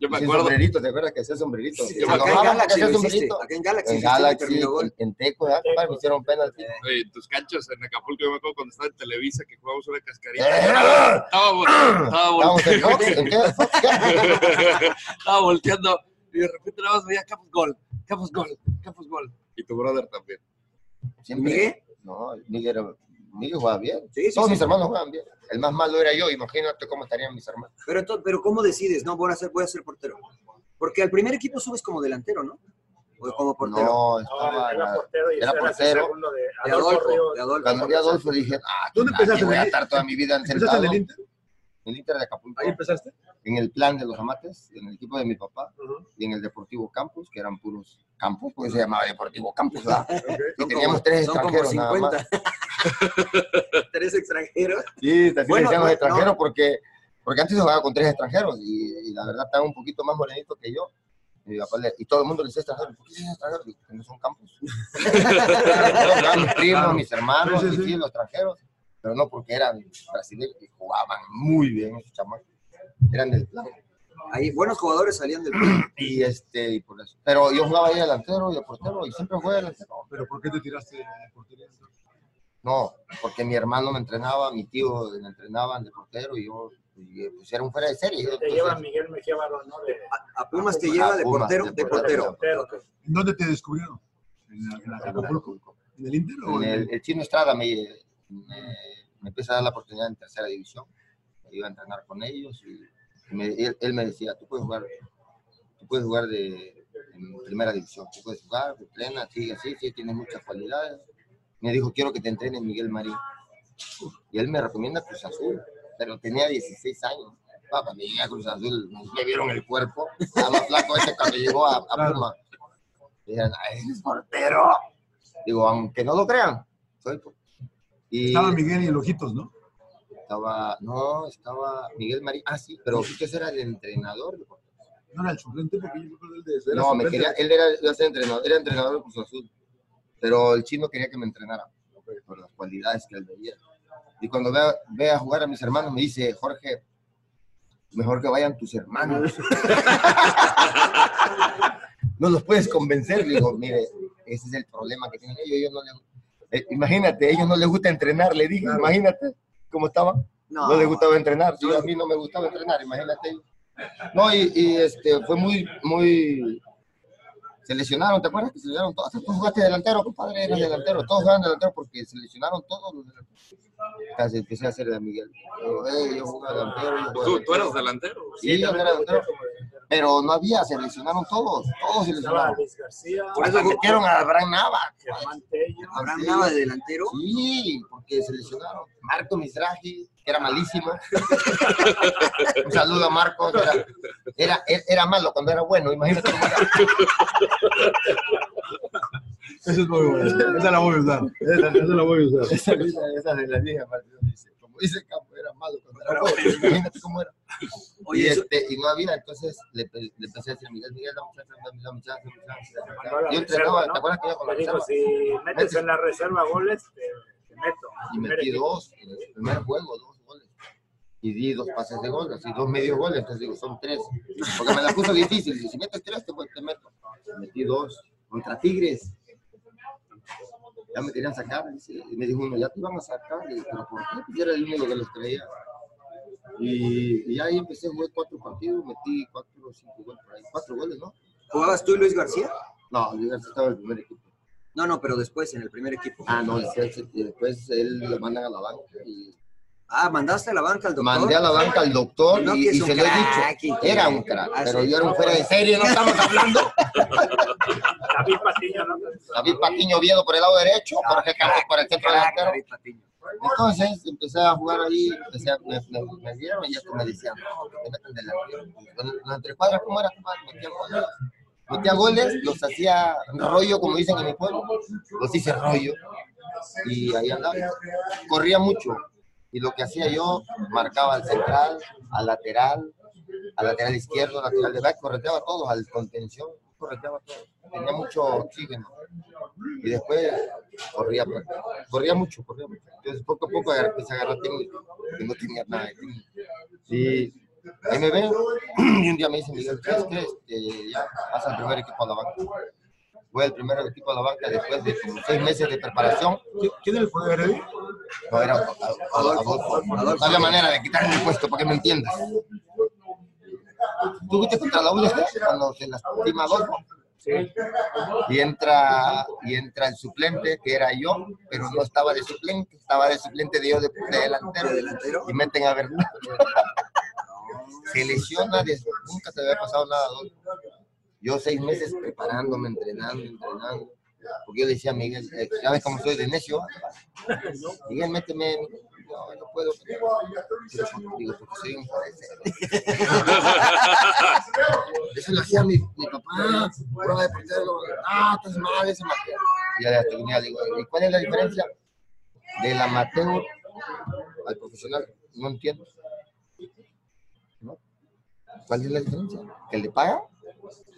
[SPEAKER 3] Yo
[SPEAKER 5] me
[SPEAKER 2] Hacía
[SPEAKER 5] acuerdo.
[SPEAKER 2] sombrerito, ¿te acuerdas que hacía sombrerito?
[SPEAKER 5] Sí,
[SPEAKER 2] Se
[SPEAKER 5] yo me
[SPEAKER 2] enojaba
[SPEAKER 5] acuerdo.
[SPEAKER 2] porque hacía
[SPEAKER 5] Acá en Galaxy lo
[SPEAKER 2] sombrerito.
[SPEAKER 5] hiciste, acá en Galaxy
[SPEAKER 2] En
[SPEAKER 5] hiciste que
[SPEAKER 2] Galaxy,
[SPEAKER 5] terminó Eh, gol.
[SPEAKER 2] en, en Teco, ¿verdad? Compadre, me hicieron penalti.
[SPEAKER 3] Oye, en tus canchas en Acapulco, yo me acuerdo cuando estaba en Televisa que jugamos una
[SPEAKER 2] Eh. cascarita.
[SPEAKER 3] Estaba, vol- estaba
[SPEAKER 2] Estábamos en Fox,
[SPEAKER 5] [LAUGHS]
[SPEAKER 2] ¿en qué?
[SPEAKER 3] volteando. estaba volteando y de repente nada más veía Campos Gol, Campos Gol, Campos Gol. Y tu brother también.
[SPEAKER 2] Siempre.
[SPEAKER 3] ¿Miguel?
[SPEAKER 2] No, Miguel, era- Miguel jugaba bien.
[SPEAKER 5] Sí, sí,
[SPEAKER 2] Todos
[SPEAKER 5] sí.
[SPEAKER 2] mis hermanos jugaban bien. El más malo era yo, imagínate cómo estarían mis hermanos.
[SPEAKER 5] Pero, entonces- pero ¿cómo decides? No, voy a, ser, voy a ser portero. Porque al primer equipo subes como delantero, ¿no? O como portero.
[SPEAKER 2] No, estaba,
[SPEAKER 5] era portero y ese
[SPEAKER 2] era
[SPEAKER 5] era el
[SPEAKER 2] portero.
[SPEAKER 5] segundo de Adolfo Ríos. De Adolfo.
[SPEAKER 2] Cuando vi a Adolfo dije, ah,
[SPEAKER 1] ¿Dónde
[SPEAKER 2] aquí
[SPEAKER 1] empezaste?
[SPEAKER 2] voy a
[SPEAKER 1] ¿En el-
[SPEAKER 2] estar toda mi vida en
[SPEAKER 1] ¿Empezaste en el
[SPEAKER 2] Inter? En el Inter de Acapulco.
[SPEAKER 1] ¿Ahí empezaste?
[SPEAKER 2] En el plan de los amates, en el equipo de mi papá y en el Deportivo Campus, que eran puros campos, porque se llamaba Deportivo
[SPEAKER 1] [LAUGHS]
[SPEAKER 2] Campus. ¿verdad? Y
[SPEAKER 5] Son
[SPEAKER 2] teníamos
[SPEAKER 5] como-
[SPEAKER 2] tres
[SPEAKER 5] son como
[SPEAKER 2] extranjeros nada más.
[SPEAKER 5] 50. Tres extranjeros.
[SPEAKER 2] Sí, así le
[SPEAKER 5] Bueno,
[SPEAKER 2] decían
[SPEAKER 5] no,
[SPEAKER 2] los
[SPEAKER 5] no.
[SPEAKER 2] extranjeros porque, porque antes se jugaba con tres extranjeros y, y la verdad estaba un poquito más morenito que yo. Y, mi papá le- y todo el mundo le decía extranjero. ¿Por qué dices extranjero? Digo, "Porque no son campos. [LAUGHS] Eran mis primos, mis hermanos,
[SPEAKER 1] Sí, sí,
[SPEAKER 2] mis
[SPEAKER 1] sí.
[SPEAKER 2] tíos, los extranjeros. Pero no porque eran brasileños y jugaban muy bien esos chamacos. Eran del plan.
[SPEAKER 5] Ahí, buenos jugadores salían del
[SPEAKER 2] Y este, y por eso. Pero yo jugaba ahí delantero y de portero y siempre jugué delantero.
[SPEAKER 1] ¿Pero por qué te tiraste de portería?
[SPEAKER 2] No, porque mi hermano me entrenaba, mi tío me entrenaban de portero y yo y, eh, pues era un fuera de serie. Yo,
[SPEAKER 4] Te
[SPEAKER 2] entonces,
[SPEAKER 4] lleva Miguel Mejía Barón, ¿no? De,
[SPEAKER 5] a Pumas te lleva
[SPEAKER 2] Ah,
[SPEAKER 5] de
[SPEAKER 2] Pumas,
[SPEAKER 5] portero,
[SPEAKER 2] de
[SPEAKER 5] de
[SPEAKER 1] Ah,
[SPEAKER 2] portero.
[SPEAKER 5] portero.
[SPEAKER 1] ¿En dónde te descubrieron? ¿En, la- en la- en Acapulco? ¿En el Inter o
[SPEAKER 2] en el, el chino Estrada me, me, me empieza a dar la oportunidad en tercera división. Iba a entrenar con ellos y me- él, él me decía, tú puedes jugar, tú puedes jugar de, en primera división, tú puedes jugar, entrena, sí, así, sí, tienes muchas cualidades. Me dijo, quiero que te entrene Miguel Marín. Y él me recomienda Cruz Azul, pero tenía 16 años. Papá, me llegué a Cruz Azul, me vieron el cuerpo, estaba más flaco ese cuando llegó a, a Puma. Dijeron, "Ah, ese es portero. Digo, aunque no lo crean, soy portero. Y
[SPEAKER 1] Estaba Miguel y el Ojitos, ¿no?
[SPEAKER 2] estaba, no, estaba Miguel Marín. Ah, sí, pero Ojitos era el entrenador. de porteros.
[SPEAKER 1] No era el suplente porque yo me acuerdo del de... Pues, era
[SPEAKER 2] No, me
[SPEAKER 1] suplente.
[SPEAKER 2] quería, él era, iba a ser entrenador, era entrenador de Cruz Azul, pero el chino quería que me entrenara por las cualidades que él veía. Y cuando ve a, ve a jugar a mis hermanos, me dice, Jorge, mejor que vayan tus hermanos. [LAUGHS] no los puedes convencer. Le Digo, mire, ese es el problema que tienen ellos. ellos no les- eh, imagínate, ellos no les gusta entrenar, le dije, imagínate cómo estaban. No,
[SPEAKER 5] No.
[SPEAKER 2] les gustaba entrenar. Yo, a mí no me gustaba entrenar, imagínate. No, y, y, este, fue muy, muy... Se lesionaron, ¿te acuerdas que se lesionaron todos? Tú jugaste delantero, compadre, eres delantero. Todos jugaban delantero porque se lesionaron todos los delanteros. Casi empecé a hacer de Miguel. Yo, eh, yo jugaba delantero. yo jugaba
[SPEAKER 3] Tú, tú eras
[SPEAKER 2] delantero.
[SPEAKER 3] delantero.
[SPEAKER 2] Sí, yo era delantero. Pero no había, se lesionaron todos, todos se
[SPEAKER 4] Estaba
[SPEAKER 2] lesionaron.
[SPEAKER 4] Luis García.
[SPEAKER 2] Por eso metieron a Abraham Nava.
[SPEAKER 4] Germán Tello.
[SPEAKER 5] ¿Abraham Nava de delantero?
[SPEAKER 2] Sí, porque se lesionaron. Marco Mizrahi, que era malísimo.
[SPEAKER 1] [LAUGHS]
[SPEAKER 2] Un saludo a Marco, que era, era, era malo cuando era bueno, imagínate. cómo era.
[SPEAKER 1] Esa es muy buena. Esa la voy a usar. Esa, esa la voy a usar.
[SPEAKER 2] Esa, esa de la liga, Martín, dice. Como dice Campo, era malo cuando era bueno, imagínate cómo era.
[SPEAKER 5] Oye,
[SPEAKER 2] y,
[SPEAKER 5] eso-
[SPEAKER 2] este, y no había, entonces le, pe- le empecé a decir, Miguel, Miguel, dame chance, dame dame chance, dame chance, dame
[SPEAKER 4] Mandó
[SPEAKER 2] chance.
[SPEAKER 4] a la reserva,
[SPEAKER 2] Yo entrenaba,
[SPEAKER 4] ¿no?
[SPEAKER 2] ¿te acuerdas que iba con la
[SPEAKER 4] Te dijo,
[SPEAKER 2] reserva?
[SPEAKER 4] si metes
[SPEAKER 2] Metes.
[SPEAKER 4] en la reserva goles, te, te meto.
[SPEAKER 2] y metí dos en el primer juego, dos goles. Y di dos pases de gol, así dos medios goles, entonces digo, son tres. Porque me la puso difícil, y si metes tres, te, voy- te meto. Metí dos contra Tigres. Ya me querían sacar, dice, y me dijo uno, ya te iban a sacar, le dije, pero ¿por qué? Pues yo era el único que los creía. Y, y ahí empecé, jugué cuatro partidos, metí cuatro o cinco goles, por ahí, cuatro goles, ¿no?
[SPEAKER 5] ¿Jugabas tú y Luis García?
[SPEAKER 2] No, yo ya estaba en el primer equipo.
[SPEAKER 5] No, no, pero después en el primer equipo.
[SPEAKER 2] Ah, no, después, después él lo mandan a la banca y
[SPEAKER 5] Ah, mandaste a la banca al doctor.
[SPEAKER 2] Mandé a la banca al doctor
[SPEAKER 5] No,
[SPEAKER 2] y,
[SPEAKER 5] que es
[SPEAKER 2] y
[SPEAKER 5] un
[SPEAKER 2] se lo he
[SPEAKER 5] crack y
[SPEAKER 2] dicho.
[SPEAKER 5] que-
[SPEAKER 2] Era un crack,
[SPEAKER 5] Ah,
[SPEAKER 2] pero
[SPEAKER 5] sí.
[SPEAKER 2] yo era un fuera de serie, no estamos hablando.
[SPEAKER 5] [LAUGHS]
[SPEAKER 4] David Patiño, ¿no?
[SPEAKER 2] David Patiño Oviedo por el lado derecho, Jorge Campos por el
[SPEAKER 5] Ah,
[SPEAKER 2] centro delantero. Entonces empecé a jugar ahí, empecé a- me, me, me vieron y esto me decían, no, que te meten delantero. Los entre cuadras, ¿cómo era? compadre? Metía goles, metía goles, los hacía rollo, como dicen en mi pueblo, los hice rollo. Y ahí andaba, corría mucho. Y lo que hacía yo, marcaba al central, al lateral, al lateral izquierdo, al lateral de back, correteaba a todos, al contención, correteaba a todos. Tenía mucho oxígeno. Y después corría, pues, corría mucho, corría mucho. Entonces poco a poco agar- empecé a agarrar técnica, que no tenía nada de técnica. Y ahí me ven, [CLEARS THROAT] y un día me dice Miguel, ¿sabes qué? Este, ya vas al primer equipo a la banca. Voy al primer equipo a la banca después de como seis meses de preparación. ¿Quién era el jugador No, era Adolfo. Adolfo. No había manera de quitarme el puesto, para que me entiendas. ¿Tú viste contra la UNED cuando se lastima Adolfo? y entra y entra el suplente que era yo pero no estaba de suplente estaba de suplente de yo de, de delantero, y meten a Bernardo [LAUGHS] se lesiona des- nunca se había pasado nada Adolfo. yo seis meses preparándome entrenando entrenando porque yo le decía a Miguel eh, sabes cómo soy de necio Pues, Miguel méteme no, no puedo Pero por- digo porque soy un eso lo hacía mi, mi papá, prueba de portero, ah, estás mal, es amateur. Y a la técnica le digo, ¿y cuál es la diferencia del amateur al profesional? No entiendo. ¿No? ¿Cuál es la diferencia? ¿Que le paga?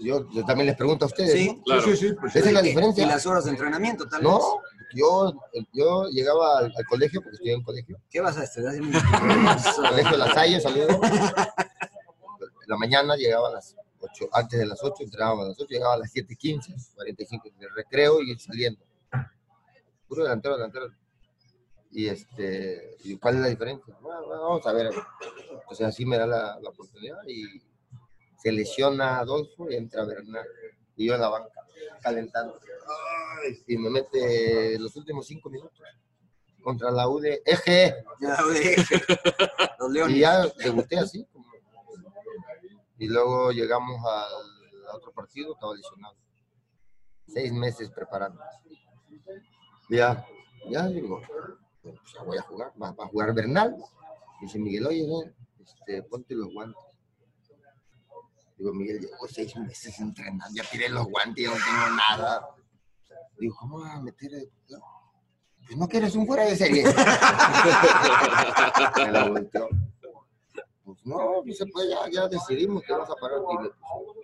[SPEAKER 2] Yo, yo también les pregunto a ustedes.
[SPEAKER 5] Sí,
[SPEAKER 2] ¿no?
[SPEAKER 5] claro. Sí, sí, sí, pues,
[SPEAKER 2] Esa es la
[SPEAKER 5] y-
[SPEAKER 2] diferencia.
[SPEAKER 5] y las horas de entrenamiento, tal
[SPEAKER 2] No,
[SPEAKER 5] vez.
[SPEAKER 2] yo, yo llegaba al, al colegio, porque estudié en colegio.
[SPEAKER 5] ¿Qué vas a estudiar?
[SPEAKER 2] [LAUGHS] colegio de La Salle, saludos la mañana llegaba a las 8, antes de las 8, entrábamos a las 8, llegaba a las 7.15, 45 de recreo y saliendo. Puro delantero, delantero. Y este, y ¿cuál es la diferencia? Bueno, bueno, vamos a ver. Entonces así me da la, la oportunidad y se lesiona Adolfo y entra Bernal. Y yo en la banca, calentando. Ay, Y me mete los últimos cinco minutos contra la UDE. Eje.
[SPEAKER 5] La UDG. Los Leones.
[SPEAKER 2] Y ya debuté así. Y luego llegamos al a otro partido, estaba lesionado. Seis meses preparando. Ya, ya digo, bueno, pues ya voy a jugar, va, va a jugar Bernal. Dice Miguel, oye, ven, este, ponte los guantes. Digo, Miguel, llevo seis meses entrenando, ya tiré los guantes, ya no tengo nada. Digo, ¿cómo vas a meter? el- no? Pues no que eres un fuera de serie. Me la volteó. Pues no, dice, pues ya, ya decidimos que vamos a parar. Y me puso.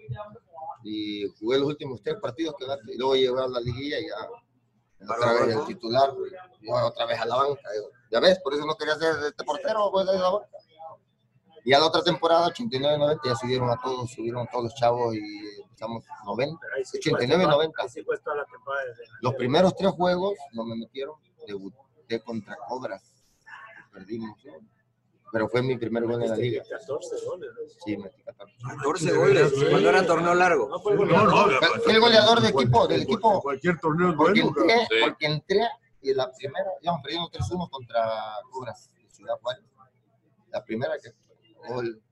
[SPEAKER 2] Y, jugué los últimos tres partidos que gasté. Y luego llegó a la liguilla y ya. Otra vez el titular. y otra vez a la banca. Digo, Ya ves, por eso no quería ser este portero, pues de la banca. Y a la otra temporada, 89-90, ya subieron a todos, subieron a todos los chavos y empezamos 90, 89-90.
[SPEAKER 4] Así fue toda la temporada desde
[SPEAKER 2] Los primeros tres juegos no me metieron, debuté contra Cobras, perdimos, ¿no? pero fue mi primer gol en la liga.
[SPEAKER 4] 14 goles. ¿no?
[SPEAKER 2] Sí, metí 14.
[SPEAKER 5] 14 goles, cuando era torneo largo.
[SPEAKER 2] No, no, fui el goleador del equipo, del equipo.
[SPEAKER 1] Cualquier torneo es
[SPEAKER 2] Porque
[SPEAKER 1] bueno.
[SPEAKER 2] entré, porque entré y la primera, íbamos perdiendo 3-1 contra Cobras de Ciudad Juárez. La primera que gol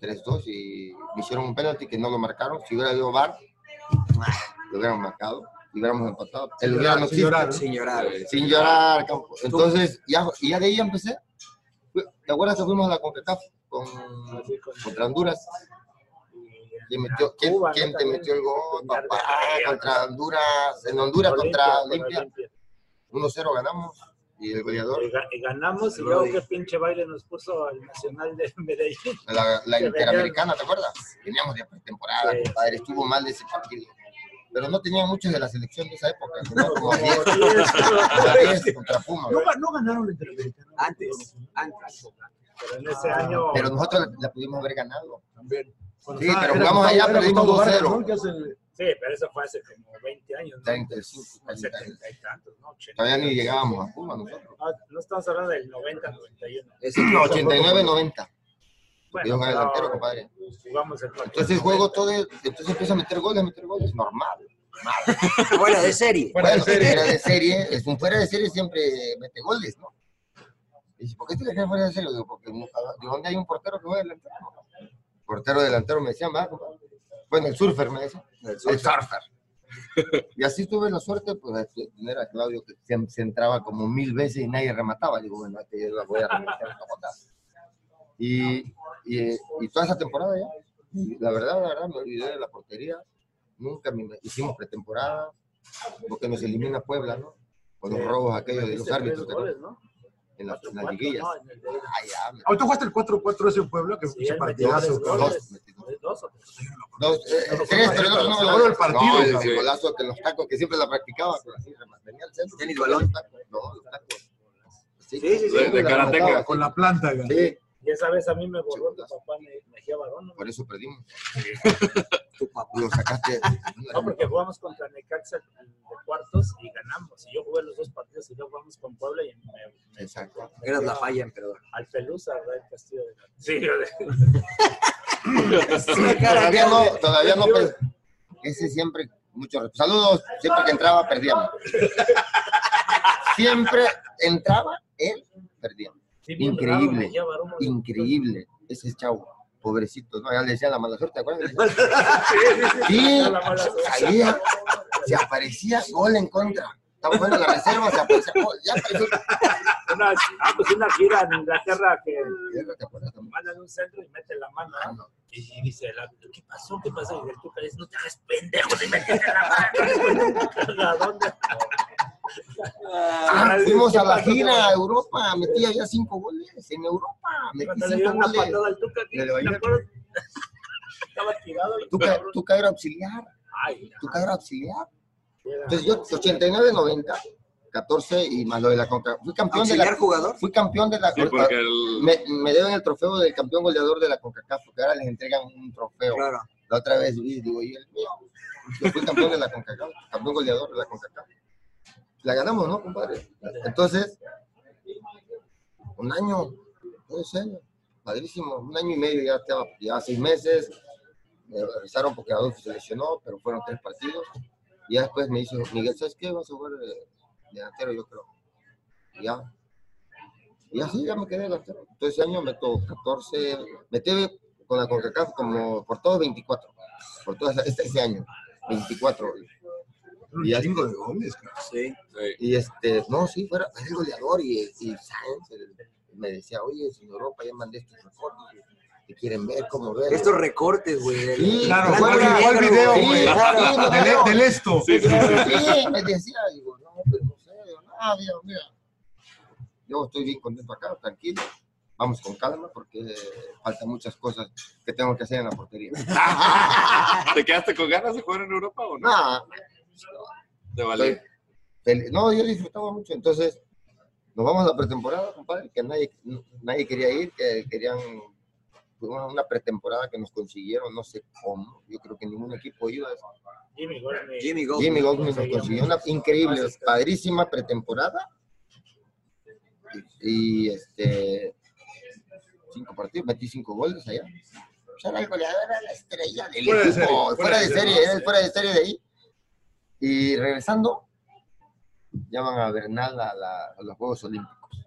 [SPEAKER 2] 3-2 y me hicieron un penalti que no lo marcaron. Si hubiera ido VAR, lo hubieran marcado, y hubiéramos empatado. El
[SPEAKER 5] Sin
[SPEAKER 2] hubiera
[SPEAKER 5] llorar,
[SPEAKER 2] no
[SPEAKER 5] sin
[SPEAKER 2] existe.
[SPEAKER 5] llorar, ¿no? Sin llorar.
[SPEAKER 2] Sin llorar, campo. Entonces, ya, y ya de ahí empecé. Fui- ¿Te acuerdas que fuimos a la CONCACAF Ah, con, contra Honduras?
[SPEAKER 4] eh,
[SPEAKER 2] ¿Quién, metió- quién- quién te metió el gol, papá? Contra Honduras, en Honduras contra Olimpia. 1-0 ganamos y el goleador.
[SPEAKER 4] Y ga- y ganamos y
[SPEAKER 2] El
[SPEAKER 4] luego
[SPEAKER 2] Brody.
[SPEAKER 4] qué pinche baile nos puso al Nacional de [LAUGHS] Medellín.
[SPEAKER 2] la, la
[SPEAKER 4] Que
[SPEAKER 2] Interamericana, ¿te acuerdas? Veníamos de pretemporada, compadre, estuvo mal ese partido. Pero no tenían muchos de la selección de esa época, [LAUGHS] ¿no? como 10 contra 10 contra Pumas.
[SPEAKER 4] No, ga- no ganaron la Interamericana.
[SPEAKER 5] Antes, antes.
[SPEAKER 4] Pero en ese año.
[SPEAKER 2] Pero nosotros la, la pudimos haber ganado.
[SPEAKER 4] Cuando
[SPEAKER 2] Sí,
[SPEAKER 4] estaba-
[SPEAKER 2] pero
[SPEAKER 4] ah, era
[SPEAKER 2] jugamos
[SPEAKER 4] Gustavo-
[SPEAKER 2] allá,
[SPEAKER 4] era
[SPEAKER 2] perdimos
[SPEAKER 4] Gustavo Vargas,
[SPEAKER 2] 2-0.
[SPEAKER 4] ¿no? Que hace- Sí, pero eso fue hace como 20 años. ¿no?
[SPEAKER 2] 35,
[SPEAKER 4] Hace 30 y tantos, ¿no?
[SPEAKER 2] Todavía ni llegábamos a Puma nosotros.
[SPEAKER 4] Ah, No estamos hablando del 90, 91.
[SPEAKER 2] 89-90.
[SPEAKER 4] Bueno,
[SPEAKER 2] Yo era
[SPEAKER 4] pero
[SPEAKER 2] delantero, compadre.
[SPEAKER 4] Jugamos el partido.
[SPEAKER 2] Entonces juego todo, el- entonces empiezo a meter goles, a meter goles, normal. normal.
[SPEAKER 5] [LAUGHS] Fuera de serie.
[SPEAKER 2] Bueno,
[SPEAKER 5] Fuera de serie.
[SPEAKER 2] fuera de serie, es un fuera de serie siempre mete goles, ¿no? dice, ¿por qué te dejas fuera de serio? Digo, porque no- ah, ¿de dónde hay un portero que juega delantero? papá?". Portero delantero me decía, más, bueno, el surfer me decía, el surfer. Y así tuve la suerte pues, de tener a Claudio que se, se entraba como mil veces y nadie remataba. Digo, bueno, este yo la voy a rematar. esta patada. Y, y, eh, y toda esa temporada ya, y la verdad, la verdad, me olvidé de la portería. Nunca me, hicimos pretemporada, porque nos elimina Puebla, ¿no? Con los robos aquellos de los árbitros, ¿te acuerdas? En, las- en las liguillas.
[SPEAKER 1] Ahorita jugaste el 4-4 ese en Puebla, que
[SPEAKER 2] él
[SPEAKER 1] se
[SPEAKER 2] metió
[SPEAKER 1] partidazo.
[SPEAKER 2] dos goles.
[SPEAKER 6] Dos,
[SPEAKER 2] Dos, eh, tres, pero no, no,
[SPEAKER 1] Solo el partido,
[SPEAKER 2] No, el- el,
[SPEAKER 1] cabrón.
[SPEAKER 2] golazo que los tacos, que siempre la practicaba. pero así, mantenía el centro.
[SPEAKER 5] Tenis balón.
[SPEAKER 2] No, los tacos. Sí,
[SPEAKER 4] sí, sí. De- de
[SPEAKER 2] la
[SPEAKER 4] karateca.
[SPEAKER 2] remataba,
[SPEAKER 1] Con la planta, güey.
[SPEAKER 2] Sí,
[SPEAKER 4] Y esa vez a mí me borró tu papá me, Mejía Barón. ¿no?
[SPEAKER 2] por eso perdimos. [LAUGHS] Tu papá lo sacaste.
[SPEAKER 4] No, porque jugamos contra Necaxa en de cuartos y ganamos. Y yo jugué los dos partidos y luego jugamos con Puebla y me...
[SPEAKER 2] Exacto.
[SPEAKER 5] Eras la falla, emperador.
[SPEAKER 4] Al Pelusa, al Castillo de
[SPEAKER 2] [LAUGHS]
[SPEAKER 4] la... Sí, yo de...
[SPEAKER 2] todavía no, todavía no. pues, ese siempre, mucho respeto. Saludos, siempre que entraba perdíamos. Siempre entraba, él perdía. Increíble, increíble. Ese chavo, pobrecito, ¿no? Ya le decía la mala suerte,
[SPEAKER 4] [LAUGHS]
[SPEAKER 2] ¿te acuerdas? Sí, salía, se aparecía gol en contra. Estaba jugando en la reserva, se aparecía gol. Ya apareció
[SPEAKER 4] Una, ah, pues una gira en Inglaterra que mandan un centro y mete la mano. ¿no? Y, y dice, la- ¿qué pasó? ¿Qué pasó? Y el Tuca dice, no te hagas pendejo y metiste la mano. ¿A dónde?
[SPEAKER 2] Ah, fuimos a la gira a Europa, metía ya cinco goles en Europa, metí
[SPEAKER 4] Cuando le
[SPEAKER 2] cinco
[SPEAKER 4] dieron una
[SPEAKER 2] goles.
[SPEAKER 4] patada al Tuca, ¿qué?
[SPEAKER 2] Le levantó.
[SPEAKER 4] ¿Te acuerdas? Estaba tirado. el
[SPEAKER 2] Tuca,
[SPEAKER 4] cabrón.
[SPEAKER 2] Tuca era auxiliar,
[SPEAKER 4] Ay,
[SPEAKER 2] Tuca era auxiliar. Entonces yo, 89-90, 14 y más lo de la Conca. Fui campeón de la...
[SPEAKER 5] ¿Auxiliar jugador?
[SPEAKER 2] Fui campeón de la...
[SPEAKER 3] Sí, porque el-
[SPEAKER 2] Me, me deben el trofeo del campeón goleador de la CONCACAF, porque ahora les entregan un trofeo. La otra vez vi, digo, y el mío. Yo fui campeón de la CONCACAF, campeón goleador de la CONCACAF. La ganamos, ¿no, compadre? Entonces, un año, dos años, padrísimo, un año y medio ya estaba, ya seis meses. Me regresaron porque Adolfo se lesionó, pero fueron tres partidos. Y ya después me dice, Miguel, ¿sabes qué? Vas a jugar eh, de- delantero, yo creo. Y ya, y así ya me quedé delantero. Entonces ese año meto 14, metí con la CONCACAF como por todos 24, por todo ese, ese año, 24. Y ya digo de goles,
[SPEAKER 5] Sí.
[SPEAKER 2] Y este, no, sí, fuera era el goleador y, y Sainz el- me decía, oye, en Europa ya mandé estos recortes, te quieren ver cómo ver.
[SPEAKER 5] Estos recortes, güey. del-
[SPEAKER 2] Sí,
[SPEAKER 5] Claro,
[SPEAKER 2] blanco
[SPEAKER 5] fue el-
[SPEAKER 2] y
[SPEAKER 5] fue el
[SPEAKER 2] negro,
[SPEAKER 5] video,
[SPEAKER 2] sí,
[SPEAKER 5] güey.
[SPEAKER 2] claro,
[SPEAKER 5] Del- e,
[SPEAKER 2] sí, me veo.
[SPEAKER 5] del esto.
[SPEAKER 2] Sí,
[SPEAKER 5] Sí,
[SPEAKER 2] sí, sí, sí, me decía, digo, no, pero no sé, digo, no, Dios mío. Yo estoy bien contento acá, tranquilo. Vamos con calma porque faltan muchas cosas que tengo que hacer en la portería. [LAUGHS]
[SPEAKER 3] ¿Te quedaste con ganas de jugar en Europa o no?
[SPEAKER 2] No,
[SPEAKER 3] Te valió.
[SPEAKER 2] fel- no, yo disfrutaba mucho. Entonces, nos vamos a la pretemporada, compadre, que nadie, nadie quería ir, que querían una, una pretemporada que nos consiguieron, no sé cómo. Yo creo que ningún equipo iba.
[SPEAKER 4] Jimmy Goldman.
[SPEAKER 5] Jimmy Goldman.
[SPEAKER 2] Jimmy Goldman nos consiguió una increíble, padrísima pretemporada. Y, y, este, cinco partidos, metí cinco goles allá. Yo era el goleador, era la estrella del
[SPEAKER 7] Fuera de
[SPEAKER 2] equipo,
[SPEAKER 7] serie,
[SPEAKER 2] fuera, de serie, era el fuera de serie de ahí. Y regresando, llaman a Bernal a, la- a los Juegos Olímpicos.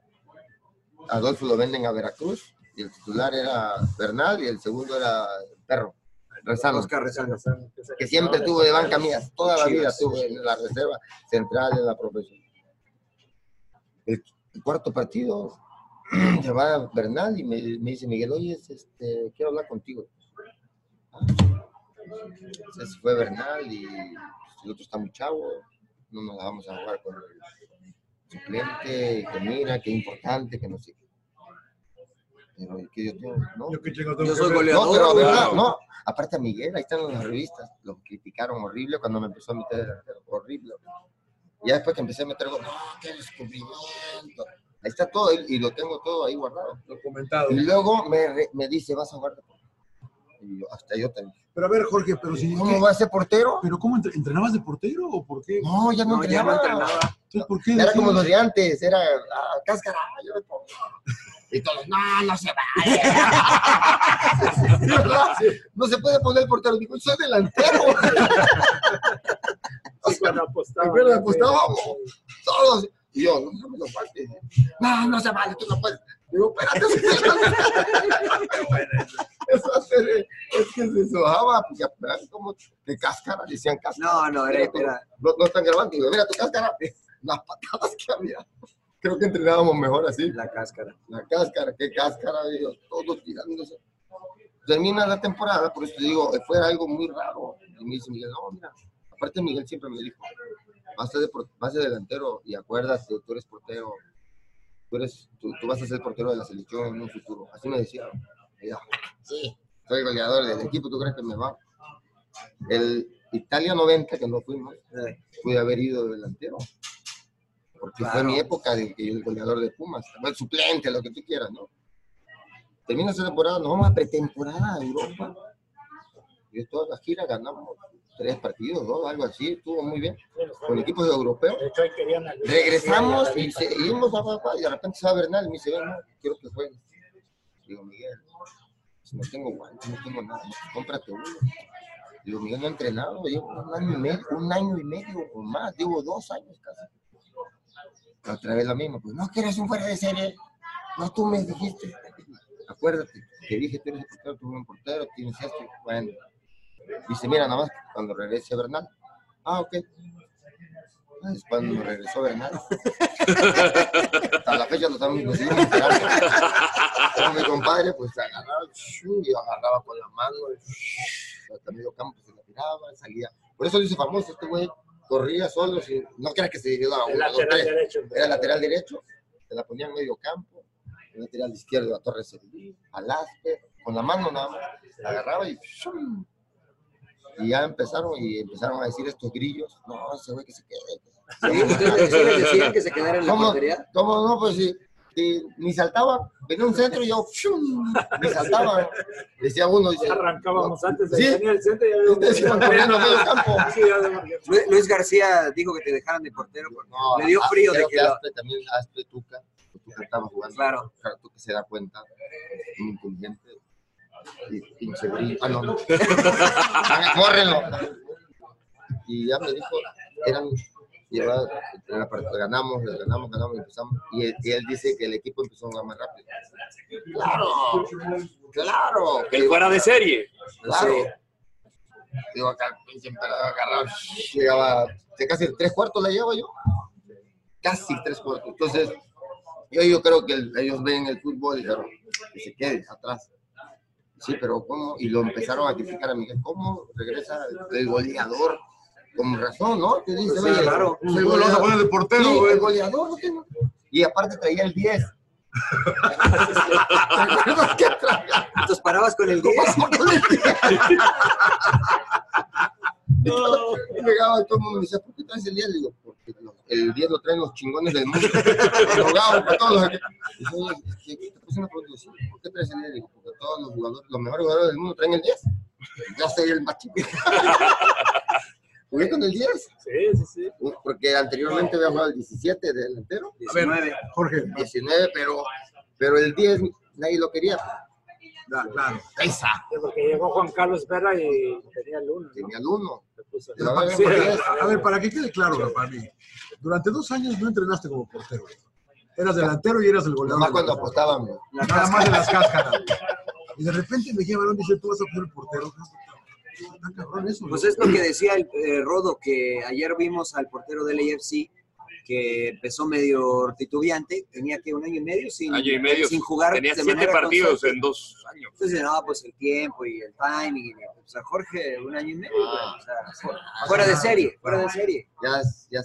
[SPEAKER 2] Adolfo lo venden a Veracruz y el titular era Bernal y el segundo era Perro. Rezano.
[SPEAKER 5] Oscar Rezano.
[SPEAKER 2] Que siempre tuvo de banca mías, toda la vida tuvo en la reserva central, en la profesión. El, el cuarto partido [CLEARS THROAT] se va Bernal y me, me dice Miguel, oye, este, quiero hablar contigo. Ah, pues, Se fue Bernal y pues, el otro está muy chavo, no nos la vamos a jugar con el suplente, que mira, que importante, que no sé qué. Pero ¿y qué yo tengo, no.
[SPEAKER 1] Yo qué chingo tengo
[SPEAKER 2] No,
[SPEAKER 1] que ver?
[SPEAKER 2] pero ¿verdad?
[SPEAKER 1] Claro.
[SPEAKER 2] no. Aparte a Miguel, ahí están las revistas, lo criticaron horrible cuando me empezó a meter delantero, horrible. Ya después que empecé a meter gol, no, qué descubrimiento. Ahí está todo y, y lo tengo todo ahí guardado.
[SPEAKER 1] Documentado.
[SPEAKER 2] Y luego me, re- me dice, vas a jugar de portero. Y yo, hasta yo también.
[SPEAKER 1] Pero a ver, Jorge, pero si.
[SPEAKER 2] ¿Cómo va a ser portero?
[SPEAKER 1] ¿Pero cómo entre- entrenabas de portero o por qué?
[SPEAKER 2] No, ya no, entrenaba.
[SPEAKER 1] Entonces, ¿por qué?
[SPEAKER 2] Era como
[SPEAKER 1] decías?
[SPEAKER 2] los de antes, era ah, cáscara, yo me pongo. Y todos, no, no se va. [LAUGHS] No se puede poner el portero. Digo, soy delantero.
[SPEAKER 4] cuando apostaba.
[SPEAKER 2] [LAUGHS] ¿Te acuerdas? Apostábamos todos. Y yo, no, no me lo falte. No, no se vale, tú no puedes. Digo, espérate. [LAUGHS] eso hace- es que se sojaba, pues ya, ¿verdad? como de cáscara, decían cáscara.
[SPEAKER 5] No, no, era-
[SPEAKER 2] Mira tú,
[SPEAKER 5] era-
[SPEAKER 2] No, no están grabando, digo, mira tu cáscara, [LAUGHS] las patadas que había. Creo que entrenábamos mejor así.
[SPEAKER 5] La cáscara.
[SPEAKER 2] La cáscara, qué cáscara, digo, todos tirándose. Termina la temporada, por eso te digo, eh, fue algo muy raro. Y me dice Miguel, no, mira, aparte Miguel siempre me dijo, vas a, de, por- vas de delantero y acuérdate, tú eres portero, tú, eres, tú, tú vas a ser portero de la selección en un futuro. Así me decía. Y yo, sí, soy goleador del equipo, ¿tú crees que me va? El Italia 90, que no fuimos, pude haber ido delantero. Porque fue
[SPEAKER 5] Claro.
[SPEAKER 2] mi época de que yo era el goleador de Pumas, el suplente, lo que tú quieras, ¿no? Termina esa temporada, nos vamos a pretemporada a Europa. Y en todas las giras ganamos tres partidos, dos, algo así, estuvo muy bien. Con equipos europeos.
[SPEAKER 4] De hecho, ahí querían al-
[SPEAKER 2] Regresamos
[SPEAKER 4] al-
[SPEAKER 2] y se- y íbamos a papá y de repente se va Bernal y me dice, "Ven, no, quiero que juegues. Digo, Miguel, pues no tengo guantes, no tengo nada, pues cómprate uno. Digo, Miguel, no he entrenado, llevo un año y medio, un año y medio o más, llevo dos años casi. Otra vez lo mismo, pues no, que eres un fuera de serie, no tú me dijiste. Acuérdate, te dije, tú eres el portero, tú eres un portero, tienes esto, bueno. Dice, mira, nada más, cuando regrese Bernal. Ah, ok. Ah, Es cuando regresó Bernal. Hasta la fecha lo estamos lo seguimos esperando. Pero mi compadre, pues agarraba, shoo, y agarraba con la mano, shoo, hasta medio campo se la tiraba, salía. Por eso lo hice famoso, este güey corría solo, sin- no creas que se dividió a
[SPEAKER 4] El
[SPEAKER 2] uno, dos,
[SPEAKER 4] lateral
[SPEAKER 2] tres.
[SPEAKER 4] derecho.
[SPEAKER 2] Era lateral derecho, se la ponía en medio campo, el lateral izquierdo a Torres Elí, al Aspe, con la mano nada más, la agarraba y shoo. y ya empezaron y empezaron a decir estos grillos, no, ese güey que se quede.
[SPEAKER 5] Sí, ustedes- sí les decían que se quedara en la
[SPEAKER 2] ¿Cómo-
[SPEAKER 5] portería.
[SPEAKER 2] cómo no? Pues sí. Y ni saltaba, venía un centro y yo, ¡shum! ni saltaba. Decía uno, dice,
[SPEAKER 4] Arrancábamos antes de
[SPEAKER 2] Sí.
[SPEAKER 4] venir al centro y ya habíamos-
[SPEAKER 2] Ustedes iban corriendo a medio campo.
[SPEAKER 4] Sí, ya habíamos-
[SPEAKER 5] Lu- Luis García dijo que te dejaran de portero porque
[SPEAKER 2] No,
[SPEAKER 5] le dio
[SPEAKER 2] ah,
[SPEAKER 5] frío de
[SPEAKER 2] creo
[SPEAKER 5] que lo-
[SPEAKER 2] Aspe también, Aspe Tuca, que Tuca estaba jugando.
[SPEAKER 5] Claro.
[SPEAKER 2] Tuca se da cuenta, un inteligente. Y pinche brillo. Ah, no, no. ¡Córrenlo! Y ya me dijo, eran, llevaba- en la parte- ganamos, ganamos, ganamos, empezamos. Y él, y él dice que el equipo empezó a jugar más rápido. ¡Claro! ¡Claro!
[SPEAKER 3] El fuera de serie.
[SPEAKER 2] Claro. Digo, acá el pinche emperador agarrado, llegaba, de casi tres cuartos la llevo yo. Casi tres cuartos. Entonces, yo, yo creo que el- ellos ven el fútbol y dijeron, que se quede atrás. Sí, pero ¿cómo? Y lo empezaron a criticar a Miguel. ¿Cómo regresa el goleador? Con razón, ¿no? Te dice,
[SPEAKER 8] Sí,
[SPEAKER 2] oye,
[SPEAKER 8] claro.
[SPEAKER 2] el
[SPEAKER 8] Sí, lo vas a poner de portero,
[SPEAKER 2] Sí,
[SPEAKER 8] güey.
[SPEAKER 2] el goleador. no tiene- Y aparte traía el [LAUGHS] 10. ¿Te acuerdas que traía?
[SPEAKER 5] Entonces parabas con el 10.
[SPEAKER 2] Y llegaba todo el mundo y me decía, ¿por qué traes el 10? Le digo, porque lo- el 10 lo traen los chingones del mundo. Rogados para todos los aquí. Y yo, oye, ¿qué- qué te pasa? Me pregunto, sí, ¿Por qué traes el 10? Le digo, porque todos los jugadores, los mejores jugadores del mundo traen el 10. Yo soy el más chiquito. [LAUGHS] ¿Jugué con el 10?
[SPEAKER 4] Sí, sí, sí.
[SPEAKER 2] Porque anteriormente había jugado el 17 de delantero.
[SPEAKER 5] A ver,
[SPEAKER 2] Jorge. 19, pero, pero el 10 nadie lo quería. Claro. Esa.
[SPEAKER 4] Porque llegó Juan Carlos Vera y tenía el uno.
[SPEAKER 2] Tenía el uno.
[SPEAKER 4] Pero
[SPEAKER 1] para-
[SPEAKER 4] sí,
[SPEAKER 2] pues,
[SPEAKER 1] a ver, para que quede claro, güey, para mí. Durante dos años no entrenaste como portero. Eras delantero y eras el goleador.
[SPEAKER 2] Nomás cuando apostábamos.
[SPEAKER 1] Nada más de las cáscaras. Y de repente me llevaron y dice, tú vas a poner portero. Está cabrón eso, ¿no?
[SPEAKER 5] Pues es lo que decía el eh, Rodo, que ayer vimos al portero del AFC que empezó medio titubeante, tenía que un año y medio sin,
[SPEAKER 3] Año y medio.
[SPEAKER 5] sin jugar
[SPEAKER 3] Tenía
[SPEAKER 5] de
[SPEAKER 3] siete
[SPEAKER 5] manera
[SPEAKER 3] partidos
[SPEAKER 5] constante.
[SPEAKER 3] en dos años.
[SPEAKER 5] Entonces, no, pues el tiempo y el timing. y- O sea, Jorge, un año y medio, güey, o sea, fuera- fuera de serie, fuera de serie.
[SPEAKER 2] Ya, ya.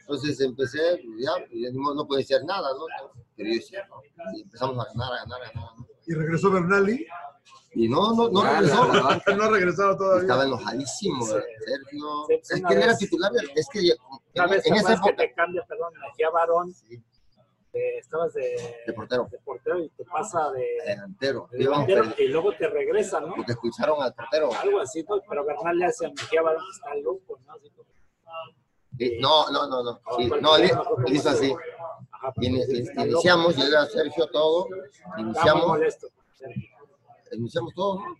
[SPEAKER 2] Entonces empecé, ya, pues, ya no, no podía hacer nada, ¿no? Pero yo decía, no. Y empezamos a ganar, a ganar, a ganar.
[SPEAKER 1] Y regresó Bernali.
[SPEAKER 2] Y no, no, no
[SPEAKER 1] Ah,
[SPEAKER 2] regresó.
[SPEAKER 1] la banca. No ha regresado todavía.
[SPEAKER 2] Estaba enojadísimo, Sergio.
[SPEAKER 1] Sí,
[SPEAKER 2] Es
[SPEAKER 1] pues,
[SPEAKER 2] que
[SPEAKER 1] una
[SPEAKER 2] él era
[SPEAKER 1] vez-
[SPEAKER 2] titular, de- es que en,
[SPEAKER 4] Una vez
[SPEAKER 2] en esa
[SPEAKER 4] capaz que
[SPEAKER 2] época.
[SPEAKER 4] te cambia, perdón, Mejía Barón, eh, estabas de,
[SPEAKER 2] De portero. Eh,
[SPEAKER 4] de portero y te pasa de,
[SPEAKER 2] Delantero.
[SPEAKER 4] de
[SPEAKER 2] íbamos
[SPEAKER 4] delantero
[SPEAKER 2] perdiendo,
[SPEAKER 4] y luego te regresa, ¿no?
[SPEAKER 2] Porque escucharon al portero.
[SPEAKER 4] Algo así, ¿no? Pero Bernal le hace a Mejía Barón que está loco, ¿no? Así como, "Ah,
[SPEAKER 2] Sí, No, no, no, no. Sí, no, él él hizo así. In- in- iniciamos, y era Sergio todo.
[SPEAKER 4] está muy
[SPEAKER 2] Iniciamos.
[SPEAKER 4] molesto.
[SPEAKER 2] iniciamos todo, ¿no?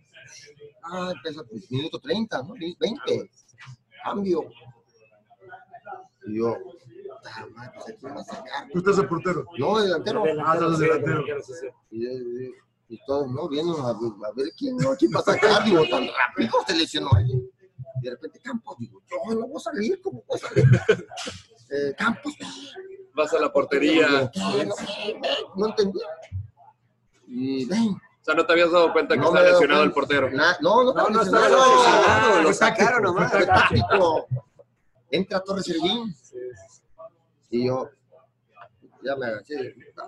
[SPEAKER 2] Ah, empieza pues, minuto 30, ¿no? 20. Cambio. Y yo, puta madre, pues aquí va a sacar.
[SPEAKER 1] Tú estás de portero.
[SPEAKER 2] No, delantero.
[SPEAKER 1] Ah, estás de delantero.
[SPEAKER 2] Y, y- y todos, no, viendo a, a ver quién, no, quién va a sacar, digo, tan rápido se lesionó alguien. Y de repente Campos, digo, yo no voy a salir, ¿cómo voy a salir? Eh, Campos,
[SPEAKER 3] Vas a la portería.
[SPEAKER 2] no entendía. Y ven.
[SPEAKER 3] O sea, no te habías dado cuenta que
[SPEAKER 2] No
[SPEAKER 3] está
[SPEAKER 2] me he dado
[SPEAKER 3] lesionado el
[SPEAKER 2] cuenta.
[SPEAKER 3] portero.
[SPEAKER 2] Na- no, no,
[SPEAKER 3] No, no estaba
[SPEAKER 1] Ah,
[SPEAKER 2] lesionado,
[SPEAKER 4] Ah,
[SPEAKER 3] lesionado,
[SPEAKER 2] Lo
[SPEAKER 3] fue
[SPEAKER 2] sacaron
[SPEAKER 3] táctico,
[SPEAKER 2] nomás.
[SPEAKER 3] fue
[SPEAKER 2] fue
[SPEAKER 3] táctico.
[SPEAKER 2] táctico. Entra Torres Servín. Y yo, ya me agaché.
[SPEAKER 1] Sacó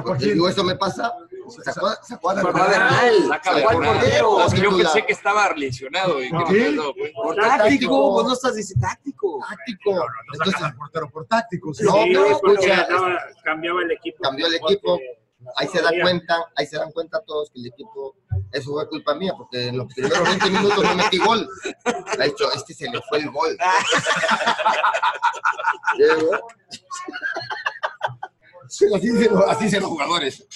[SPEAKER 1] a
[SPEAKER 2] Porque
[SPEAKER 1] quién?
[SPEAKER 2] Digo, eso me pasa. Sacó, a- sacó a
[SPEAKER 3] Saca
[SPEAKER 2] Bernal.
[SPEAKER 3] Ah, Saca
[SPEAKER 2] Sacó al
[SPEAKER 3] Bernal.
[SPEAKER 2] portero.
[SPEAKER 3] Es que yo
[SPEAKER 2] Sin duda.
[SPEAKER 3] pensé que estaba lesionado. Y que no pues.
[SPEAKER 2] ¿Qué?
[SPEAKER 3] te habías dado cuenta.
[SPEAKER 2] Por táctico, vos no
[SPEAKER 5] estás diciendo táctico.
[SPEAKER 2] Táctico. Entonces,
[SPEAKER 1] portero por táctico.
[SPEAKER 2] No, pero escucha,
[SPEAKER 4] cambiaba el equipo.
[SPEAKER 2] cambió el equipo. Ahí se dan cuenta, ahí se dan cuenta todos que el equipo, eso fue culpa mía, porque en los primeros 20 minutos no metí gol. Ha dicho, este se le fue el [LAUGHS] gol. Llegó. Sí, así, se lo- así se los jugadores.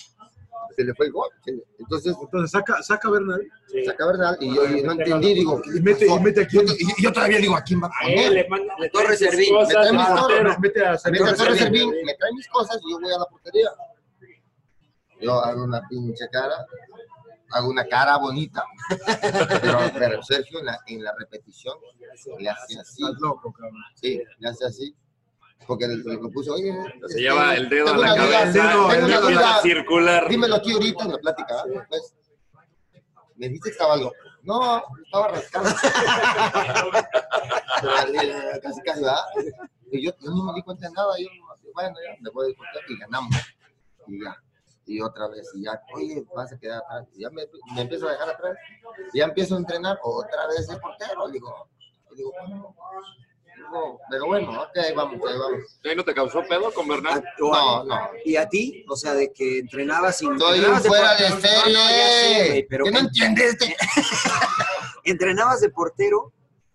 [SPEAKER 2] Se le fue el gol. Entonces,
[SPEAKER 1] Entonces saca, saca a Bernal.
[SPEAKER 2] Saca Bernal y yo y no entendí, digo, ¿qué
[SPEAKER 1] Y mete,
[SPEAKER 2] pasó?
[SPEAKER 1] y mete a quién.
[SPEAKER 2] Y yo todavía digo, ¿a quién va a
[SPEAKER 4] A él
[SPEAKER 2] poner?
[SPEAKER 4] le manda- le trae
[SPEAKER 2] Torres
[SPEAKER 4] sus
[SPEAKER 2] Servín. Me
[SPEAKER 4] cosas,
[SPEAKER 2] trae mis
[SPEAKER 4] al portero.
[SPEAKER 2] cosas.
[SPEAKER 1] Mete a
[SPEAKER 2] Mete a Torres
[SPEAKER 1] Servín.
[SPEAKER 2] Servín, me trae mis cosas y yo voy a la portería. Yo hago una pinche cara, hago una cara
[SPEAKER 1] [LAUGHS]
[SPEAKER 2] bonita. Pero, pero Sergio en la, en la repetición le hace así.
[SPEAKER 1] Estás loco, cabrón.
[SPEAKER 2] Sí, le hace así. Porque le, le puso, oye.
[SPEAKER 3] Se lleva el dedo a
[SPEAKER 2] tengo
[SPEAKER 3] la
[SPEAKER 2] una duda,
[SPEAKER 3] cabeza,
[SPEAKER 2] tengo
[SPEAKER 3] el
[SPEAKER 2] una
[SPEAKER 3] dedo
[SPEAKER 2] duda.
[SPEAKER 3] a la circular.
[SPEAKER 2] Dímelo aquí ahorita en la plática. ¿ah? Pues, me dijiste que estaba loco. No, estaba rascando. Vale, casi, casi, ¿verdad? Y yo, yo no me di cuenta de nada. Yo, bueno, ya me voy a disfrutar y ganamos. Y ya. Y otra vez, y ya, oye, vas a quedar atrás. Y ya me, me empiezo a dejar atrás. Y ya empiezo a entrenar otra vez de portero. Digo, digo, bueno, digo, pero bueno, ok, ahí vamos, ahí vamos.
[SPEAKER 3] ¿Ahí no te causó pedo con Bernal?
[SPEAKER 2] No, no.
[SPEAKER 5] ¿Y a ti? O sea, de que entrenabas sin...
[SPEAKER 2] Estoy
[SPEAKER 5] entrenabas
[SPEAKER 2] fuera de
[SPEAKER 5] portero. No, no, ya sé, güey,
[SPEAKER 2] serie.
[SPEAKER 5] pero
[SPEAKER 2] ¿Qué no entiendes?
[SPEAKER 5] entrenabas de portero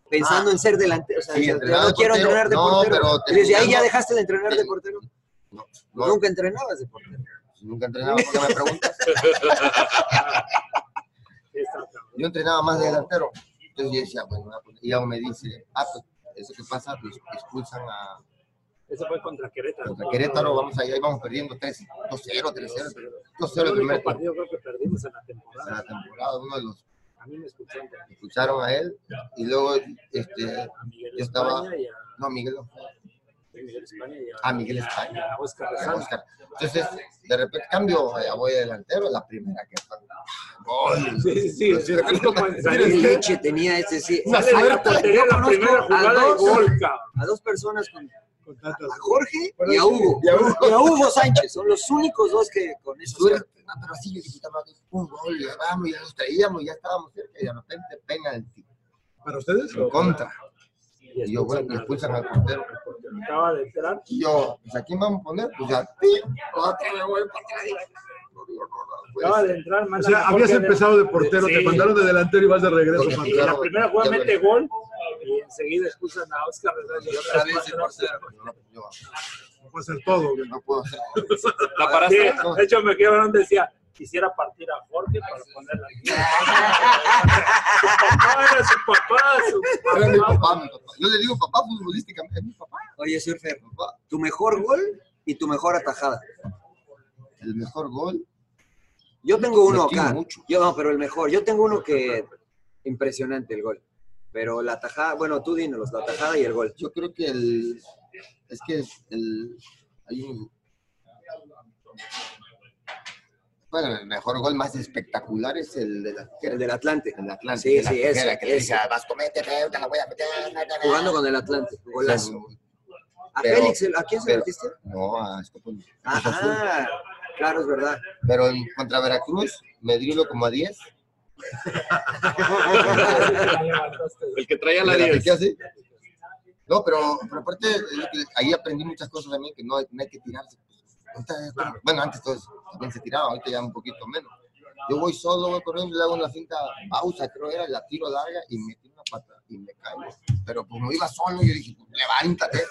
[SPEAKER 5] pensando
[SPEAKER 2] Ah.
[SPEAKER 5] en ser delantero. O sea,
[SPEAKER 2] Sí,
[SPEAKER 5] decías,
[SPEAKER 2] entrenaba
[SPEAKER 5] no
[SPEAKER 2] de
[SPEAKER 5] quiero
[SPEAKER 2] portero.
[SPEAKER 5] entrenar de
[SPEAKER 2] No,
[SPEAKER 5] portero.
[SPEAKER 2] pero
[SPEAKER 5] y desde ahí
[SPEAKER 2] terminando-
[SPEAKER 5] ya dejaste de entrenar de portero.
[SPEAKER 2] no.
[SPEAKER 5] Nunca entrenabas de portero.
[SPEAKER 2] Nunca entrenaba porque me preguntas. Yo entrenaba más de delantero. Entonces yo decía, bueno, una puta- y aún me dice, ah, pues, eso que pasa, pues expulsan a
[SPEAKER 4] Eso fue contra Querétaro.
[SPEAKER 2] contra Querétaro, vamos allá y vamos perdiendo 3, 2-0, 3-0, 2-0
[SPEAKER 4] el
[SPEAKER 2] el
[SPEAKER 4] único
[SPEAKER 2] primer tiempo.
[SPEAKER 4] partido creo que perdimos en la
[SPEAKER 2] En la
[SPEAKER 4] temporada.
[SPEAKER 2] temporada, uno de los
[SPEAKER 4] A mí me escucharon.
[SPEAKER 2] escucharon a él y luego este,
[SPEAKER 4] A Miguel
[SPEAKER 2] yo estaba,
[SPEAKER 4] España y a
[SPEAKER 2] no, Miguel, no,
[SPEAKER 4] Miguel España y a,
[SPEAKER 2] a Miguel España.
[SPEAKER 4] a Oscar
[SPEAKER 2] Ah, a
[SPEAKER 4] Rezano.
[SPEAKER 2] Oscar. Entonces, de repente cambio, eh, allá voy delantero, la primera que gol.
[SPEAKER 4] Sí, sí, sí. Es como en
[SPEAKER 5] Qué
[SPEAKER 4] San Luis.
[SPEAKER 5] leche tenía ese sí.
[SPEAKER 4] Una
[SPEAKER 5] Sale de la
[SPEAKER 4] suerte.
[SPEAKER 5] portería,
[SPEAKER 4] La
[SPEAKER 5] conozco
[SPEAKER 4] primera
[SPEAKER 5] a
[SPEAKER 4] jugada
[SPEAKER 5] dos-
[SPEAKER 4] de gol, cabrón.
[SPEAKER 5] A dos personas con
[SPEAKER 1] Con tantas-
[SPEAKER 5] a Jorge
[SPEAKER 1] Bueno,
[SPEAKER 5] y a
[SPEAKER 1] sí,
[SPEAKER 5] Hugo.
[SPEAKER 1] y a Hugo.
[SPEAKER 5] Y a Hugo Sánchez. Son los únicos dos que con eso.
[SPEAKER 2] Suerte, no, pero así yo dije, "Tama, un gol, ya vamos, ya nos traíamos, ya estábamos cerca y de repente penalti,
[SPEAKER 1] ¿Para ustedes?
[SPEAKER 2] en contra.
[SPEAKER 4] Y
[SPEAKER 2] Y yo, bueno, me expulsan al portero.
[SPEAKER 4] Acaba de entrar.
[SPEAKER 2] Y yo, pues, ¿a quién vamos a poner? Pues ya, ¡pim! otra me voy para atrás. No digo, no, no, pues.
[SPEAKER 4] Acaba de entrar.
[SPEAKER 1] O
[SPEAKER 4] manda
[SPEAKER 1] sea,
[SPEAKER 4] mejor
[SPEAKER 1] habías
[SPEAKER 4] que de-
[SPEAKER 1] empezado de portero,
[SPEAKER 4] Sí.
[SPEAKER 1] te mandaron de delantero y vas de regreso
[SPEAKER 2] Porque
[SPEAKER 1] para
[SPEAKER 4] Y
[SPEAKER 1] atrás.
[SPEAKER 4] la primera jugada
[SPEAKER 2] Ya
[SPEAKER 4] mete
[SPEAKER 2] ves.
[SPEAKER 4] gol y enseguida expulsan a Oscar Rezano.
[SPEAKER 2] Y otra vez el portero. pues, No, yo
[SPEAKER 1] No puede ser todo, güey.
[SPEAKER 2] no puedo hacer.
[SPEAKER 3] ¿La
[SPEAKER 4] Sí,
[SPEAKER 3] paraste?
[SPEAKER 4] de hecho, me quedaron decía, quisiera partir a Jorge para ponerla aquí. su papá era su papá,
[SPEAKER 2] Era mi
[SPEAKER 4] su papá.
[SPEAKER 2] papá, mi papá. Yo le digo papá futbolísticamente, es mi papá.
[SPEAKER 5] Oye, Surfer,
[SPEAKER 2] papá.
[SPEAKER 5] tu mejor gol y tu mejor atajada.
[SPEAKER 2] El mejor gol.
[SPEAKER 5] Yo tengo uno
[SPEAKER 2] Metí
[SPEAKER 5] acá.
[SPEAKER 2] mucho.
[SPEAKER 5] Yo no, pero el mejor. Yo tengo uno que impresionante el gol. Pero la tajada, bueno, tú dínoslos, la tajada y el gol.
[SPEAKER 2] Yo creo que el. Es que el. Hay un. Bueno, el mejor gol más espectacular es el de la
[SPEAKER 5] El del Atlante.
[SPEAKER 2] El Atlante.
[SPEAKER 5] Sí,
[SPEAKER 2] el de
[SPEAKER 5] sí,
[SPEAKER 2] la
[SPEAKER 5] ese,
[SPEAKER 2] tijera, que te
[SPEAKER 5] ese.
[SPEAKER 2] dice, Vasco, métete, te la voy a meter. na, na, na".
[SPEAKER 5] Jugando con el Atlante. Golazo. A
[SPEAKER 2] Pero-
[SPEAKER 5] Félix, ¿a quién se lo
[SPEAKER 2] pero-
[SPEAKER 5] metiste?
[SPEAKER 2] No, a Escopón.
[SPEAKER 5] Ah, ah, claro, es verdad.
[SPEAKER 2] Pero en- contra Veracruz me driblo como a 10.
[SPEAKER 3] El que traía la
[SPEAKER 2] ¿Me la
[SPEAKER 3] 10.
[SPEAKER 2] piqué así? No, pero, pero aparte, es lo que- ahí aprendí muchas cosas también que no hay, no hay que tirarse. Ahorita es como- Bueno, antes todos también se tiraba, ahorita ya un poquito menos. Yo voy solo, voy corriendo, le hago una cinta pausa, creo era, la tiro larga y metí una pata y me caigo. Pero como iba solo, yo dije, pues, levántate.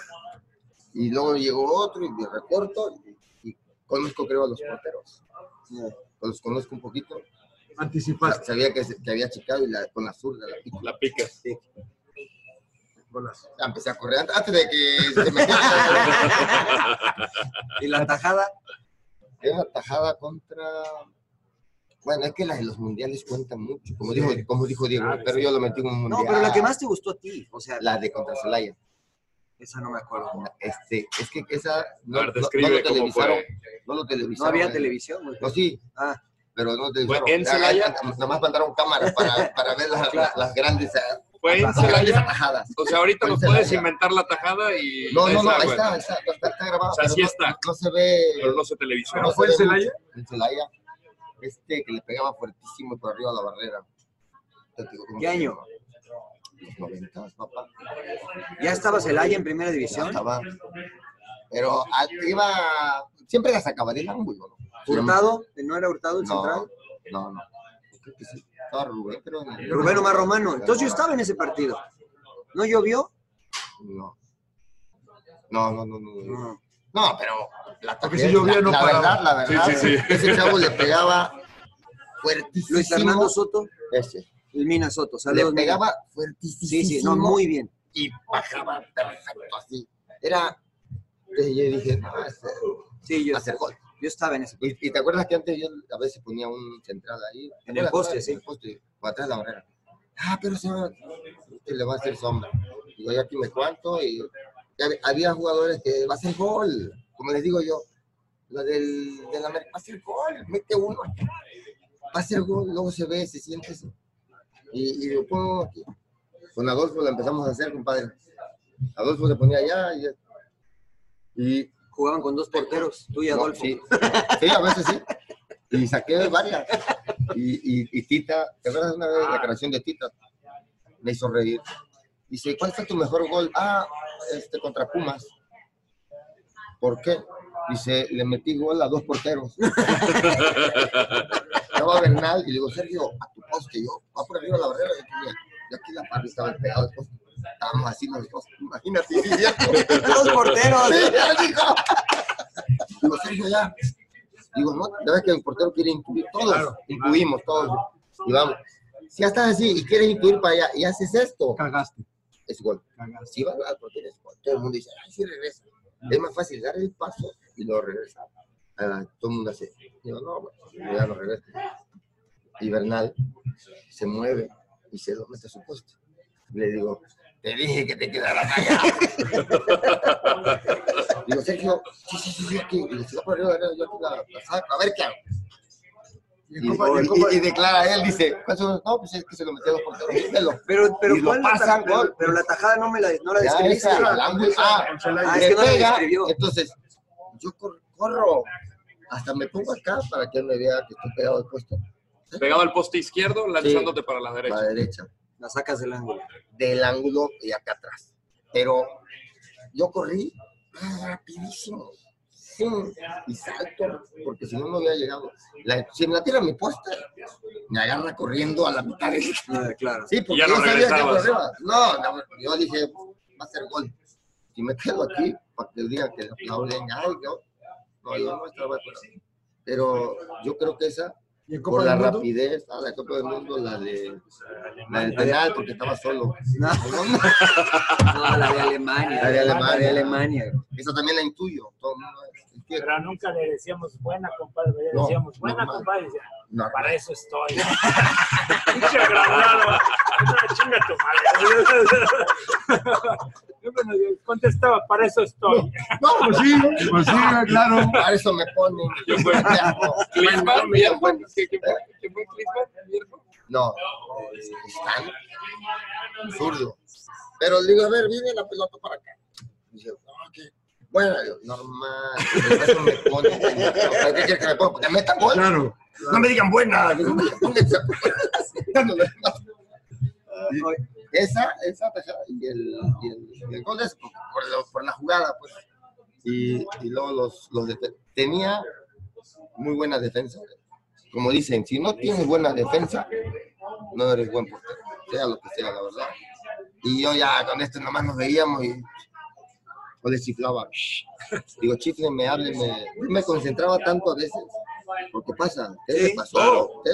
[SPEAKER 2] Y luego llegó otro y me recorto y, y conozco, creo, a los porteros. Los conozco un poquito.
[SPEAKER 1] Anticipaste.
[SPEAKER 2] Sabía que, se- que había checado y la, con la zurda la pico.
[SPEAKER 3] La picas.
[SPEAKER 1] Golazo.
[SPEAKER 2] Ah, Empecé a correr antes- antes de que se me...
[SPEAKER 5] [LAUGHS] ¿Y la tajada?
[SPEAKER 2] Era tajada contra... Bueno, es que las de los mundiales cuentan mucho, como dijo, como dijo Diego,
[SPEAKER 5] Claro,
[SPEAKER 2] pero
[SPEAKER 5] sí.
[SPEAKER 2] yo lo metí en un
[SPEAKER 5] No,
[SPEAKER 2] mundial.
[SPEAKER 5] pero la que más te gustó a ti, o sea,
[SPEAKER 2] La de contra Celaya.
[SPEAKER 5] Esa no me acuerdo.
[SPEAKER 2] Este, es que esa no,
[SPEAKER 5] A ver,
[SPEAKER 2] no-
[SPEAKER 5] describe
[SPEAKER 2] no lo
[SPEAKER 5] cómo
[SPEAKER 2] televisaron.
[SPEAKER 5] fue.
[SPEAKER 2] No lo televisaron.
[SPEAKER 5] No había Ah.
[SPEAKER 2] eh.
[SPEAKER 5] televisión, güey.
[SPEAKER 2] No, sí. Pero no televisaron.
[SPEAKER 5] en
[SPEAKER 2] Ya,
[SPEAKER 5] Celaya?
[SPEAKER 2] ya, Nada más mandaron cámaras para, para
[SPEAKER 5] [LAUGHS]
[SPEAKER 2] ver las, las- las grandes. eh,
[SPEAKER 3] Fue en
[SPEAKER 2] las grandes [LAUGHS]
[SPEAKER 3] Celaya.
[SPEAKER 2] atajadas.
[SPEAKER 3] O sea, ahorita
[SPEAKER 2] Fue en
[SPEAKER 3] nos puedes
[SPEAKER 2] Celaya.
[SPEAKER 3] inventar la tajada y.
[SPEAKER 2] No, no,
[SPEAKER 3] Esa,
[SPEAKER 2] no, ahí
[SPEAKER 3] güey.
[SPEAKER 2] está, ahí está, está, está, está grabado.
[SPEAKER 3] O sea,
[SPEAKER 2] pero
[SPEAKER 3] sí
[SPEAKER 2] no-
[SPEAKER 3] está.
[SPEAKER 2] No se ve.
[SPEAKER 3] Pero no se televisó.
[SPEAKER 2] no se ve mucho. En Celaya. Este que le pegaba fuertísimo por arriba a la barrera. Te digo, ¿cómo
[SPEAKER 5] ¿Qué
[SPEAKER 2] se
[SPEAKER 5] año?
[SPEAKER 2] llama? Los noventas, papá.
[SPEAKER 5] ¿Ya estaba Celaya en primera división?
[SPEAKER 2] Ya estaba. Pero ah, iba. Siempre la sacaba del ángulo. ¿no?
[SPEAKER 5] ¿Hurtado? ¿No era Hurtado el
[SPEAKER 2] No,
[SPEAKER 5] central?
[SPEAKER 2] No, no. Creo que sí. Estaba Rubén, pero. en-
[SPEAKER 5] Rubén Omar Romano. Entonces yo estaba en ese partido. ¿No llovió?
[SPEAKER 2] No. No, no, no, no. No, No, pero la
[SPEAKER 5] Ah. Porque si llovía,
[SPEAKER 2] la-
[SPEAKER 5] no
[SPEAKER 2] la,
[SPEAKER 5] paraba.
[SPEAKER 2] verdad, la verdad.
[SPEAKER 5] Sí, sí, sí.
[SPEAKER 2] Ese chavo le pegaba fuertísimo.
[SPEAKER 5] Luis Fernando Soto.
[SPEAKER 2] Ese.
[SPEAKER 5] El Mina Soto.
[SPEAKER 2] Le
[SPEAKER 5] Saludos, Mina.
[SPEAKER 2] pegaba
[SPEAKER 5] Sí,
[SPEAKER 2] fuertísimo.
[SPEAKER 5] sí, no, muy bien.
[SPEAKER 2] Y bajaba perfecto así. Era. Entonces yo dije, no, este,
[SPEAKER 5] sí, yo,
[SPEAKER 2] hacer gol.
[SPEAKER 5] Yo estaba en ese.
[SPEAKER 2] ¿Y, y te acuerdas que antes yo a veces ponía un central ahí?
[SPEAKER 5] En el poste, sí.
[SPEAKER 2] En el poste, para atrás de la barrera. Ah, pero se va, este le va a hacer sombra. Digo, ya aquí me cuanto y y hab- había jugadores que va a hacer gol. Como les digo yo, lo del, del América, va a hacer gol, mete uno. Va a hacer gol, luego se ve, se siente eso. Y, y lo pongo aquí. Con Adolfo lo empezamos a hacer, compadre. Adolfo se ponía allá y y
[SPEAKER 5] jugaban con dos porteros, tú y
[SPEAKER 2] No,
[SPEAKER 5] Adolfo.
[SPEAKER 2] sí. Sí, a veces sí. Y saqué varias. Y, y- y Tita, ¿te acuerdas una vez la canción de Tita? Me hizo reír. Dice, ¿cuál fue tu mejor gol? Ah, este, contra Pumas. ¿Por qué? Dice, le metí gol a dos porteros. Estaba Bernal y le digo, Sergio, a tu poste, yo, va por arriba de la barrera. Y aquí, y aquí la parte estaba pegada al poste. Estábamos así los dos, imagínate.
[SPEAKER 5] Dos porteros.
[SPEAKER 2] Sí, ya, digo. Digo, Sergio, ya. Digo, no, ya ves que el portero quiere incluir, todos incluimos, todos. Y vamos. Si ya estás así y quieres incluir para allá y haces esto.
[SPEAKER 1] Cagaste.
[SPEAKER 2] Es gol. Si vas al portero es gol. Todo el mundo dice, ay, sí regresa.
[SPEAKER 1] Ah.
[SPEAKER 2] Es más fácil dar el paso y lo regresa. Ah, todo el mundo hace. Digo, no, bueno, ya lo regresa. Y Bernal se mueve y se lo mete a su puesto. Le digo, te dije que te quedaras allá. [LAUGHS] digo, Sergio, sí, sí, sí, sí, aquí. Y le digo, pero yo, yo aquí la, la saco, a ver qué hago. Y,
[SPEAKER 1] el compa- y el
[SPEAKER 2] y-
[SPEAKER 1] compa-
[SPEAKER 2] y declara él, dice, "¿Cuál es el-?" no, pues es que se lo metió a los porteros, dímelo.
[SPEAKER 5] Pero, pero,
[SPEAKER 2] y
[SPEAKER 5] ¿cuál
[SPEAKER 2] lo
[SPEAKER 5] la ta-
[SPEAKER 2] pasan,
[SPEAKER 5] pero,
[SPEAKER 2] gol.
[SPEAKER 5] pero la tajada no me la, no la
[SPEAKER 2] Ya,
[SPEAKER 5] describiste.
[SPEAKER 2] esa, la ambul- ah,
[SPEAKER 5] Ah, es
[SPEAKER 2] le
[SPEAKER 5] que no la
[SPEAKER 2] pega,
[SPEAKER 5] describió.
[SPEAKER 2] entonces, yo cor- corro, hasta me pongo acá para que él me vea que estoy pegado al puesto.
[SPEAKER 3] Pegado al poste izquierdo, lanzándote para la derecha.
[SPEAKER 2] La derecha.
[SPEAKER 5] La sacas del ángulo.
[SPEAKER 2] Del ángulo y acá atrás. Pero yo corrí ah, rapidísimo. Sí, y salto, porque si no, no había llegado. La- si me la tira a mi poste, me agarra corriendo a la mitad del
[SPEAKER 5] Ah, claro.
[SPEAKER 2] Sí, porque
[SPEAKER 3] Y ya
[SPEAKER 2] yo
[SPEAKER 3] no
[SPEAKER 2] sabía que
[SPEAKER 3] regresabas.
[SPEAKER 2] corría. No, no, yo dije, va a ser gol. Si me quedo aquí, para que digan que le aplauden, ay, yo, no, yo no estaba esperando. Pero yo creo que esa,
[SPEAKER 1] Copa
[SPEAKER 2] por
[SPEAKER 1] del
[SPEAKER 2] la
[SPEAKER 1] Mundo?
[SPEAKER 2] rapidez, ah, la Copa del Mundo, la de la del penal, porque estaba solo.
[SPEAKER 5] No, No, la de Alemania.
[SPEAKER 2] La de Alemania.
[SPEAKER 5] La de Alemania.
[SPEAKER 2] Esa también la intuyo. todo el mundo es-
[SPEAKER 4] Pero nunca le decíamos buena, compadre. Le
[SPEAKER 2] No,
[SPEAKER 4] decíamos buena,
[SPEAKER 2] normal.
[SPEAKER 4] compadre. Decía,
[SPEAKER 2] Normal.
[SPEAKER 4] para eso estoy. [LAUGHS] Pinche graduado. No, chinga tu madre. Siempre nos contestaba, para eso estoy.
[SPEAKER 2] No,
[SPEAKER 1] pues sí, pues sí, claro.
[SPEAKER 2] Para eso me ponen. [LAUGHS]
[SPEAKER 3] Klinsmann, Biermann, ¿qué- qué fue? ¿Qué fue Klinsmann? Biermann.
[SPEAKER 2] No, eh, Stan, zurdo. Pero le digo, a ver, viene la pelota para acá. Dice, no, que- Bueno, yo, normal. Eso me pone. ¿Para qué quieres que me ponga? ¿Para que meta gol?
[SPEAKER 1] Claro.
[SPEAKER 2] No me digan buena. digo, "Oye, pónganse a jugar". Dándole más. Y Esa, esa tajada y el, y el, y el gol es por, por lo- por la jugada, pues. Y, y luego los, los defe- tenía muy buena defensa. Como dicen, si no tienes buena defensa, no eres buen portero, sea lo que sea, la verdad. Y yo ya con esto nomás nos veíamos y yo le chiflaba. "Shh". Digo, chiflenme, háblenme. Yo me concentraba tanto a veces. Porque pasa, ¿qué le pasó? ¿Qué?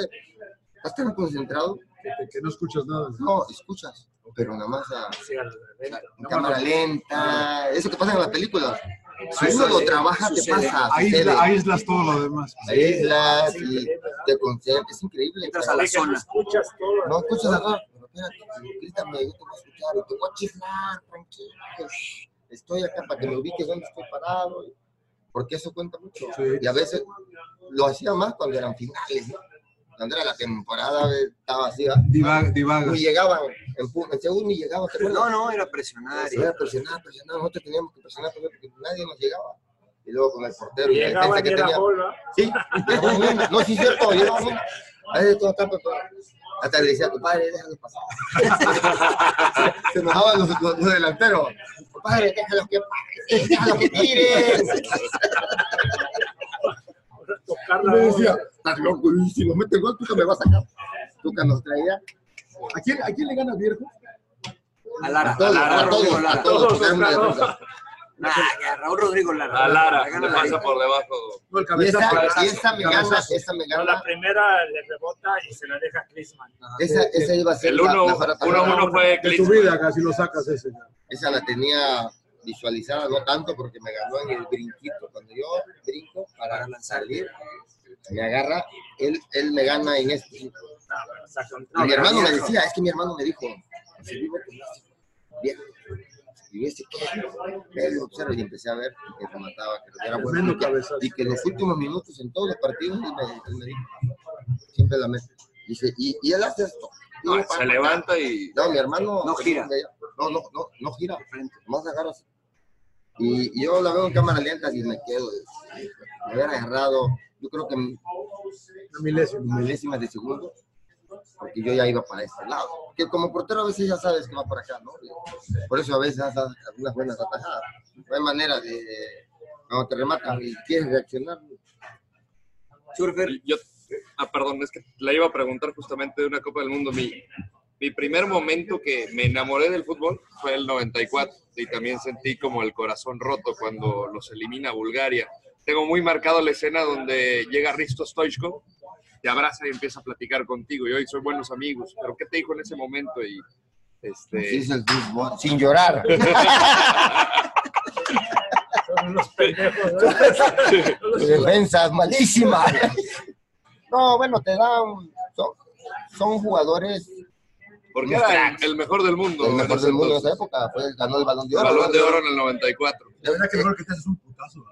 [SPEAKER 2] ¿Estás tan concentrado?
[SPEAKER 1] Que, que no escuchas nada.
[SPEAKER 2] No, escuchas. pero nada más a,
[SPEAKER 4] Sí, al evento.
[SPEAKER 2] en cámara lenta, eso que pasa en las películas. Si uno
[SPEAKER 4] Sucede,
[SPEAKER 2] lo trabaja, te
[SPEAKER 4] sucede.
[SPEAKER 2] pasa. sucede.
[SPEAKER 1] Aísla- aíslas todo lo demás.
[SPEAKER 2] Aíslas y te concentras, es increíble.
[SPEAKER 4] Entras a la zona. No escuchas todo.
[SPEAKER 2] No escuchas nada. Pero espérate, grítame, yo te voy a escuchar y te voy a chiflar, tranquilo. pues, Estoy acá para que me ubiques dónde estoy parado. Porque eso cuenta mucho. Y a veces lo hacía más cuando eran finales, ¿no? Cuando era la temporada eh, estaba así, ¿va?
[SPEAKER 1] Divaga, divaga.
[SPEAKER 2] Ni llegaban, en, pu- en Seúl ni llegaban. ¿te acuerdas?
[SPEAKER 5] No, no, era presionar.
[SPEAKER 2] Era presionar, presionar. Nosotros teníamos que presionar porque nadie nos llegaba. Y luego con el portero y la defensa
[SPEAKER 4] Llegaba y
[SPEAKER 2] que
[SPEAKER 4] era
[SPEAKER 2] tenía.
[SPEAKER 4] gol, ¿va?
[SPEAKER 2] Sí, [LAUGHS] llegaba muy bien. No, sí, es cierto, llegaba muy bien. A veces todo acá, pero- hasta le decía, compadre, déjalo pasar. [LAUGHS] Se enojaban los, los- los delanteros. Compadre, déjalo que pase, déjalo que tire. Y me decía, estás loco, y si nos mete el gol, Tuca me va a sacar. Tuca nos traía. ¿A quién, a quién le gana Viejo?
[SPEAKER 5] A Lara,
[SPEAKER 2] a todos,
[SPEAKER 5] a Lara,
[SPEAKER 2] a todos,
[SPEAKER 5] Rodrigo Lara.
[SPEAKER 2] a todos,
[SPEAKER 5] Todos,
[SPEAKER 2] porque era una [LAUGHS]
[SPEAKER 5] todos.
[SPEAKER 2] defensa.
[SPEAKER 5] Nah, ya, Raúl Rodrigo Lara.
[SPEAKER 3] A Lara,
[SPEAKER 5] La
[SPEAKER 3] le
[SPEAKER 5] gana la
[SPEAKER 3] pasa
[SPEAKER 5] América.
[SPEAKER 3] por debajo.
[SPEAKER 2] Y esa,
[SPEAKER 4] Cabezazo.
[SPEAKER 2] y esa me gana,
[SPEAKER 4] Cabezazo.
[SPEAKER 2] esa me
[SPEAKER 4] No,
[SPEAKER 2] gana.
[SPEAKER 4] la primera le rebota y se la deja Crisman.
[SPEAKER 2] Esa, esa iba a ser
[SPEAKER 3] El
[SPEAKER 2] la-
[SPEAKER 3] uno-
[SPEAKER 2] la jugada
[SPEAKER 3] uno-
[SPEAKER 2] fatal.
[SPEAKER 3] uno fue
[SPEAKER 1] De tu vida casi lo sacas ese.
[SPEAKER 2] Esa la tenía visualizada, no tanto porque me ganó en el brinquito. Cuando yo brinco para salir, me agarra, él, él me gana en esto. Y mi hermano me decía, es que mi hermano me dijo, si vivo con este viejo, y yo, este qué, él observa y empecé a ver que se mataba, que era bueno, y que, y que en los últimos minutos en todos los partidos, él me, él me dijo, siempre la mete. Dice, y, y él hace esto.
[SPEAKER 3] No,
[SPEAKER 2] Y
[SPEAKER 3] se levanta y-
[SPEAKER 2] No, mi hermano...
[SPEAKER 5] Eh, No gira.
[SPEAKER 2] No, no, no, no gira. Más agarra así. Y, y yo la veo en cámara lenta y me quedo. Me hubiera agarrado, yo creo que milésimas de segundo, porque yo ya iba para este lado. Que como portero a veces ya sabes que va para acá, ¿no? Por eso a veces das algunas buenas atajadas. No hay manera de, cuando te rematan y quieres reaccionar,
[SPEAKER 3] Yo, ah, perdón, es que la iba a preguntar justamente de una Copa del Mundo. Mi, mi primer momento que me enamoré del fútbol fue el 94 y también sentí como el corazón roto cuando los elimina Bulgaria. Tengo muy marcado la escena donde llega Risto Stoichkov, te abraza y empieza a platicar contigo. Y hoy soy buenos amigos, pero ¿qué te dijo en ese momento? Y este,
[SPEAKER 2] así Pues es el fútbol, [LAUGHS] sin llorar.
[SPEAKER 4] Son unos pendejos.
[SPEAKER 2] Tu defensa es malísima. No, bueno, te dan. Son, son jugadores.
[SPEAKER 3] porque
[SPEAKER 2] unos
[SPEAKER 3] era el,
[SPEAKER 2] cracks.
[SPEAKER 3] el mejor del mundo.
[SPEAKER 2] El
[SPEAKER 3] en
[SPEAKER 2] mejor
[SPEAKER 3] ese
[SPEAKER 2] del mundo ¿eh? en
[SPEAKER 3] entonces.
[SPEAKER 2] esa época. Fue, ganó el balón de oro.
[SPEAKER 3] Balón de oro en el 94.
[SPEAKER 2] La verdad que mejor que estás es un putazo.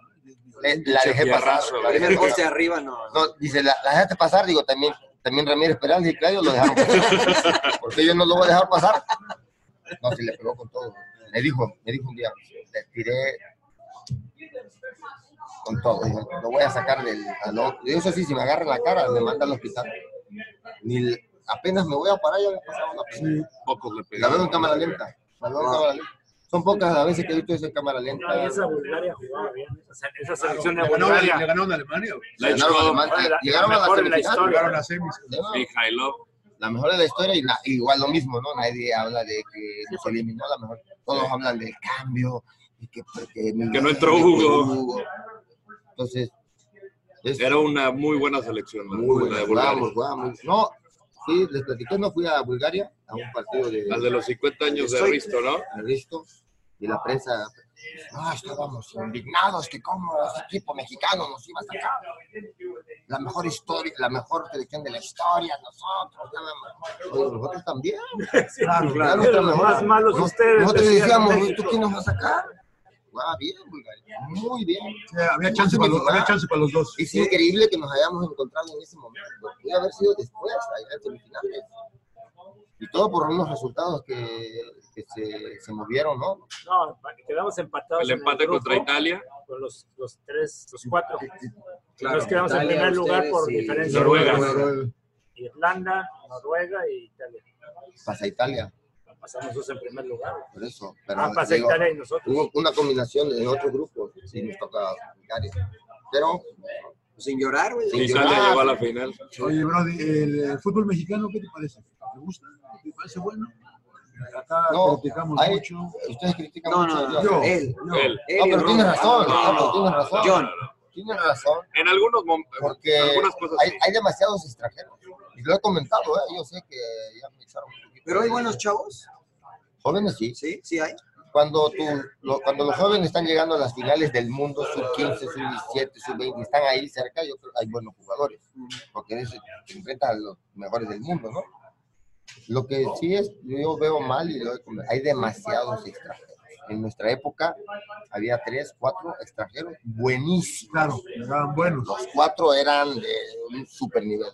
[SPEAKER 2] La dejé pasar.
[SPEAKER 3] Fierrazo,
[SPEAKER 2] La dejé
[SPEAKER 5] Primer
[SPEAKER 2] pasar.
[SPEAKER 5] poste arriba, no.
[SPEAKER 2] No, dice, la, la dejaste pasar, digo, también, también Ramírez Esperanza y Claudio lo dejaron pasar. Porque yo no lo voy a dejar pasar. No, se le pegó con todo. Me dijo, me dijo un día, le tiré con todo. Dijo, lo voy a sacar del talón. Y eso sí, si me agarran la cara, me mandan al hospital. Ni le- apenas me voy a parar, ya me pasaron la pelota.
[SPEAKER 3] Pocos le
[SPEAKER 2] La
[SPEAKER 3] pegaron.
[SPEAKER 2] veo en cámara lenta. La veo en cámara lenta. Son pocas las veces que he visto eso en cámara lenta.
[SPEAKER 4] No, y esa Bulgaria jugaba bien. Esa, esa selección de
[SPEAKER 1] Le ganó-
[SPEAKER 4] Bulgaria.
[SPEAKER 1] le ganaron a Alemania.
[SPEAKER 2] Le ganaron a Alemania,
[SPEAKER 4] La-
[SPEAKER 2] llegaron a
[SPEAKER 4] la
[SPEAKER 2] la
[SPEAKER 4] mejor en la
[SPEAKER 2] semifinal.
[SPEAKER 4] historia.
[SPEAKER 1] Llegaron a semis.
[SPEAKER 3] Sí, Jailov.
[SPEAKER 2] la mejor de la historia y la- igual lo mismo, ¿no? Nadie habla de que se eliminó la mejor. Todos hablan del cambio y que, porque
[SPEAKER 3] Que no entró Hugo.
[SPEAKER 2] Entonces, es
[SPEAKER 3] Era una muy buena selección. la-
[SPEAKER 2] muy
[SPEAKER 3] la de
[SPEAKER 2] bueno.
[SPEAKER 3] Bulgaria.
[SPEAKER 2] Vamos, vamos. No, sí, les platiqué, no fui a Bulgaria a un partido de,
[SPEAKER 3] Al de los 50 años de
[SPEAKER 2] Soy-
[SPEAKER 3] Risto, ¿no?
[SPEAKER 2] de Risto y la prensa. No, estábamos indignados que como ese equipo mexicano nos iba a sacar la mejor historia, la mejor selección de la historia, nosotros, nada más. Oye, nosotros también.
[SPEAKER 4] Claro,
[SPEAKER 2] Claro,
[SPEAKER 4] Los
[SPEAKER 2] otra mejor.
[SPEAKER 4] más malos
[SPEAKER 2] Nos-
[SPEAKER 4] ustedes.
[SPEAKER 2] Nosotros
[SPEAKER 4] decían,
[SPEAKER 2] decíamos,
[SPEAKER 4] México.
[SPEAKER 2] ¿tú quién nos va a sacar? Ah, bien, Bulgaria. Muy bien.
[SPEAKER 1] Sí, había, chance para los, había chance para los dos.
[SPEAKER 2] Es increíble que nos hayamos encontrado en ese momento. Pudo haber sido después, ahí en semifinales. Y todo por unos resultados que, que se, se movieron, ¿no?
[SPEAKER 4] No, quedamos empatados.
[SPEAKER 3] El
[SPEAKER 4] en
[SPEAKER 3] empate
[SPEAKER 4] grupo
[SPEAKER 3] contra Italia.
[SPEAKER 4] Con los, los tres, los cuatro.
[SPEAKER 2] Claro,
[SPEAKER 4] Nos quedamos
[SPEAKER 5] Italia,
[SPEAKER 4] en primer lugar
[SPEAKER 5] ustedes
[SPEAKER 4] por
[SPEAKER 5] y-
[SPEAKER 4] diferencia.
[SPEAKER 3] Noruega.
[SPEAKER 4] Irlanda, Noruega y Italia.
[SPEAKER 2] Pasa Italia,
[SPEAKER 4] Pasamos dos en primer lugar.
[SPEAKER 2] por eso. Pero,
[SPEAKER 4] Ah, pasa
[SPEAKER 2] digo,
[SPEAKER 4] Italia y nosotros.
[SPEAKER 2] Hubo una combinación en otro grupo, sí, nos toca Bulgaria. Pero
[SPEAKER 5] Sin llorar, güey.
[SPEAKER 2] Sí.
[SPEAKER 3] Italia llegó a la final.
[SPEAKER 1] Oye, Brody, el, eh, fútbol mexicano, ¿qué te parece? ¿Te gusta? ¿Te parece bueno? Acá
[SPEAKER 2] No,
[SPEAKER 1] criticamos
[SPEAKER 2] hay-
[SPEAKER 1] mucho.
[SPEAKER 2] ustedes critican
[SPEAKER 5] No,
[SPEAKER 2] mucho.
[SPEAKER 5] no, no.
[SPEAKER 1] Yo.
[SPEAKER 5] Él, no.
[SPEAKER 3] Él.
[SPEAKER 5] Él
[SPEAKER 2] No,
[SPEAKER 5] y
[SPEAKER 2] pero
[SPEAKER 5] Ron.
[SPEAKER 2] tienes razón,
[SPEAKER 5] No,
[SPEAKER 2] no, tienes razón.
[SPEAKER 5] John,
[SPEAKER 2] Tienen razón.
[SPEAKER 3] En algunos momentos,
[SPEAKER 2] porque
[SPEAKER 3] algunas cosas
[SPEAKER 2] hay,
[SPEAKER 3] sí.
[SPEAKER 2] hay demasiados extranjeros. Y lo he comentado, ¿eh? yo sé que ya me echaron un poquito.
[SPEAKER 5] pero hay buenos chavos.
[SPEAKER 2] Jóvenes sí.
[SPEAKER 5] Sí, sí hay.
[SPEAKER 2] Cuando, tú, lo- cuando los jóvenes están llegando a las finales del mundo, sub 15, sub 17, sub 20, están ahí cerca, yo creo que hay buenos jugadores, porque eres- te enfrentas a los mejores del mundo, ¿no? Lo que sí es, yo veo mal y lo he comentado, hay demasiados extranjeros. En nuestra época había tres, cuatro extranjeros buenísimos.
[SPEAKER 1] Claro, eran buenos.
[SPEAKER 2] Los cuatro eran de un super nivel.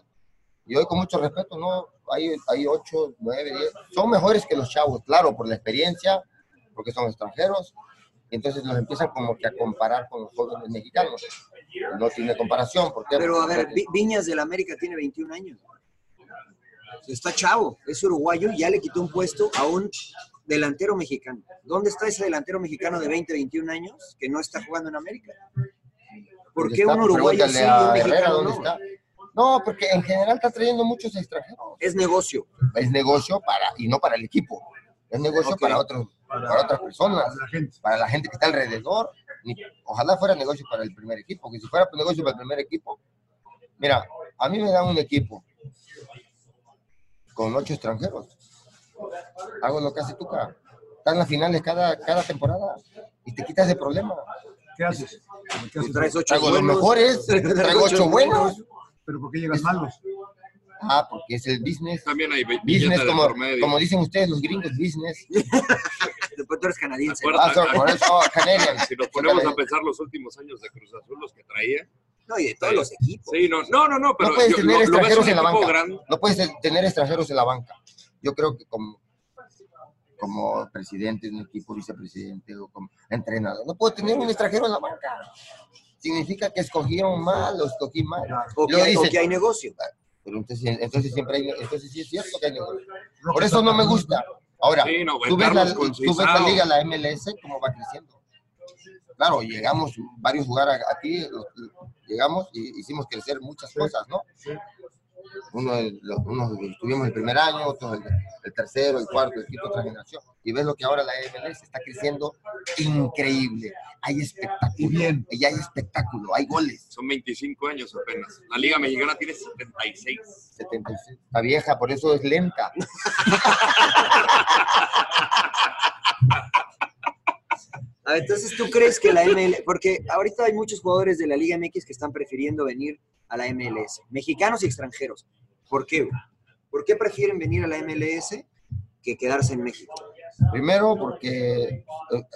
[SPEAKER 2] Y hoy, con mucho respeto, no, hay, hay ocho, nueve, diez. Son mejores que los chavos, claro, por la experiencia, porque son extranjeros. Y entonces los empiezan como que a comparar con los jóvenes mexicanos. No tiene comparación, porque.
[SPEAKER 5] Pero a ver, Vi- Viñas del América tiene 21 años. Está chavo, es uruguayo y ya le quitó un puesto a un delantero mexicano. ¿Dónde está ese delantero mexicano de 20, 21 años que no está jugando en América? ¿Por
[SPEAKER 2] ¿Dónde
[SPEAKER 5] qué
[SPEAKER 2] Pues está?
[SPEAKER 5] un uruguayo
[SPEAKER 2] Pregúntale
[SPEAKER 5] sí y
[SPEAKER 2] a
[SPEAKER 5] un
[SPEAKER 2] Herrera,
[SPEAKER 5] mexicano
[SPEAKER 2] ¿dónde
[SPEAKER 5] no?
[SPEAKER 2] está? No, porque en general está trayendo muchos extranjeros.
[SPEAKER 5] Es negocio.
[SPEAKER 2] Es negocio para, y no para el equipo. Es negocio
[SPEAKER 5] Ok.
[SPEAKER 2] para, otros, para, otras personas, para la, gente. que está alrededor. Ni- ojalá fuera negocio para el primer equipo, que si fuera negocio para el primer equipo. Mira, a mí me dan un equipo con ocho extranjeros. Hago lo que hace Tuca. Están las finales cada, cada temporada y te quitas de problema.
[SPEAKER 1] ¿Qué haces? ¿Qué haces?
[SPEAKER 2] Traes ocho Traigo los
[SPEAKER 5] [LAUGHS]
[SPEAKER 2] buenos. mejores, traigo ¿eh? [LAUGHS] ocho buenos.
[SPEAKER 1] Pero ¿por qué llegas malos?
[SPEAKER 2] Ah, porque es el business.
[SPEAKER 3] También hay bi- billete
[SPEAKER 2] Business,
[SPEAKER 3] de
[SPEAKER 2] como,
[SPEAKER 3] por medio.
[SPEAKER 2] como dicen ustedes los gringos,
[SPEAKER 3] [LAUGHS]
[SPEAKER 2] business.
[SPEAKER 5] Después tú eres canadiense.
[SPEAKER 3] Bueno,
[SPEAKER 2] Ah, so-
[SPEAKER 3] a- a-
[SPEAKER 2] por eso, Canadian.
[SPEAKER 3] Si nos ponemos a pensar los últimos años de Cruz Azul, los que traía.
[SPEAKER 5] No, y de todos los equipos.
[SPEAKER 3] Sí, no, no, no, no, pero
[SPEAKER 2] no puedes
[SPEAKER 3] yo- lo-
[SPEAKER 2] tener
[SPEAKER 3] lo ves
[SPEAKER 2] extranjeros
[SPEAKER 3] un
[SPEAKER 2] en la
[SPEAKER 3] equipo
[SPEAKER 2] banca.
[SPEAKER 3] grande.
[SPEAKER 2] No puedes tener extranjeros en la banca. Yo creo que como, como presidente de un equipo, vicepresidente o como entrenador, no puedo tener un extranjero en la banca. Significa que escogieron mal o escogí mal.
[SPEAKER 5] O
[SPEAKER 2] Luego
[SPEAKER 5] que, o
[SPEAKER 2] dicen,
[SPEAKER 5] que hay negocio.
[SPEAKER 2] pero entonces, entonces siempre hay, entonces sí es cierto que hay negocio. Por eso no me gusta. Ahora,
[SPEAKER 3] Sí, no, güey,
[SPEAKER 2] tú, ves la,
[SPEAKER 3] Carlos
[SPEAKER 2] tú ves la
[SPEAKER 3] Conceizao.
[SPEAKER 2] liga, la MLS, cómo va creciendo. Claro, llegamos varios jugadores aquí, los- llegamos y hicimos crecer muchas cosas, ¿no? Uno, el- los- unos estuvimos el primer año, otros el, el tercero, el cuarto, el quinto, otra generación. Y ves lo que ahora la MLS está creciendo increíble. Hay espectáculo. Y hay espectáculo, hay goles.
[SPEAKER 3] Son 25 años apenas. La Liga Mexicana tiene 76.
[SPEAKER 2] 76. Está vieja, por eso es lenta.
[SPEAKER 5] A ver, entonces, ¿tú crees que la MLS, porque ahorita hay muchos jugadores de la Liga MX que están prefiriendo venir a la MLS, mexicanos y extranjeros? ¿Por qué? güey? ¿Por qué prefieren venir a la MLS que quedarse en México?
[SPEAKER 2] Primero porque eh,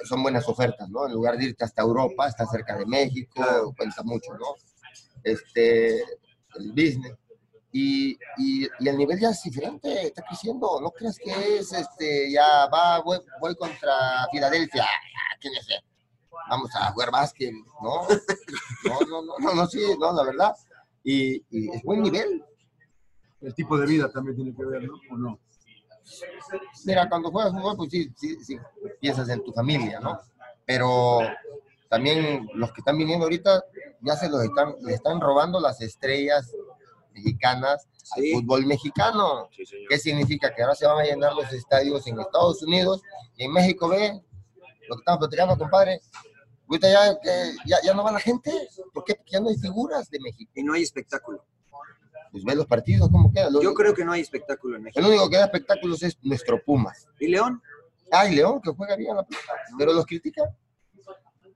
[SPEAKER 2] son buenas ofertas, ¿no? En lugar de irte hasta Europa, está cerca de México, cuenta mucho, ¿no? Este, el business. Y, y- y el nivel ya es diferente, está creciendo. ¿No crees que es, este, ya va, voy, voy contra Filadelfia? Ah, ¿Quién es ese? Vamos a jugar básquet, ¿no? No, no, no, no, no, sí, no, la verdad. Y, y es buen nivel.
[SPEAKER 1] El tipo de vida también tiene que ver, ¿no? ¿O no?
[SPEAKER 2] Mira, cuando juegas fútbol, pues sí, sí, sí, piensas en tu familia, ¿no? Pero también los que están viniendo ahorita ya se los están, le están robando las estrellas mexicanas al fútbol mexicano. ¿Qué significa? Que ahora se van a llenar los estadios en Estados Unidos y en México, ve, lo que estamos platicando, compadre. Ahorita ya, que- ya, ya no va la gente, ¿por qué? Porque ya no hay figuras de México.
[SPEAKER 5] Y no hay espectáculo.
[SPEAKER 2] Pues ve los partidos, ¿cómo queda? Lo-
[SPEAKER 5] Yo creo que no hay espectáculo en
[SPEAKER 2] el
[SPEAKER 5] México.
[SPEAKER 2] único que da espectáculos es nuestro Pumas.
[SPEAKER 5] ¿Y León?
[SPEAKER 2] Ay, León, que juega bien a la pelota, pero los critica.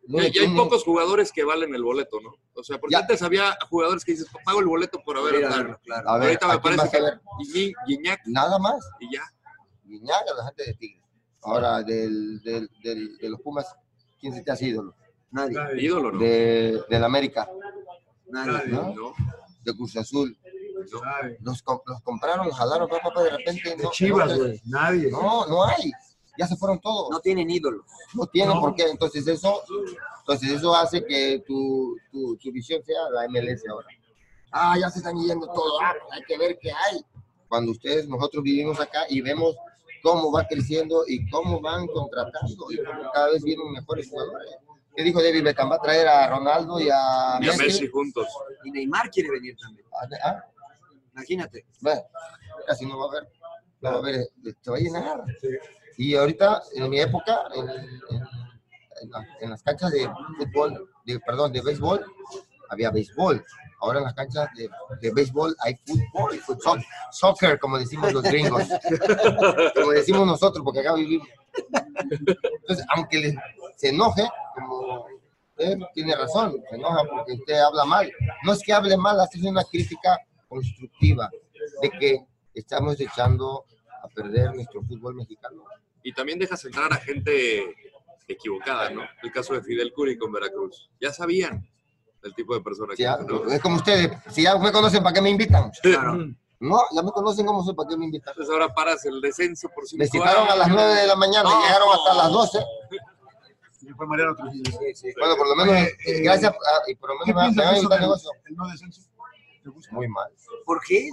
[SPEAKER 2] No
[SPEAKER 3] Ya,
[SPEAKER 2] le
[SPEAKER 3] ya hay
[SPEAKER 2] tiene-
[SPEAKER 3] pocos jugadores que valen el boleto, ¿no? O sea, porque antes había jugadores que dices, pago el boleto por haber
[SPEAKER 2] Por ir a
[SPEAKER 3] a tal".
[SPEAKER 2] verlo, claro. A ver,
[SPEAKER 3] Ahorita me
[SPEAKER 2] ¿a quién
[SPEAKER 3] parece
[SPEAKER 2] vas a
[SPEAKER 3] que
[SPEAKER 2] ver?
[SPEAKER 3] Guiñi- Guiñac
[SPEAKER 2] Nada más.
[SPEAKER 3] y ya.
[SPEAKER 2] Guiñac a la gente de Tigres. Ahora, del, del, del- de los Pumas, ¿quién se te hace ídolo? Nadie.
[SPEAKER 3] Ídolo, ¿no?
[SPEAKER 2] De, del América.
[SPEAKER 3] Nadie,
[SPEAKER 2] ¿no?
[SPEAKER 3] no.
[SPEAKER 2] De Cruz Azul. Los, com- los compraron, los jalaron, papá, de repente.
[SPEAKER 1] De
[SPEAKER 2] no-
[SPEAKER 1] Chivas,
[SPEAKER 2] no-
[SPEAKER 1] güey. Nadie.
[SPEAKER 2] No, no hay. Ya se fueron todos. No
[SPEAKER 5] tienen ídolos.
[SPEAKER 2] No tienen
[SPEAKER 1] No.
[SPEAKER 2] por qué. Entonces eso, entonces eso hace que tu, tu, tu visión sea la MLS ahora. Ah, ya se están yendo todo. Ah, pues hay que ver qué hay. Cuando ustedes, nosotros vivimos acá y vemos cómo va creciendo y cómo van contratando y cómo cada vez vienen mejores jugadores. ¿Qué dijo David Beckham? Va a traer a Ronaldo y a
[SPEAKER 3] Y a
[SPEAKER 2] Messi.
[SPEAKER 3] Messi juntos.
[SPEAKER 5] Y Neymar quiere venir también.
[SPEAKER 2] Ah,
[SPEAKER 5] Imagínate.
[SPEAKER 2] bueno, casi no va a haber. No va a haber, te va a llenar. Y ahorita, en mi época, en, en- en la- en las canchas de fútbol, de, perdón, de béisbol, había béisbol. Ahora en las canchas de, de béisbol hay fútbol, fut- soc- soccer, como decimos los gringos. como decimos nosotros, porque acá vivimos. Entonces, aunque le- se enoje, como usted tiene razón, se enoja porque usted habla mal. No es que hable mal, hace una crítica constructiva de que estamos echando a perder nuestro fútbol mexicano.
[SPEAKER 3] Y también dejas entrar a gente equivocada, ¿no? El caso de Fidel Curi con Veracruz. Ya sabían el tipo de persona que
[SPEAKER 2] Si ya- pues,
[SPEAKER 3] era, ¿no? [LAUGHS]
[SPEAKER 2] es como ustedes, si ya me conocen, ¿para qué me invitan?
[SPEAKER 3] Claro.
[SPEAKER 2] No, ya me conocen como soy, ¿para qué me invitan?
[SPEAKER 3] Entonces ahora paras el descenso por cinco
[SPEAKER 2] Me citaron a las 9 de la mañana,
[SPEAKER 3] No.
[SPEAKER 2] llegaron hasta las 12.
[SPEAKER 1] Fue Mariano Trujillo.
[SPEAKER 2] Bueno, por lo menos,
[SPEAKER 1] Oye,
[SPEAKER 2] eh, gracias, ah, y por lo
[SPEAKER 1] ¿Qué
[SPEAKER 2] menos me van- me
[SPEAKER 1] piensas
[SPEAKER 2] van a
[SPEAKER 1] tú sobre
[SPEAKER 2] invitar al negocio.
[SPEAKER 1] el no descenso?
[SPEAKER 2] Muy mal.
[SPEAKER 5] ¿Por qué?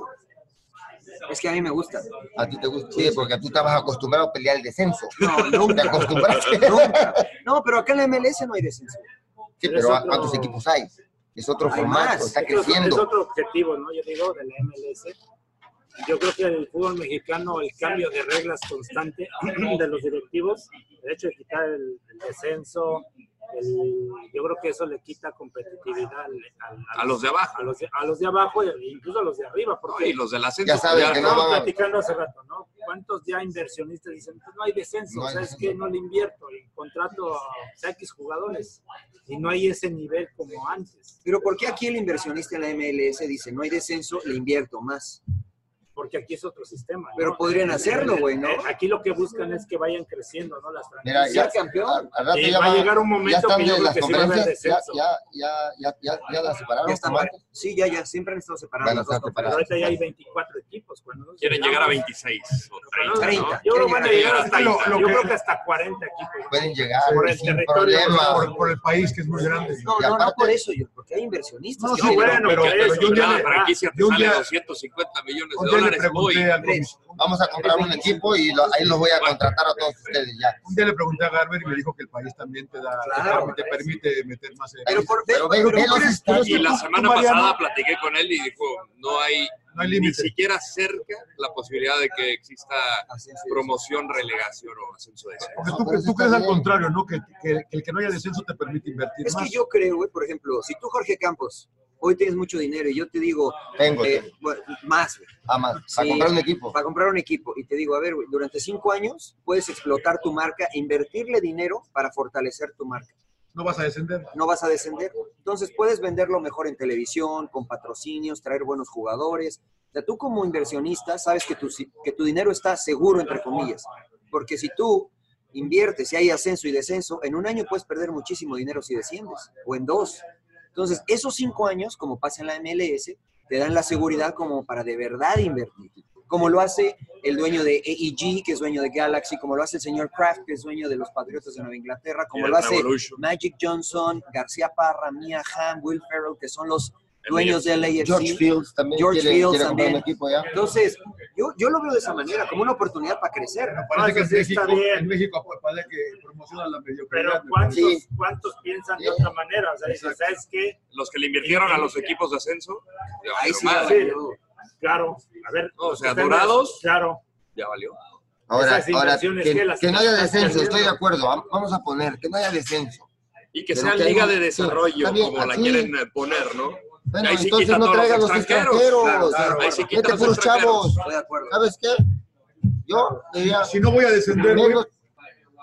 [SPEAKER 5] Es que a mí me gusta.
[SPEAKER 2] A ti te gusta, sí, porque tú estabas acostumbrado a pelear el descenso.
[SPEAKER 5] No, nunca.
[SPEAKER 2] Te acostumbraste.
[SPEAKER 5] Nunca. No, pero acá en la MLS no hay descenso.
[SPEAKER 2] Sí, pero ¿a ¿cuántos equipos hay? Es otro
[SPEAKER 5] Hay
[SPEAKER 2] formato,
[SPEAKER 5] más.
[SPEAKER 2] está
[SPEAKER 5] Es
[SPEAKER 4] Es otro- Es
[SPEAKER 2] creciendo.
[SPEAKER 4] otro objetivo, ¿no? Yo digo, de la MLS. Yo creo que el fútbol mexicano, el cambio de reglas constante [CLEARS THROAT] de los directivos, el hecho de quitar el, el descenso, el- yo creo que eso le quita competitividad al- al-
[SPEAKER 3] A los de abajo.
[SPEAKER 4] A los de, a los de abajo e incluso a los de arriba. Porque
[SPEAKER 3] No, y los del ascenso,
[SPEAKER 2] Ya saben que no
[SPEAKER 4] Estábamos
[SPEAKER 2] van a-
[SPEAKER 4] platicando hace rato, ¿no? ¿Cuántos ya inversionistas dicen, "Pues no hay descenso,
[SPEAKER 2] No hay
[SPEAKER 4] sabes
[SPEAKER 2] descenso.
[SPEAKER 4] que no le invierto, y contrato a X jugadores y no hay ese nivel como antes,
[SPEAKER 5] Pero ¿por qué aquí el inversionista en la MLS dice no hay descenso, le invierto más?
[SPEAKER 4] porque aquí es otro sistema. ¿no?
[SPEAKER 5] Pero podrían hacerlo, güey, ¿no?
[SPEAKER 4] Eh, Aquí lo que buscan es que vayan creciendo, ¿no? Las
[SPEAKER 2] Mira,
[SPEAKER 4] franquicias.
[SPEAKER 2] ya,
[SPEAKER 5] campeón.
[SPEAKER 2] al rato
[SPEAKER 4] Eh,
[SPEAKER 2] ya
[SPEAKER 4] va a llegar un
[SPEAKER 2] ya
[SPEAKER 4] momento
[SPEAKER 2] están
[SPEAKER 4] que yo
[SPEAKER 2] de
[SPEAKER 4] creo
[SPEAKER 2] las
[SPEAKER 4] que sí va a haber
[SPEAKER 2] conferencias, ya,
[SPEAKER 4] descenso.
[SPEAKER 2] ya, ya, ya, ya, ya las separaron.
[SPEAKER 5] Ya están
[SPEAKER 2] ¿no?
[SPEAKER 5] par- Sí, ya, ya, siempre han estado separados.
[SPEAKER 2] Bueno,
[SPEAKER 5] las dos
[SPEAKER 2] están
[SPEAKER 4] Pero
[SPEAKER 5] conferencias.
[SPEAKER 4] ahorita ya hay 24 equipos. Cuando nos
[SPEAKER 3] Quieren llegar a
[SPEAKER 4] llegamos,
[SPEAKER 3] 26 o 30. ¿no?
[SPEAKER 5] 30.
[SPEAKER 4] Yo creo
[SPEAKER 5] Quieren
[SPEAKER 4] que van a
[SPEAKER 3] llegar
[SPEAKER 4] llegar
[SPEAKER 3] a
[SPEAKER 4] hasta,
[SPEAKER 3] 30.
[SPEAKER 4] yo creo que hasta 40 equipos.
[SPEAKER 2] Pueden llegar
[SPEAKER 4] Por el
[SPEAKER 2] Pues, sin
[SPEAKER 4] territorio,
[SPEAKER 2] problemas.
[SPEAKER 1] Por, por el país que es muy grande.
[SPEAKER 5] No,
[SPEAKER 2] Y
[SPEAKER 5] no, no
[SPEAKER 2] aparte-
[SPEAKER 5] por eso, yo, porque hay inversionistas.
[SPEAKER 1] No,
[SPEAKER 5] que
[SPEAKER 1] sí,
[SPEAKER 5] no-
[SPEAKER 1] bueno,
[SPEAKER 3] Pero,
[SPEAKER 1] por
[SPEAKER 3] pero
[SPEAKER 1] eso,
[SPEAKER 3] yo un día
[SPEAKER 1] ya,
[SPEAKER 3] le-
[SPEAKER 4] ah,
[SPEAKER 3] franquicia te
[SPEAKER 1] yo un
[SPEAKER 3] sale
[SPEAKER 1] día-
[SPEAKER 3] 250 millones de
[SPEAKER 1] Un día le
[SPEAKER 3] dólares hoy.
[SPEAKER 1] pregunté a Gomis-
[SPEAKER 2] Vamos a comprar un equipo y lo- ahí los voy a contratar a todos ustedes ya.
[SPEAKER 1] un día le pregunté a Garber y me dijo que el país también te da,
[SPEAKER 5] Claro. pues.
[SPEAKER 1] te, permite meter más. eh,
[SPEAKER 5] Este, Pero por-
[SPEAKER 2] Pero ve, ve los estadios.
[SPEAKER 3] Y la
[SPEAKER 1] tú,
[SPEAKER 3] semana
[SPEAKER 1] Mariano?
[SPEAKER 3] pasada platiqué con él y dijo, no hay,
[SPEAKER 1] No hay
[SPEAKER 3] ni
[SPEAKER 1] límite.
[SPEAKER 3] siquiera cerca la posibilidad de que exista
[SPEAKER 5] Ascenso.
[SPEAKER 3] promoción, relegación o ascenso de
[SPEAKER 1] Porque tú, cre- tú crees al contrario, ¿no? Que, que- que el que no haya descenso te permite invertir
[SPEAKER 5] Es
[SPEAKER 1] más.
[SPEAKER 5] que yo creo, güey, por ejemplo, si tú, Jorge Campos, hoy tienes mucho dinero y yo te digo,
[SPEAKER 2] Tengo,
[SPEAKER 5] eh,
[SPEAKER 2] tengo.
[SPEAKER 5] bueno, más, güey,
[SPEAKER 2] a más, a
[SPEAKER 5] Sí.
[SPEAKER 2] comprar un equipo.
[SPEAKER 5] para comprar un equipo, y te digo, a ver, güey, durante cinco años puedes explotar tu marca, invertirle dinero para fortalecer tu marca.
[SPEAKER 1] No vas a descender.
[SPEAKER 5] no vas a descender. Entonces puedes venderlo mejor en televisión, con patrocinios, traer buenos jugadores. O sea, tú como inversionista sabes que tu, si- que tu dinero está seguro, entre comillas. Porque si tú inviertes, si hay ascenso y descenso, en un año puedes perder muchísimo dinero si desciendes, o en dos. Entonces, esos cinco años, como pasa en la MLS, te dan la seguridad como para de verdad invertir. Como lo hace el dueño de AEG, que es dueño de Galaxy, como lo hace el señor Kraft, que es dueño de los Patriotas de Nueva Inglaterra, como
[SPEAKER 3] Y
[SPEAKER 5] lo
[SPEAKER 3] el
[SPEAKER 5] hace
[SPEAKER 3] Revolution.
[SPEAKER 5] Magic Johnson, García Parra, Mia Hamm, Will Ferrell, que son los
[SPEAKER 3] El
[SPEAKER 5] dueños del AFC.
[SPEAKER 2] George Fields también
[SPEAKER 5] George
[SPEAKER 2] quiere,
[SPEAKER 5] Fields
[SPEAKER 2] quiere comprar un
[SPEAKER 5] también.
[SPEAKER 2] equipo ya.
[SPEAKER 5] Entonces, yo, yo lo veo de esa manera, como una oportunidad para crecer.
[SPEAKER 1] Parece
[SPEAKER 4] Ah,
[SPEAKER 1] que en
[SPEAKER 4] sí, está
[SPEAKER 1] México,
[SPEAKER 4] bien.
[SPEAKER 1] en México parece que promociona la
[SPEAKER 4] Pero
[SPEAKER 1] mediocridad. me
[SPEAKER 4] ¿cuántos,
[SPEAKER 1] parece.
[SPEAKER 2] Sí.
[SPEAKER 4] ¿cuántos piensan de
[SPEAKER 2] Sí.
[SPEAKER 4] otra manera? O sea, dices, ¿sabes qué?
[SPEAKER 3] Los que le invirtieron a los equipos de ascenso, ya
[SPEAKER 5] Ahí
[SPEAKER 3] valió
[SPEAKER 5] sí,
[SPEAKER 3] madre,
[SPEAKER 4] sí. Claro, a ver.
[SPEAKER 3] No, o
[SPEAKER 4] los
[SPEAKER 3] sea,
[SPEAKER 4] que están-
[SPEAKER 3] dorados.
[SPEAKER 4] Claro.
[SPEAKER 3] ya valió.
[SPEAKER 2] Ahora,
[SPEAKER 4] Esas
[SPEAKER 2] ahora que,
[SPEAKER 4] inversiones que las
[SPEAKER 2] que no haya
[SPEAKER 4] estás
[SPEAKER 2] descenso, estoy de
[SPEAKER 4] perdiendo.
[SPEAKER 2] acuerdo. vam- Vamos a poner que no haya descenso.
[SPEAKER 3] Y que
[SPEAKER 2] Pero
[SPEAKER 3] sea
[SPEAKER 2] que hay
[SPEAKER 3] liga
[SPEAKER 2] un-
[SPEAKER 3] de
[SPEAKER 2] sí,
[SPEAKER 3] desarrollo,
[SPEAKER 2] está bien,
[SPEAKER 3] como la
[SPEAKER 2] así.
[SPEAKER 3] quieren eh, poner, ¿no?
[SPEAKER 2] Bueno,
[SPEAKER 3] Ahí sí
[SPEAKER 2] entonces
[SPEAKER 3] quitan
[SPEAKER 2] no
[SPEAKER 3] a los
[SPEAKER 2] traigan los extranjeros.
[SPEAKER 3] Claro,
[SPEAKER 2] Claro,
[SPEAKER 3] Ahí sí
[SPEAKER 2] Vete
[SPEAKER 3] quitan a los
[SPEAKER 2] puros
[SPEAKER 3] extranjeros.
[SPEAKER 2] chavos.
[SPEAKER 5] Estoy de acuerdo.
[SPEAKER 2] ¿Sabes qué? Yo diría,
[SPEAKER 1] Si no voy a descender, güey,
[SPEAKER 2] menos-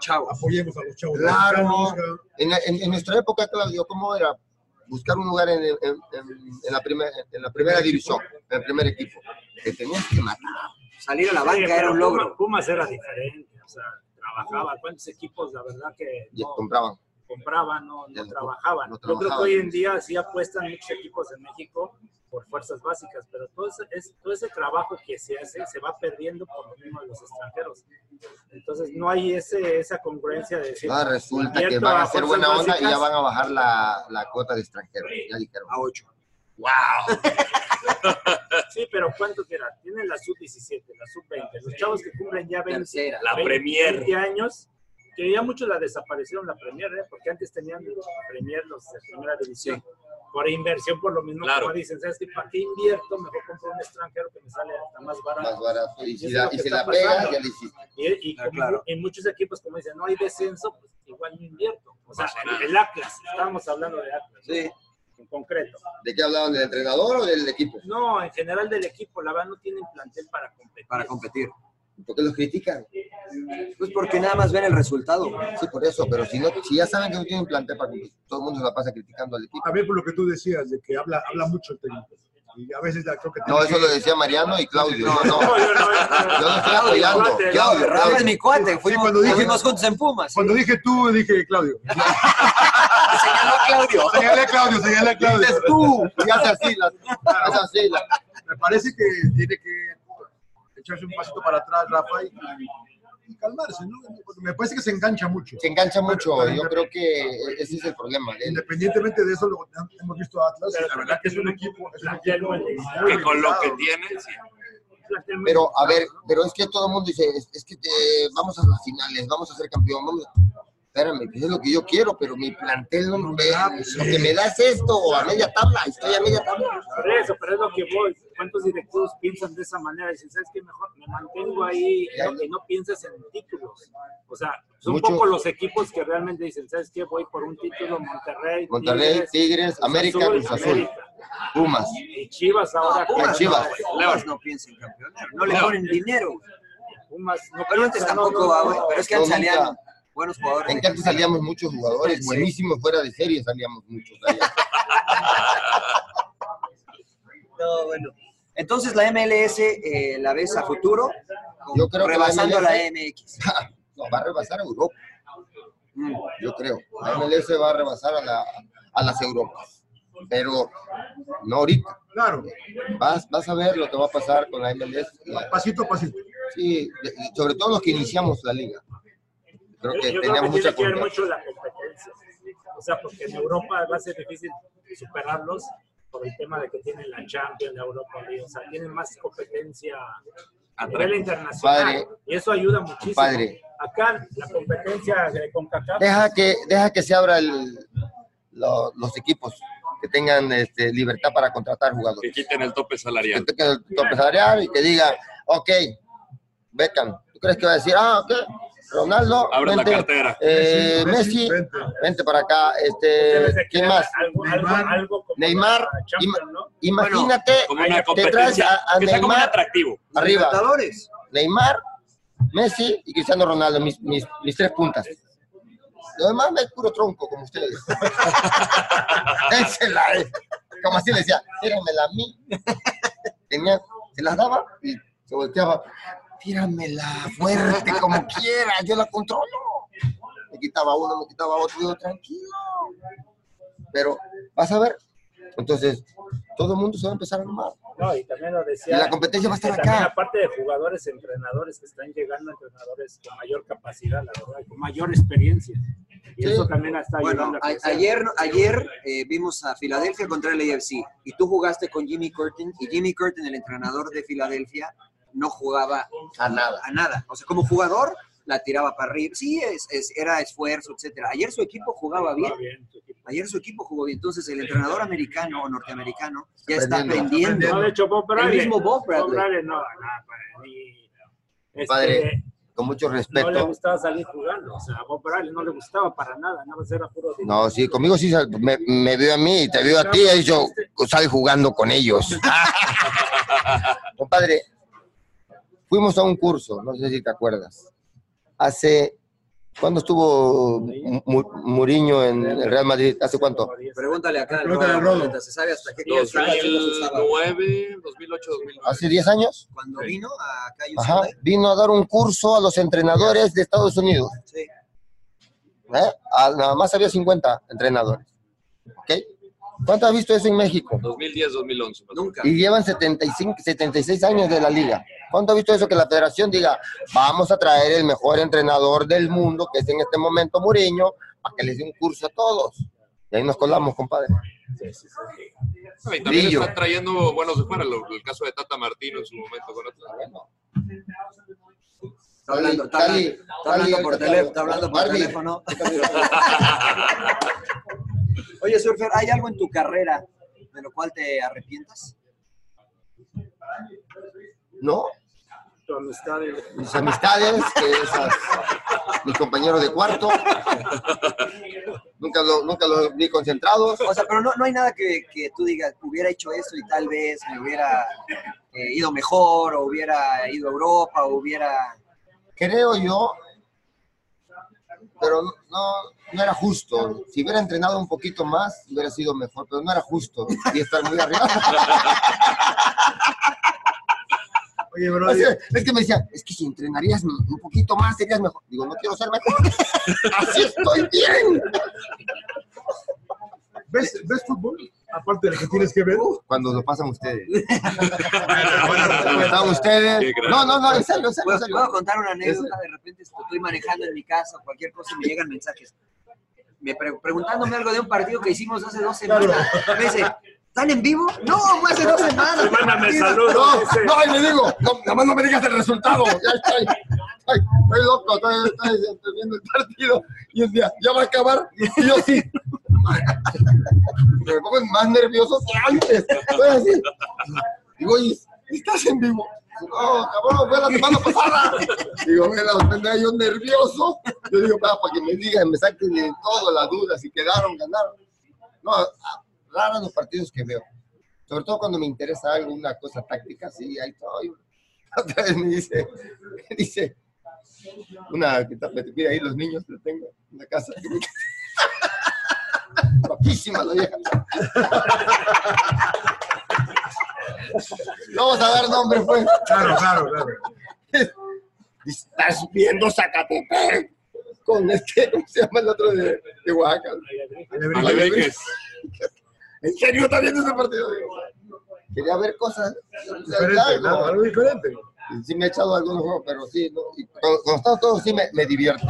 [SPEAKER 5] Chavos.
[SPEAKER 1] apoyemos a los chavos.
[SPEAKER 2] claro.
[SPEAKER 1] mexicanos, güey.
[SPEAKER 2] En, la- en- en nuestra época, Claudio, ¿cómo era? Buscar un lugar en, en- en- en la, primer- en la primera división, en el primer equipo. Te tenías que matar.
[SPEAKER 5] Salir a la
[SPEAKER 4] Sí,
[SPEAKER 5] banca
[SPEAKER 4] pero
[SPEAKER 5] era un logro.
[SPEAKER 4] Pumas- Pumas era diferente, o sea, trabajaba. ¿Cuántos equipos, la verdad, que
[SPEAKER 2] Y
[SPEAKER 4] no
[SPEAKER 2] compraban.
[SPEAKER 4] compraban, no, no
[SPEAKER 2] No,
[SPEAKER 4] trabajaban?
[SPEAKER 2] no
[SPEAKER 4] Yo creo que
[SPEAKER 2] trabajaban.
[SPEAKER 4] hoy en día sí apuestan muchos equipos en México por fuerzas básicas, pero todo ese, es- todo ese trabajo que se hace se va perdiendo por lo mismo de los extranjeros. Entonces no hay ese, esa congruencia de decir...
[SPEAKER 2] Ahora resulta que
[SPEAKER 4] invierto
[SPEAKER 2] van a
[SPEAKER 4] fuerzas
[SPEAKER 2] hacer buena onda y
[SPEAKER 4] básicas,
[SPEAKER 2] ya van a bajar la, la cuota de extranjeros. Ya dijeron.
[SPEAKER 5] A ocho.
[SPEAKER 3] ¡Wow!
[SPEAKER 4] Sí, pero ¿cuántos eran? Tienen la sub-17, la sub-20, los chavos que cumplen ya 20,
[SPEAKER 5] Tercera.
[SPEAKER 3] La
[SPEAKER 4] 20,
[SPEAKER 3] Premier.
[SPEAKER 4] 20 años, que ya muchos la desaparecieron la Premier, ¿eh? porque antes tenían Premier los de primera división. Por inversión, por lo mismo,
[SPEAKER 3] Claro.
[SPEAKER 4] como dicen, ¿sabes qué? ¿Para qué invierto? Mejor compro un extranjero que me sale hasta más
[SPEAKER 2] Más
[SPEAKER 4] barato.
[SPEAKER 2] barato. Y
[SPEAKER 4] Eso
[SPEAKER 2] si,
[SPEAKER 4] es
[SPEAKER 2] la,
[SPEAKER 4] lo
[SPEAKER 2] y
[SPEAKER 4] que
[SPEAKER 2] si
[SPEAKER 4] está
[SPEAKER 2] la pegas,
[SPEAKER 4] pasando.
[SPEAKER 2] ya le hiciste.
[SPEAKER 4] Y, y
[SPEAKER 5] Ah,
[SPEAKER 4] como
[SPEAKER 5] claro.
[SPEAKER 4] en muchos equipos, como dicen, no hay descenso, pues igual no invierto. O sea,
[SPEAKER 3] Pasa nada.
[SPEAKER 4] el, el Atlas, estábamos hablando de Atlas, ¿no?
[SPEAKER 5] Sí.
[SPEAKER 4] en concreto.
[SPEAKER 2] ¿De qué hablaban? ¿Del entrenador o del equipo?
[SPEAKER 4] No, en general del equipo, la verdad no tienen plantel para competir.
[SPEAKER 5] Para competir.
[SPEAKER 2] ¿Por qué los critican?
[SPEAKER 5] Pues porque nada más ven el resultado.
[SPEAKER 2] Sí, por eso, pero si, no, si ya saben que no tienen plantel para cumplir, todo el mundo se la pasa criticando al equipo.
[SPEAKER 1] A ver, por lo que tú decías, de que habla, habla mucho el técnico. Y a veces la- creo que
[SPEAKER 2] No,
[SPEAKER 1] tiene
[SPEAKER 2] eso
[SPEAKER 1] que-
[SPEAKER 2] lo decía Mariano y Claudio. No, no.
[SPEAKER 1] No,
[SPEAKER 2] Yo
[SPEAKER 1] yo no,
[SPEAKER 2] no estoy
[SPEAKER 1] Claudio,
[SPEAKER 2] apoyando.
[SPEAKER 1] cuate,
[SPEAKER 2] Claudio,
[SPEAKER 1] Rafa
[SPEAKER 2] Claudio.
[SPEAKER 1] es mi cuate, fuimos- fuimos
[SPEAKER 5] juntos en Pumas.
[SPEAKER 1] Cuando dije tú, dije Claudio.
[SPEAKER 2] Señaló a Claudio.
[SPEAKER 1] Señalé a Claudio, señalé a Claudio.
[SPEAKER 2] Dices tú. Y hace así, [LAUGHS] las- hace así. las-
[SPEAKER 1] Me parece que tiene que echarse un pasito para atrás, Rafa, y, y calmarse, ¿no? Porque me parece que se engancha mucho.
[SPEAKER 2] Se engancha mucho. Yo creo que ese es el problema. de él.
[SPEAKER 1] Independientemente de eso, lo hemos visto a Atlas, y la verdad que es un equipo, es un equipo muy
[SPEAKER 3] Que con lo que
[SPEAKER 1] regulado.
[SPEAKER 3] tiene, sí.
[SPEAKER 2] Pero, a ver, pero es que todo el mundo dice, es, es que eh, vamos a las finales, vamos a ser campeón, vamos a- Espérame, que es lo que yo quiero, pero mi plantel no me da, lo que me da es esto, o a media tabla, estoy a media tabla.
[SPEAKER 4] Por eso, pero es lo que voy. ¿Cuántos directivos piensan de esa manera? Dicen, ¿sabes qué? Mejor me mantengo ahí
[SPEAKER 2] Ya.
[SPEAKER 4] y no piensas en títulos. O sea, son
[SPEAKER 2] Mucho.
[SPEAKER 4] poco los equipos que realmente dicen, ¿sabes qué? Voy por un título, Monterrey.
[SPEAKER 2] Monterrey, Tigres,
[SPEAKER 4] Cruz
[SPEAKER 2] América,
[SPEAKER 4] Azul,
[SPEAKER 2] Cruz Azul. Pumas.
[SPEAKER 4] Y Chivas ahora.
[SPEAKER 2] Pumas,
[SPEAKER 4] con-
[SPEAKER 2] Chivas.
[SPEAKER 5] Pumas no piensa en campeonar, no le
[SPEAKER 4] Claro.
[SPEAKER 5] ponen dinero.
[SPEAKER 4] Pumas, no,
[SPEAKER 5] Pero antes tampoco va, güey, pero es que
[SPEAKER 2] No,
[SPEAKER 5] antes salían
[SPEAKER 2] nunca.
[SPEAKER 5] buenos jugadores.
[SPEAKER 2] En que antes salíamos muchos jugadores,
[SPEAKER 5] Sí.
[SPEAKER 2] buenísimos, fuera de serie salíamos muchos. allá.
[SPEAKER 5] No, bueno. Entonces la MLS eh, la ves a futuro, con-
[SPEAKER 2] Yo creo que la
[SPEAKER 5] rebasando la
[SPEAKER 2] MLS
[SPEAKER 5] MX.
[SPEAKER 2] [LAUGHS] No, va a rebasar a Europa, yo creo. La MLS va a rebasar a, la- a las Europas, pero no ahorita.
[SPEAKER 1] Claro,
[SPEAKER 2] Vas, vas a ver lo que va a pasar con la MLS. La-
[SPEAKER 1] pasito a pasito.
[SPEAKER 2] Sí, de- y sobre todo los que iniciamos la liga. Creo que
[SPEAKER 4] yo creo
[SPEAKER 2] teníamos
[SPEAKER 4] que
[SPEAKER 2] mucha
[SPEAKER 4] tiene que ver
[SPEAKER 2] confianza.
[SPEAKER 4] mucho la competencia. O sea, porque en Europa va a ser difícil superarlos por el tema de que tienen la Champions, la Europa League. O sea, tienen más competencia a nivel internacional.
[SPEAKER 2] Padre.
[SPEAKER 4] y eso ayuda muchísimo.
[SPEAKER 2] Padre. Eh,
[SPEAKER 4] Acá la competencia de CONCACAF.
[SPEAKER 2] Deja que, deja que se abra el- lo- los equipos, que tengan este, libertad para contratar jugadores.
[SPEAKER 3] Que quiten el tope salarial.
[SPEAKER 2] que el tope salarial y que diga, ok, Beckham, ¿tú crees que va a decir, ah, ok, Ronaldo,
[SPEAKER 3] Abre la
[SPEAKER 2] vente,
[SPEAKER 3] cartera.
[SPEAKER 2] eh,
[SPEAKER 1] Messi,
[SPEAKER 2] Messi,
[SPEAKER 1] vente.
[SPEAKER 2] vente para acá, este, ¿quién más?
[SPEAKER 4] Algo, algo- algo como
[SPEAKER 2] Neymar,
[SPEAKER 4] la Champions, ¿no?
[SPEAKER 2] Imagínate,
[SPEAKER 3] Como una
[SPEAKER 2] te traes
[SPEAKER 3] competencia.
[SPEAKER 2] a, a
[SPEAKER 3] que sea como un
[SPEAKER 2] Neymar
[SPEAKER 3] atractivo.
[SPEAKER 2] arriba,
[SPEAKER 5] Libertadores.
[SPEAKER 2] Neymar, Messi y Cristiano Ronaldo, mis, mis, mis tres puntas. Lo demás me es puro tronco, como ustedes. Dénsela, eh. Como así le decía, tíramela a mí. Tenía, se las daba y se volteaba. Tíramela fuerte, como quiera, yo la controlo. Me quitaba uno, me quitaba otro, y yo, tranquilo. Pero, vas a ver. Entonces, todo el mundo se va a empezar a armar.
[SPEAKER 4] No, y también lo decía.
[SPEAKER 2] Y la competencia va a estar
[SPEAKER 4] que también
[SPEAKER 2] acá.
[SPEAKER 4] Aparte de jugadores, entrenadores que están llegando, entrenadores con mayor capacidad, la verdad, con mayor experiencia. Y
[SPEAKER 2] Sí.
[SPEAKER 4] eso también está
[SPEAKER 5] Bueno,
[SPEAKER 4] ayudando a
[SPEAKER 5] a-
[SPEAKER 4] crecer.
[SPEAKER 5] ayer, ayer eh, vimos a Filadelfia contra el AFC y tú jugaste con Jimmy Curtin y Jimmy Curtin, el entrenador de Filadelfia, no jugaba
[SPEAKER 2] A nada.
[SPEAKER 5] a nada. O sea, como jugador la tiraba para arriba. Sí, es, es- era esfuerzo, etcétera. Ayer su equipo jugaba bien.
[SPEAKER 4] Va bien, tu equipo.
[SPEAKER 5] Ayer su equipo jugó bien. Entonces el entrenador americano o norteamericano ya está
[SPEAKER 2] Aprendiendo.
[SPEAKER 5] aprendiendo.
[SPEAKER 4] No, de hecho, Bob
[SPEAKER 5] El
[SPEAKER 4] Bradley.
[SPEAKER 5] mismo Bob Bradley.
[SPEAKER 4] no, no, para mí, este,
[SPEAKER 2] Padre, con mucho
[SPEAKER 4] no le
[SPEAKER 2] respeto.
[SPEAKER 4] gustaba salir jugando. O sea, a Bob Bradley no le gustaba para nada. Nada más era puro. de-
[SPEAKER 2] No, sí, conmigo sí sal- me, me vio a mí, te vio a ti, y yo sal jugando con ellos. Compadre, fuimos a un curso, no sé si te acuerdas. Hace, ¿cuándo estuvo Mu- Muriño en el Real Madrid? ¿Hace cuánto?
[SPEAKER 5] Pregúntale acá. al
[SPEAKER 1] Pregúntale al
[SPEAKER 5] Rodo,
[SPEAKER 1] Rodo.
[SPEAKER 5] neta, Se sabe hasta qué qué año se usaba.
[SPEAKER 3] 2009, 2008, 2009.
[SPEAKER 2] ¿Hace 10 años?
[SPEAKER 5] Cuando vino a Cayo
[SPEAKER 2] Ajá, vino a dar un curso a los entrenadores de Estados Unidos.
[SPEAKER 5] Sí.
[SPEAKER 2] ¿eh? A- nada más había 50 entrenadores. ¿Ok? ¿Cuánto has visto eso en México?
[SPEAKER 3] 2010, 2011.
[SPEAKER 5] Nunca.
[SPEAKER 2] y llevan 75, 76 años de la liga. ¿Cuánto ha visto eso que la federación diga, vamos a traer el mejor entrenador del mundo, que es en este momento Muriño, para que les dé un curso a todos? Y ahí nos colamos, compadre.
[SPEAKER 3] No, Y también
[SPEAKER 2] Brillo.
[SPEAKER 3] están trayendo buenos de fuera, lo- el caso de Tata Martino en su momento con Atlas.
[SPEAKER 5] Está hablando, está
[SPEAKER 2] Cali,
[SPEAKER 5] hablando- está
[SPEAKER 2] Cali,
[SPEAKER 5] hablando por
[SPEAKER 2] ahorita
[SPEAKER 5] teléfono. Está
[SPEAKER 2] está
[SPEAKER 5] hablando por
[SPEAKER 2] Barbie.
[SPEAKER 5] teléfono. Oye, Surfer, ¿hay algo en tu carrera de lo cual te arrepientas?
[SPEAKER 2] No,
[SPEAKER 4] tu amistad.
[SPEAKER 2] Mis amistades, que esas, mis compañeros de cuarto. Nunca lo, nunca los vi concentrados.
[SPEAKER 5] O sea, pero no, no hay nada que, que tú digas, hubiera hecho eso y tal vez me hubiera eh, ido mejor, o hubiera ido a Europa, o hubiera...
[SPEAKER 2] Creo yo, pero no, no era justo. Si hubiera entrenado un poquito más, hubiera sido mejor, pero no era justo. Y estar muy arriba.
[SPEAKER 4] Oye,
[SPEAKER 2] O sea, es que me decía, es que si entrenarías un poquito más, serías mejor. Digo, no quiero ser mejor. [LAUGHS] Así estoy bien.
[SPEAKER 1] ¿Ves, ¿Ves fútbol? Aparte de lo que tienes que ver.
[SPEAKER 2] Cuando lo pasan ustedes. Están ustedes. No, no, no, en serio, en serio, en
[SPEAKER 5] ¿Puedo,
[SPEAKER 2] serio.
[SPEAKER 5] puedo contar una anécdota? De repente estoy manejando en mi casa o cualquier cosa y me llegan mensajes. Me pre- preguntándome algo de un partido que hicimos hace dos semanas. Me dice, ¿están en vivo? No, fue hace dos semanas.
[SPEAKER 2] Mándame saludos. No, no, y le digo, no, nada más no me digas el resultado. Ya estoy, estoy, estoy loco, estoy, estoy entendiendo el partido. Y un día, ya va a acabar. Y yo sí. Me pongo más nervioso que antes. Estoy así. Digo, "Oye, ¿estás en vivo? No, cabrón, fue la semana pasada. Digo, mira, tendría yo nervioso. Yo digo, "Va, para que me digan, me saquen de todas las dudas, si quedaron, ganaron. No, raros los partidos que veo. Sobre todo cuando me interesa algo, una cosa táctica, sí, ahí estoy. [LAUGHS] Otra vez me dice, me dice, una que está mira ahí los niños, la tengo en la casa. [LAUGHS] Guapísima la vieja. [LAUGHS] No vamos a dar nombre, pues.
[SPEAKER 1] Claro, claro, claro.
[SPEAKER 2] Estás viendo Zacatepec con este, ¿cómo se llama el otro de, de Oaxaca?
[SPEAKER 3] Alebrijes.
[SPEAKER 2] ¿En serio está viendo ese partido? Quería ver cosas
[SPEAKER 1] Diferente, claro, algo diferente.
[SPEAKER 2] Sí me he echado algunos juegos, pero sí, no, y cuando, cuando está todo sí me, me divierte.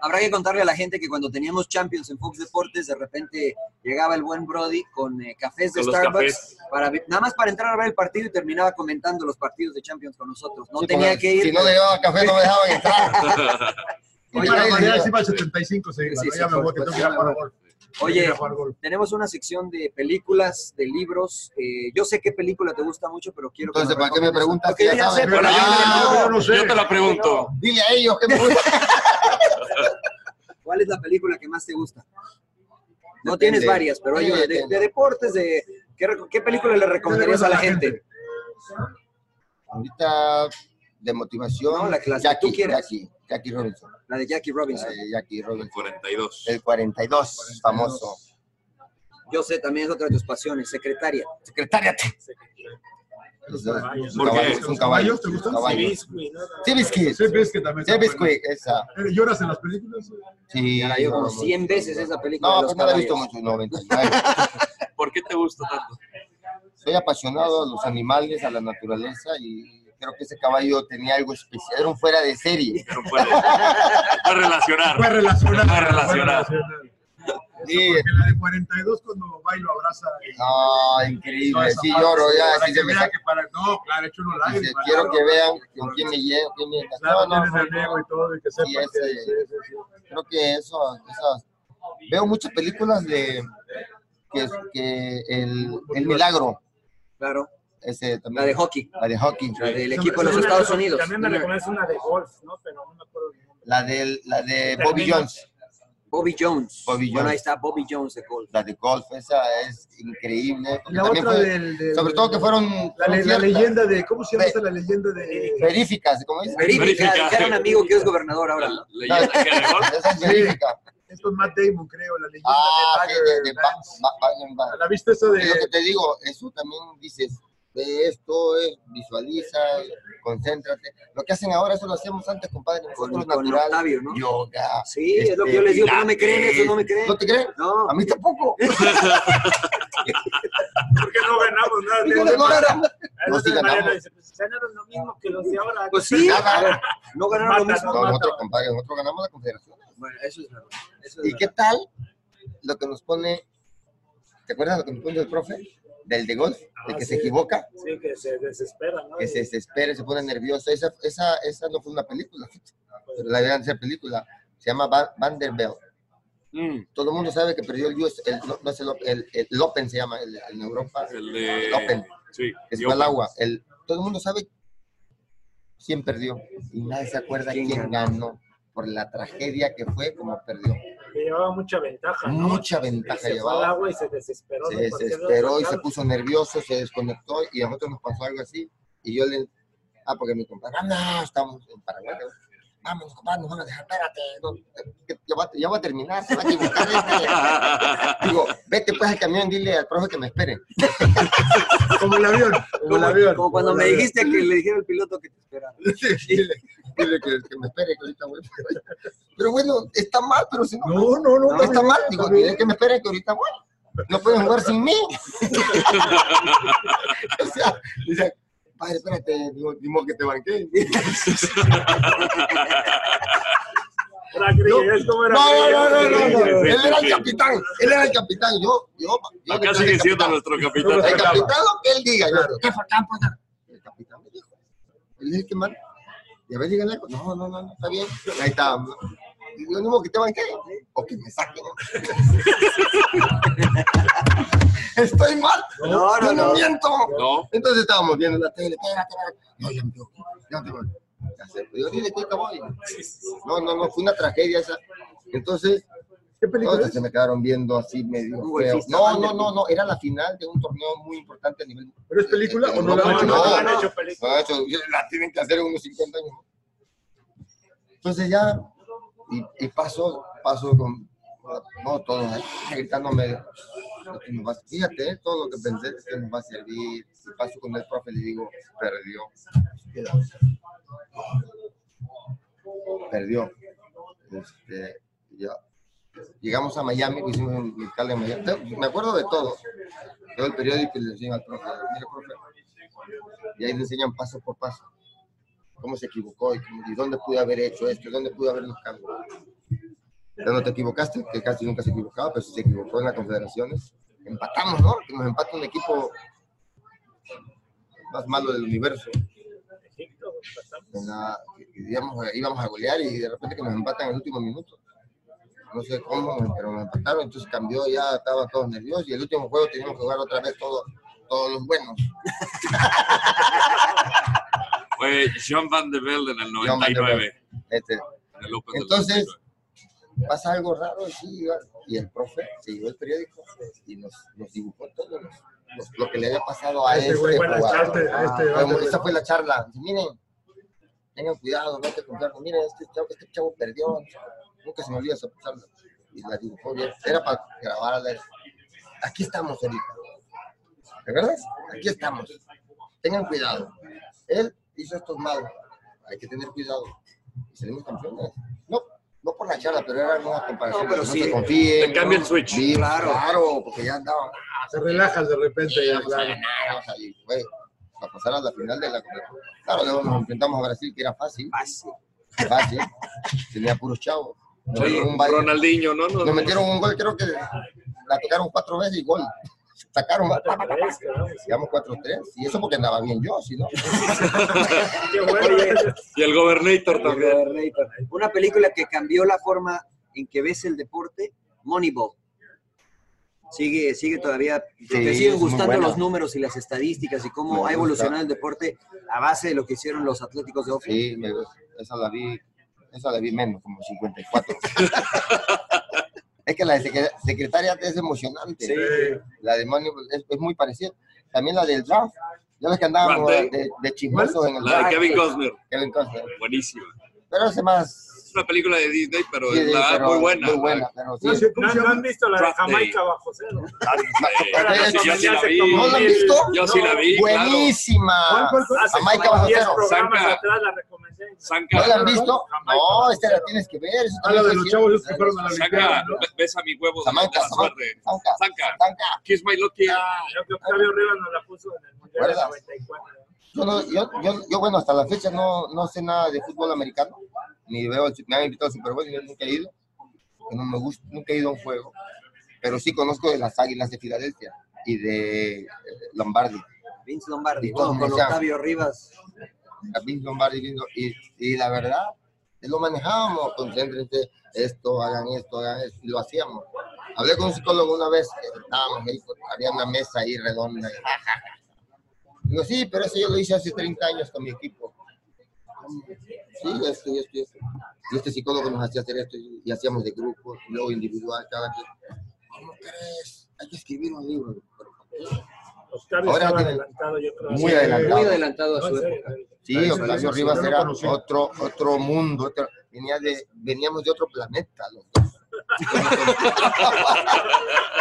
[SPEAKER 5] Habrá que contarle a la gente que cuando teníamos Champions en Fox Deportes, de repente llegaba el buen Brody con eh, cafés de
[SPEAKER 3] Con los
[SPEAKER 5] Starbucks,
[SPEAKER 3] cafés.
[SPEAKER 5] para, vi- nada más para entrar a ver el partido y terminaba comentando los partidos de Champions con nosotros. No
[SPEAKER 2] Sí,
[SPEAKER 5] tenía
[SPEAKER 2] porque
[SPEAKER 5] que ir.
[SPEAKER 2] Si no le llevaba café, no me dejaban entrar.
[SPEAKER 1] Oye,
[SPEAKER 5] Oye,
[SPEAKER 1] mañana
[SPEAKER 5] oye.
[SPEAKER 1] [LAUGHS] sí va 75, sí,
[SPEAKER 5] Sí, sí,
[SPEAKER 1] ya me
[SPEAKER 5] sí,
[SPEAKER 1] voy,
[SPEAKER 5] pues,
[SPEAKER 1] que tengo que ir a jugar gol.
[SPEAKER 5] Oye, tenemos una sección de películas, de libros. eh, yo sé qué película te gusta mucho, pero quiero que
[SPEAKER 2] Entonces,
[SPEAKER 5] nos
[SPEAKER 2] ¿para qué me
[SPEAKER 5] recomiendes-
[SPEAKER 2] preguntas?
[SPEAKER 5] Porque yo ya sé, pero yo-
[SPEAKER 3] Yo te la pregunto.
[SPEAKER 2] Dile a ellos que me gusta.
[SPEAKER 5] ¿Cuál es la película que más te gusta? No tienes
[SPEAKER 2] Depende.
[SPEAKER 5] varias, pero hay
[SPEAKER 2] Sí,
[SPEAKER 5] una de,
[SPEAKER 2] depende.
[SPEAKER 5] de deportes, de ¿qué, reco- qué película le recomendarías a la gente?
[SPEAKER 2] Ahorita de motivación,
[SPEAKER 5] No, la que- la que
[SPEAKER 2] Jackie,
[SPEAKER 5] tú quieras.
[SPEAKER 2] Jackie, Jackie Robinson.
[SPEAKER 5] La de Jackie Robinson.
[SPEAKER 2] La de Jackie Robinson.
[SPEAKER 3] 42.
[SPEAKER 2] El 42, famoso.
[SPEAKER 5] Yo sé, también es otra de tus pasiones, secretaria.
[SPEAKER 2] Secretaria.
[SPEAKER 4] caballos.
[SPEAKER 2] Es
[SPEAKER 4] ¿Por
[SPEAKER 2] un
[SPEAKER 4] qué?
[SPEAKER 2] caballo, es un caballo.
[SPEAKER 1] ¿Te gustan?
[SPEAKER 2] Caballo. Sí, Biscuit.
[SPEAKER 1] Sí, Biscuit también.
[SPEAKER 2] Sí, Biscuit, esa.
[SPEAKER 1] Eh, ¿Lloras en las películas?
[SPEAKER 2] Sí,
[SPEAKER 5] La yo como
[SPEAKER 2] no,
[SPEAKER 5] 100 veces esa película.
[SPEAKER 2] No,
[SPEAKER 5] de los
[SPEAKER 2] pues no la he visto
[SPEAKER 5] caballos.
[SPEAKER 2] mucho, 99.
[SPEAKER 3] ¿Por qué te gusta tanto?
[SPEAKER 2] Soy apasionado a los animales, a la naturaleza y creo que ese caballo tenía algo especial, era un fuera de serie.
[SPEAKER 3] Pero fue, fue relacionar.
[SPEAKER 1] Fue relacionado.
[SPEAKER 3] Fue relacionar.
[SPEAKER 2] Sí,
[SPEAKER 1] Porque la de 42 cuando va y lo abraza. y-
[SPEAKER 2] no,
[SPEAKER 1] toda
[SPEAKER 2] increíble,
[SPEAKER 1] esa
[SPEAKER 2] sí
[SPEAKER 1] parte,
[SPEAKER 2] lloro ya,
[SPEAKER 1] para
[SPEAKER 2] sí
[SPEAKER 1] que
[SPEAKER 2] se me
[SPEAKER 1] vean
[SPEAKER 2] saca.
[SPEAKER 1] que para- No, claro, he hecho unos
[SPEAKER 2] Dice,
[SPEAKER 1] lágrimas.
[SPEAKER 2] quiero que vean con quién me llevo, quién me
[SPEAKER 1] Claro,
[SPEAKER 2] No, no,
[SPEAKER 1] tienes el ego y todo, y que sepan
[SPEAKER 2] sí,
[SPEAKER 1] que-
[SPEAKER 2] ese-
[SPEAKER 1] sí, sí, sí.
[SPEAKER 2] creo que eso, esas- veo muchas películas de que, que el, el milagro,
[SPEAKER 5] Claro,
[SPEAKER 2] ese también.
[SPEAKER 5] la de hockey,
[SPEAKER 2] La de hockey.
[SPEAKER 5] la del equipo de los Estados Unidos.
[SPEAKER 4] También me recomiendas una de golf, ¿no? Pero no me acuerdo el nombre.
[SPEAKER 2] La de, la de Bobby Jones,
[SPEAKER 5] Bobby Jones.
[SPEAKER 2] Bobby
[SPEAKER 5] Bueno,
[SPEAKER 2] Jones.
[SPEAKER 5] ahí está Bobby Jones de golf.
[SPEAKER 2] la de golf, esa es increíble. porque
[SPEAKER 1] La
[SPEAKER 2] también
[SPEAKER 1] otra
[SPEAKER 2] fue-
[SPEAKER 1] del, del-
[SPEAKER 2] sobre todo que fueron
[SPEAKER 1] La, le- la
[SPEAKER 2] ciertas,
[SPEAKER 1] leyenda de. ¿Cómo se llama
[SPEAKER 2] Ve-
[SPEAKER 1] esa? La leyenda de.
[SPEAKER 2] veríficas, como dicen.
[SPEAKER 5] Verífica,
[SPEAKER 3] Verífica.
[SPEAKER 5] dijera un amigo que es gobernador ahora. ¿no?
[SPEAKER 3] Leyenda que de golf.
[SPEAKER 2] Esa es verífica.
[SPEAKER 1] Es con Matt Damon, creo. La leyenda
[SPEAKER 2] Ah, sí,
[SPEAKER 1] de.
[SPEAKER 2] de,
[SPEAKER 1] Bagger
[SPEAKER 2] de Ba-
[SPEAKER 1] Vance.
[SPEAKER 2] Ba- Bagen Ba-
[SPEAKER 1] ¿La viste esa de.?
[SPEAKER 2] Es lo que te digo, eso también dices, ve esto, eh, visualiza, concéntrate. Lo que hacen ahora, eso lo hacíamos antes, compadre,
[SPEAKER 5] Con,
[SPEAKER 2] nosotros
[SPEAKER 5] con
[SPEAKER 2] natural.
[SPEAKER 5] Octavio, ¿no?
[SPEAKER 2] Yoga.
[SPEAKER 5] Sí, es lo que
[SPEAKER 2] este,
[SPEAKER 5] yo les digo, pero no me creen eso, no me creen.
[SPEAKER 2] ¿No te creen?
[SPEAKER 5] No,
[SPEAKER 2] A mí
[SPEAKER 5] [LAUGHS]
[SPEAKER 2] tampoco. [LAUGHS]
[SPEAKER 4] Porque no ganamos nada.
[SPEAKER 2] Yo no era. No, sí
[SPEAKER 4] Entonces Mariana
[SPEAKER 2] ganamos.
[SPEAKER 4] dice, pues ganaron lo mismo que los de ahora.
[SPEAKER 5] pues sí,
[SPEAKER 2] Nada.
[SPEAKER 5] a ver, no ganaron lo
[SPEAKER 4] Mata,
[SPEAKER 5] mismo.
[SPEAKER 2] No, nosotros, compadre, nosotros ganamos la confederación.
[SPEAKER 5] Bueno, eso es verdad. Eso es
[SPEAKER 2] ¿Y qué
[SPEAKER 5] verdad.
[SPEAKER 2] tal lo que nos pone, te acuerdas lo que nos pone el profe? Del de golf, el
[SPEAKER 4] Ah,
[SPEAKER 2] que
[SPEAKER 4] sí.
[SPEAKER 2] se equivoca,
[SPEAKER 4] Sí, que se desespera, ¿no?
[SPEAKER 2] que se desespera, se pone nervioso. Esa, esa, esa no fue una película, pero la debían hacer película. Se llama Van- Vanderbilt.
[SPEAKER 3] Mm,
[SPEAKER 2] Todo el mundo sabe que perdió el US, el, no, no es el, Op- el, el, el Open se llama, el, en Europa,
[SPEAKER 3] el de.
[SPEAKER 2] Open.
[SPEAKER 3] Sí.
[SPEAKER 2] que se
[SPEAKER 3] y
[SPEAKER 2] fue al
[SPEAKER 3] Open.
[SPEAKER 2] agua. El, todo el mundo sabe quién perdió y nadie se acuerda quién ganó por la tragedia que fue como perdió.
[SPEAKER 4] Que llevaba mucha ventaja. ¿no?
[SPEAKER 2] Mucha ventaja
[SPEAKER 4] Y se
[SPEAKER 2] llevaba.
[SPEAKER 4] Fue al agua y se desesperó.
[SPEAKER 2] Se
[SPEAKER 4] de cualquier
[SPEAKER 2] desesperó y se
[SPEAKER 4] resultado.
[SPEAKER 2] puso nervioso, se desconectó y a nosotros nos pasó algo así. Y yo le... Ah, porque mi compadre, anda, estamos en Paraguay. ¿no? Vamos, compadre, nos van a dejar, espérate. no, que ya, va, ya va a terminar, se va a equivocar. [LAUGHS] este". Digo, vete pues al camión, dile al profe que me [LAUGHS] espere.
[SPEAKER 1] como el avión. Como,
[SPEAKER 5] Como cuando me dijiste que le dijeron al piloto que te esperaba.
[SPEAKER 2] Dile, dile que, que me espere, que ahorita voy. Pero bueno, está mal, pero si no. No,
[SPEAKER 1] no, no.
[SPEAKER 2] está mal, digo, dile que me espere, que ahorita voy. No pueden jugar
[SPEAKER 5] [LAUGHS]
[SPEAKER 2] sin mí. o sea, dice, padre, espérate, digo, ni modo que te banqué.
[SPEAKER 4] Yo-
[SPEAKER 2] no, no, no, no, no, no. Él era el capitán, él era el capitán. Yo, yo, yo
[SPEAKER 3] Acá
[SPEAKER 2] soy
[SPEAKER 3] sigue
[SPEAKER 2] el
[SPEAKER 3] siendo
[SPEAKER 2] capitán.
[SPEAKER 3] nuestro
[SPEAKER 2] El
[SPEAKER 3] capitán.
[SPEAKER 2] capitán lo que él diga, yo, ¿qué fue campo? El capitán me dijo. Él es el que manda. Y a ver, díganle, no, no, no, no, está bien. Ahí está. Y Yo no modo que te banqué o que
[SPEAKER 5] [LAUGHS]
[SPEAKER 2] me saquen. [LAUGHS] Estoy mal.
[SPEAKER 5] No, no,
[SPEAKER 2] Yo
[SPEAKER 5] no.
[SPEAKER 2] miento. Entonces estábamos viendo la tele. espérate, espérate. No, ya me equivoqué, ya te voy. Ya sé, Yo dile que voy. No, no, no, fue una tragedia esa. Entonces, entonces se me quedaron viendo así medio
[SPEAKER 9] Un
[SPEAKER 2] feo.
[SPEAKER 9] golfista,
[SPEAKER 2] No, no,
[SPEAKER 9] Vanderbilt.
[SPEAKER 2] no, no, era la final de un torneo muy importante a nivel.
[SPEAKER 1] ¿Pero es película o no
[SPEAKER 2] la
[SPEAKER 1] la han hecho?
[SPEAKER 2] No,
[SPEAKER 1] No la han
[SPEAKER 2] no,
[SPEAKER 1] hecho película.
[SPEAKER 2] no, eso la tienen que hacer en unos 50 años. Entonces ya, y, y paso, paso con, no, todos ahí, gritándome, lo que nos va a- fíjate, eh, todo lo que pensé que nos va a servir, y paso con el profe, le digo, perdió, perdió. Este, ya. Llegamos a Miami, hicimos un musical en Miami, Te- me acuerdo de todo, todo el periódico y le enseño al profe, mira profe, y ahí le enseñan paso por paso cómo se equivocó y, cómo- y dónde pude haber hecho esto, y dónde pude habernos cambiado. Ya no te equivocaste, que casi nunca se equivocaba, pero sí se equivocó en las confederaciones. Empatamos, ¿no? Que nos empata un equipo más malo del universo. En la- y- y íbamos, a- íbamos a golear y de repente que nos empatan en el último minuto. No sé cómo, pero nos empataron, entonces cambió, ya estaban todos nerviosos y el último juego teníamos que jugar otra vez todos, todos los buenos.
[SPEAKER 3] Fue John Van de Velde en el
[SPEAKER 2] John Van de
[SPEAKER 3] 99. En el Open del
[SPEAKER 2] Este, Entonces, pasa algo raro, sí, iba- y el profe se llevó el periódico y nos, nos dibujó todo los- los- lo que le había pasado a
[SPEAKER 1] A este
[SPEAKER 2] este,
[SPEAKER 1] güey, fue la
[SPEAKER 2] jugador.
[SPEAKER 1] charla, a este
[SPEAKER 2] Ah,
[SPEAKER 1] vato,
[SPEAKER 2] fue- esa
[SPEAKER 1] güey.
[SPEAKER 2] fue la charla. Dice, miren, tengan cuidado, no te confiaron. Miren, este chavo, este chavo perdió. Nunca se me olvida esa charla. Y la dibujó bien. Era para grabarla. Aquí estamos ahorita. ¿De verdad? Aquí estamos. Tengan cuidado. Él hizo esto mal. Hay que tener cuidado. Y salimos campeones. No, no por la charla, pero era una comparación.
[SPEAKER 3] No, pero
[SPEAKER 2] no
[SPEAKER 3] sí,
[SPEAKER 2] se confíen.
[SPEAKER 3] te cambia el
[SPEAKER 2] ¿no?
[SPEAKER 3] switch.
[SPEAKER 2] Sí,
[SPEAKER 3] Claro.
[SPEAKER 2] claro. porque ya andaba.
[SPEAKER 1] Se relajas de repente.
[SPEAKER 2] Sí,
[SPEAKER 1] ya,
[SPEAKER 2] vamos a
[SPEAKER 1] claro.
[SPEAKER 2] ganar, vamos a ir, güey, a pasar a la final de la Claro, luego nos enfrentamos a Brasil, que era fácil. Fácil. Fácil. Tenía puros chavos. Nos
[SPEAKER 3] Oye,
[SPEAKER 2] metieron un baile.
[SPEAKER 3] Ronaldinho, ¿no?
[SPEAKER 2] Nos metieron un gol, creo que la tocaron cuatro veces y gol. Sacaron. pa, pa, pa, pa. Llegamos 4-3. Y eso porque andaba bien yo, si no.
[SPEAKER 5] Oye,
[SPEAKER 3] Y el Gobernator también.
[SPEAKER 5] Una película que cambió la forma en que ves el deporte, Moneyball. Sigue, sigue todavía, te
[SPEAKER 2] es
[SPEAKER 5] siguen
[SPEAKER 2] muy
[SPEAKER 5] gustando
[SPEAKER 2] buena.
[SPEAKER 5] los números y las estadísticas y
[SPEAKER 2] Me
[SPEAKER 5] cómo ha
[SPEAKER 2] gusta.
[SPEAKER 5] evolucionado el deporte a base de lo que hicieron los Atléticos de Oakland.
[SPEAKER 2] Sí, me- esa la vi, esa la vi menos, como 54. [LAUGHS] es que la de secre- secretaria es emocionante. La de Money es, es muy parecida. También la del draft. Ya ves que andábamos
[SPEAKER 3] Draft
[SPEAKER 2] de,
[SPEAKER 3] Day.
[SPEAKER 2] de chismosos en el
[SPEAKER 3] La de
[SPEAKER 2] draft.
[SPEAKER 3] Kevin Costner.
[SPEAKER 2] Kevin Costner.
[SPEAKER 3] Buenísimo.
[SPEAKER 2] Pero hace más.
[SPEAKER 3] Es una película de Disney, pero
[SPEAKER 2] Sí,
[SPEAKER 3] es la-
[SPEAKER 2] pero
[SPEAKER 3] muy buena.
[SPEAKER 2] Muy buena, pero sí.
[SPEAKER 4] No, sí, ¿cómo se llama? ¿No han visto la de
[SPEAKER 3] Draft Day.
[SPEAKER 4] Jamaica bajo cero?
[SPEAKER 3] Ah, Eh, yo sí la vi.
[SPEAKER 2] ¿No la han visto?
[SPEAKER 3] Yo sí la vi. claro.
[SPEAKER 2] Buenísima. Jamaica bajo
[SPEAKER 4] Diez
[SPEAKER 2] cero.
[SPEAKER 4] programas
[SPEAKER 3] Zanca.
[SPEAKER 4] atrás la recomendé.
[SPEAKER 2] ¿No la han
[SPEAKER 3] Saca,
[SPEAKER 2] visto? No, esta la tienes que ver. eso
[SPEAKER 1] Ah, la de
[SPEAKER 2] también
[SPEAKER 1] los
[SPEAKER 2] es
[SPEAKER 1] chavos
[SPEAKER 2] cierto.
[SPEAKER 1] esos que fueron a la
[SPEAKER 3] saca,
[SPEAKER 1] Olimpiada, ¿no?
[SPEAKER 3] besa mi huevo.
[SPEAKER 2] Samanca,
[SPEAKER 3] Samanca, suerte. Saca, kiss my lucky.
[SPEAKER 4] Creo que Octavio Rivas nos la puso en el Mundial del
[SPEAKER 2] ¿Recuerdas?
[SPEAKER 4] 94.
[SPEAKER 2] Yo, no- yo, yo, yo, bueno, hasta la fecha no, no sé nada de fútbol americano, ni veo, el- me han invitado al Super Bowl y yo nunca he ido, que no me gusta, nunca he ido a un juego, pero sí conozco de las Águilas de Filadelfia y de eh, Lombardi,
[SPEAKER 5] Vince Lombardi,
[SPEAKER 2] Y todos
[SPEAKER 5] bueno, con
[SPEAKER 2] decían-
[SPEAKER 5] Octavio Rivas.
[SPEAKER 2] a Vince Lombardi, Vince Lom- y, y la verdad, lo manejábamos, concéntrense, esto, hagan esto, hagan esto, y lo hacíamos. Hablé con un psicólogo una vez, estábamos ahí, pues, había una mesa ahí redonda, y, Digo, sí, pero eso yo lo hice hace 30 años con mi equipo. ¿cómo? Sí, esto y esto y esto. Y este psicólogo nos hacía hacer esto y, y hacíamos de grupo, y luego individual, cada quien. ¿Cómo crees? Hay que escribir un libro. Pero, ¿por qué?
[SPEAKER 4] Oscar
[SPEAKER 2] Ahora
[SPEAKER 4] estaba
[SPEAKER 2] tiene-
[SPEAKER 4] adelantado, yo creo.
[SPEAKER 2] Muy adelantado.
[SPEAKER 4] No, en serio,
[SPEAKER 2] Sí,
[SPEAKER 4] en
[SPEAKER 2] Octavio
[SPEAKER 4] serio,
[SPEAKER 2] Rivas
[SPEAKER 4] yo lo
[SPEAKER 2] era
[SPEAKER 4] conocí.
[SPEAKER 2] otro, otro mundo. otra- venía de, veníamos de otro planeta los dos.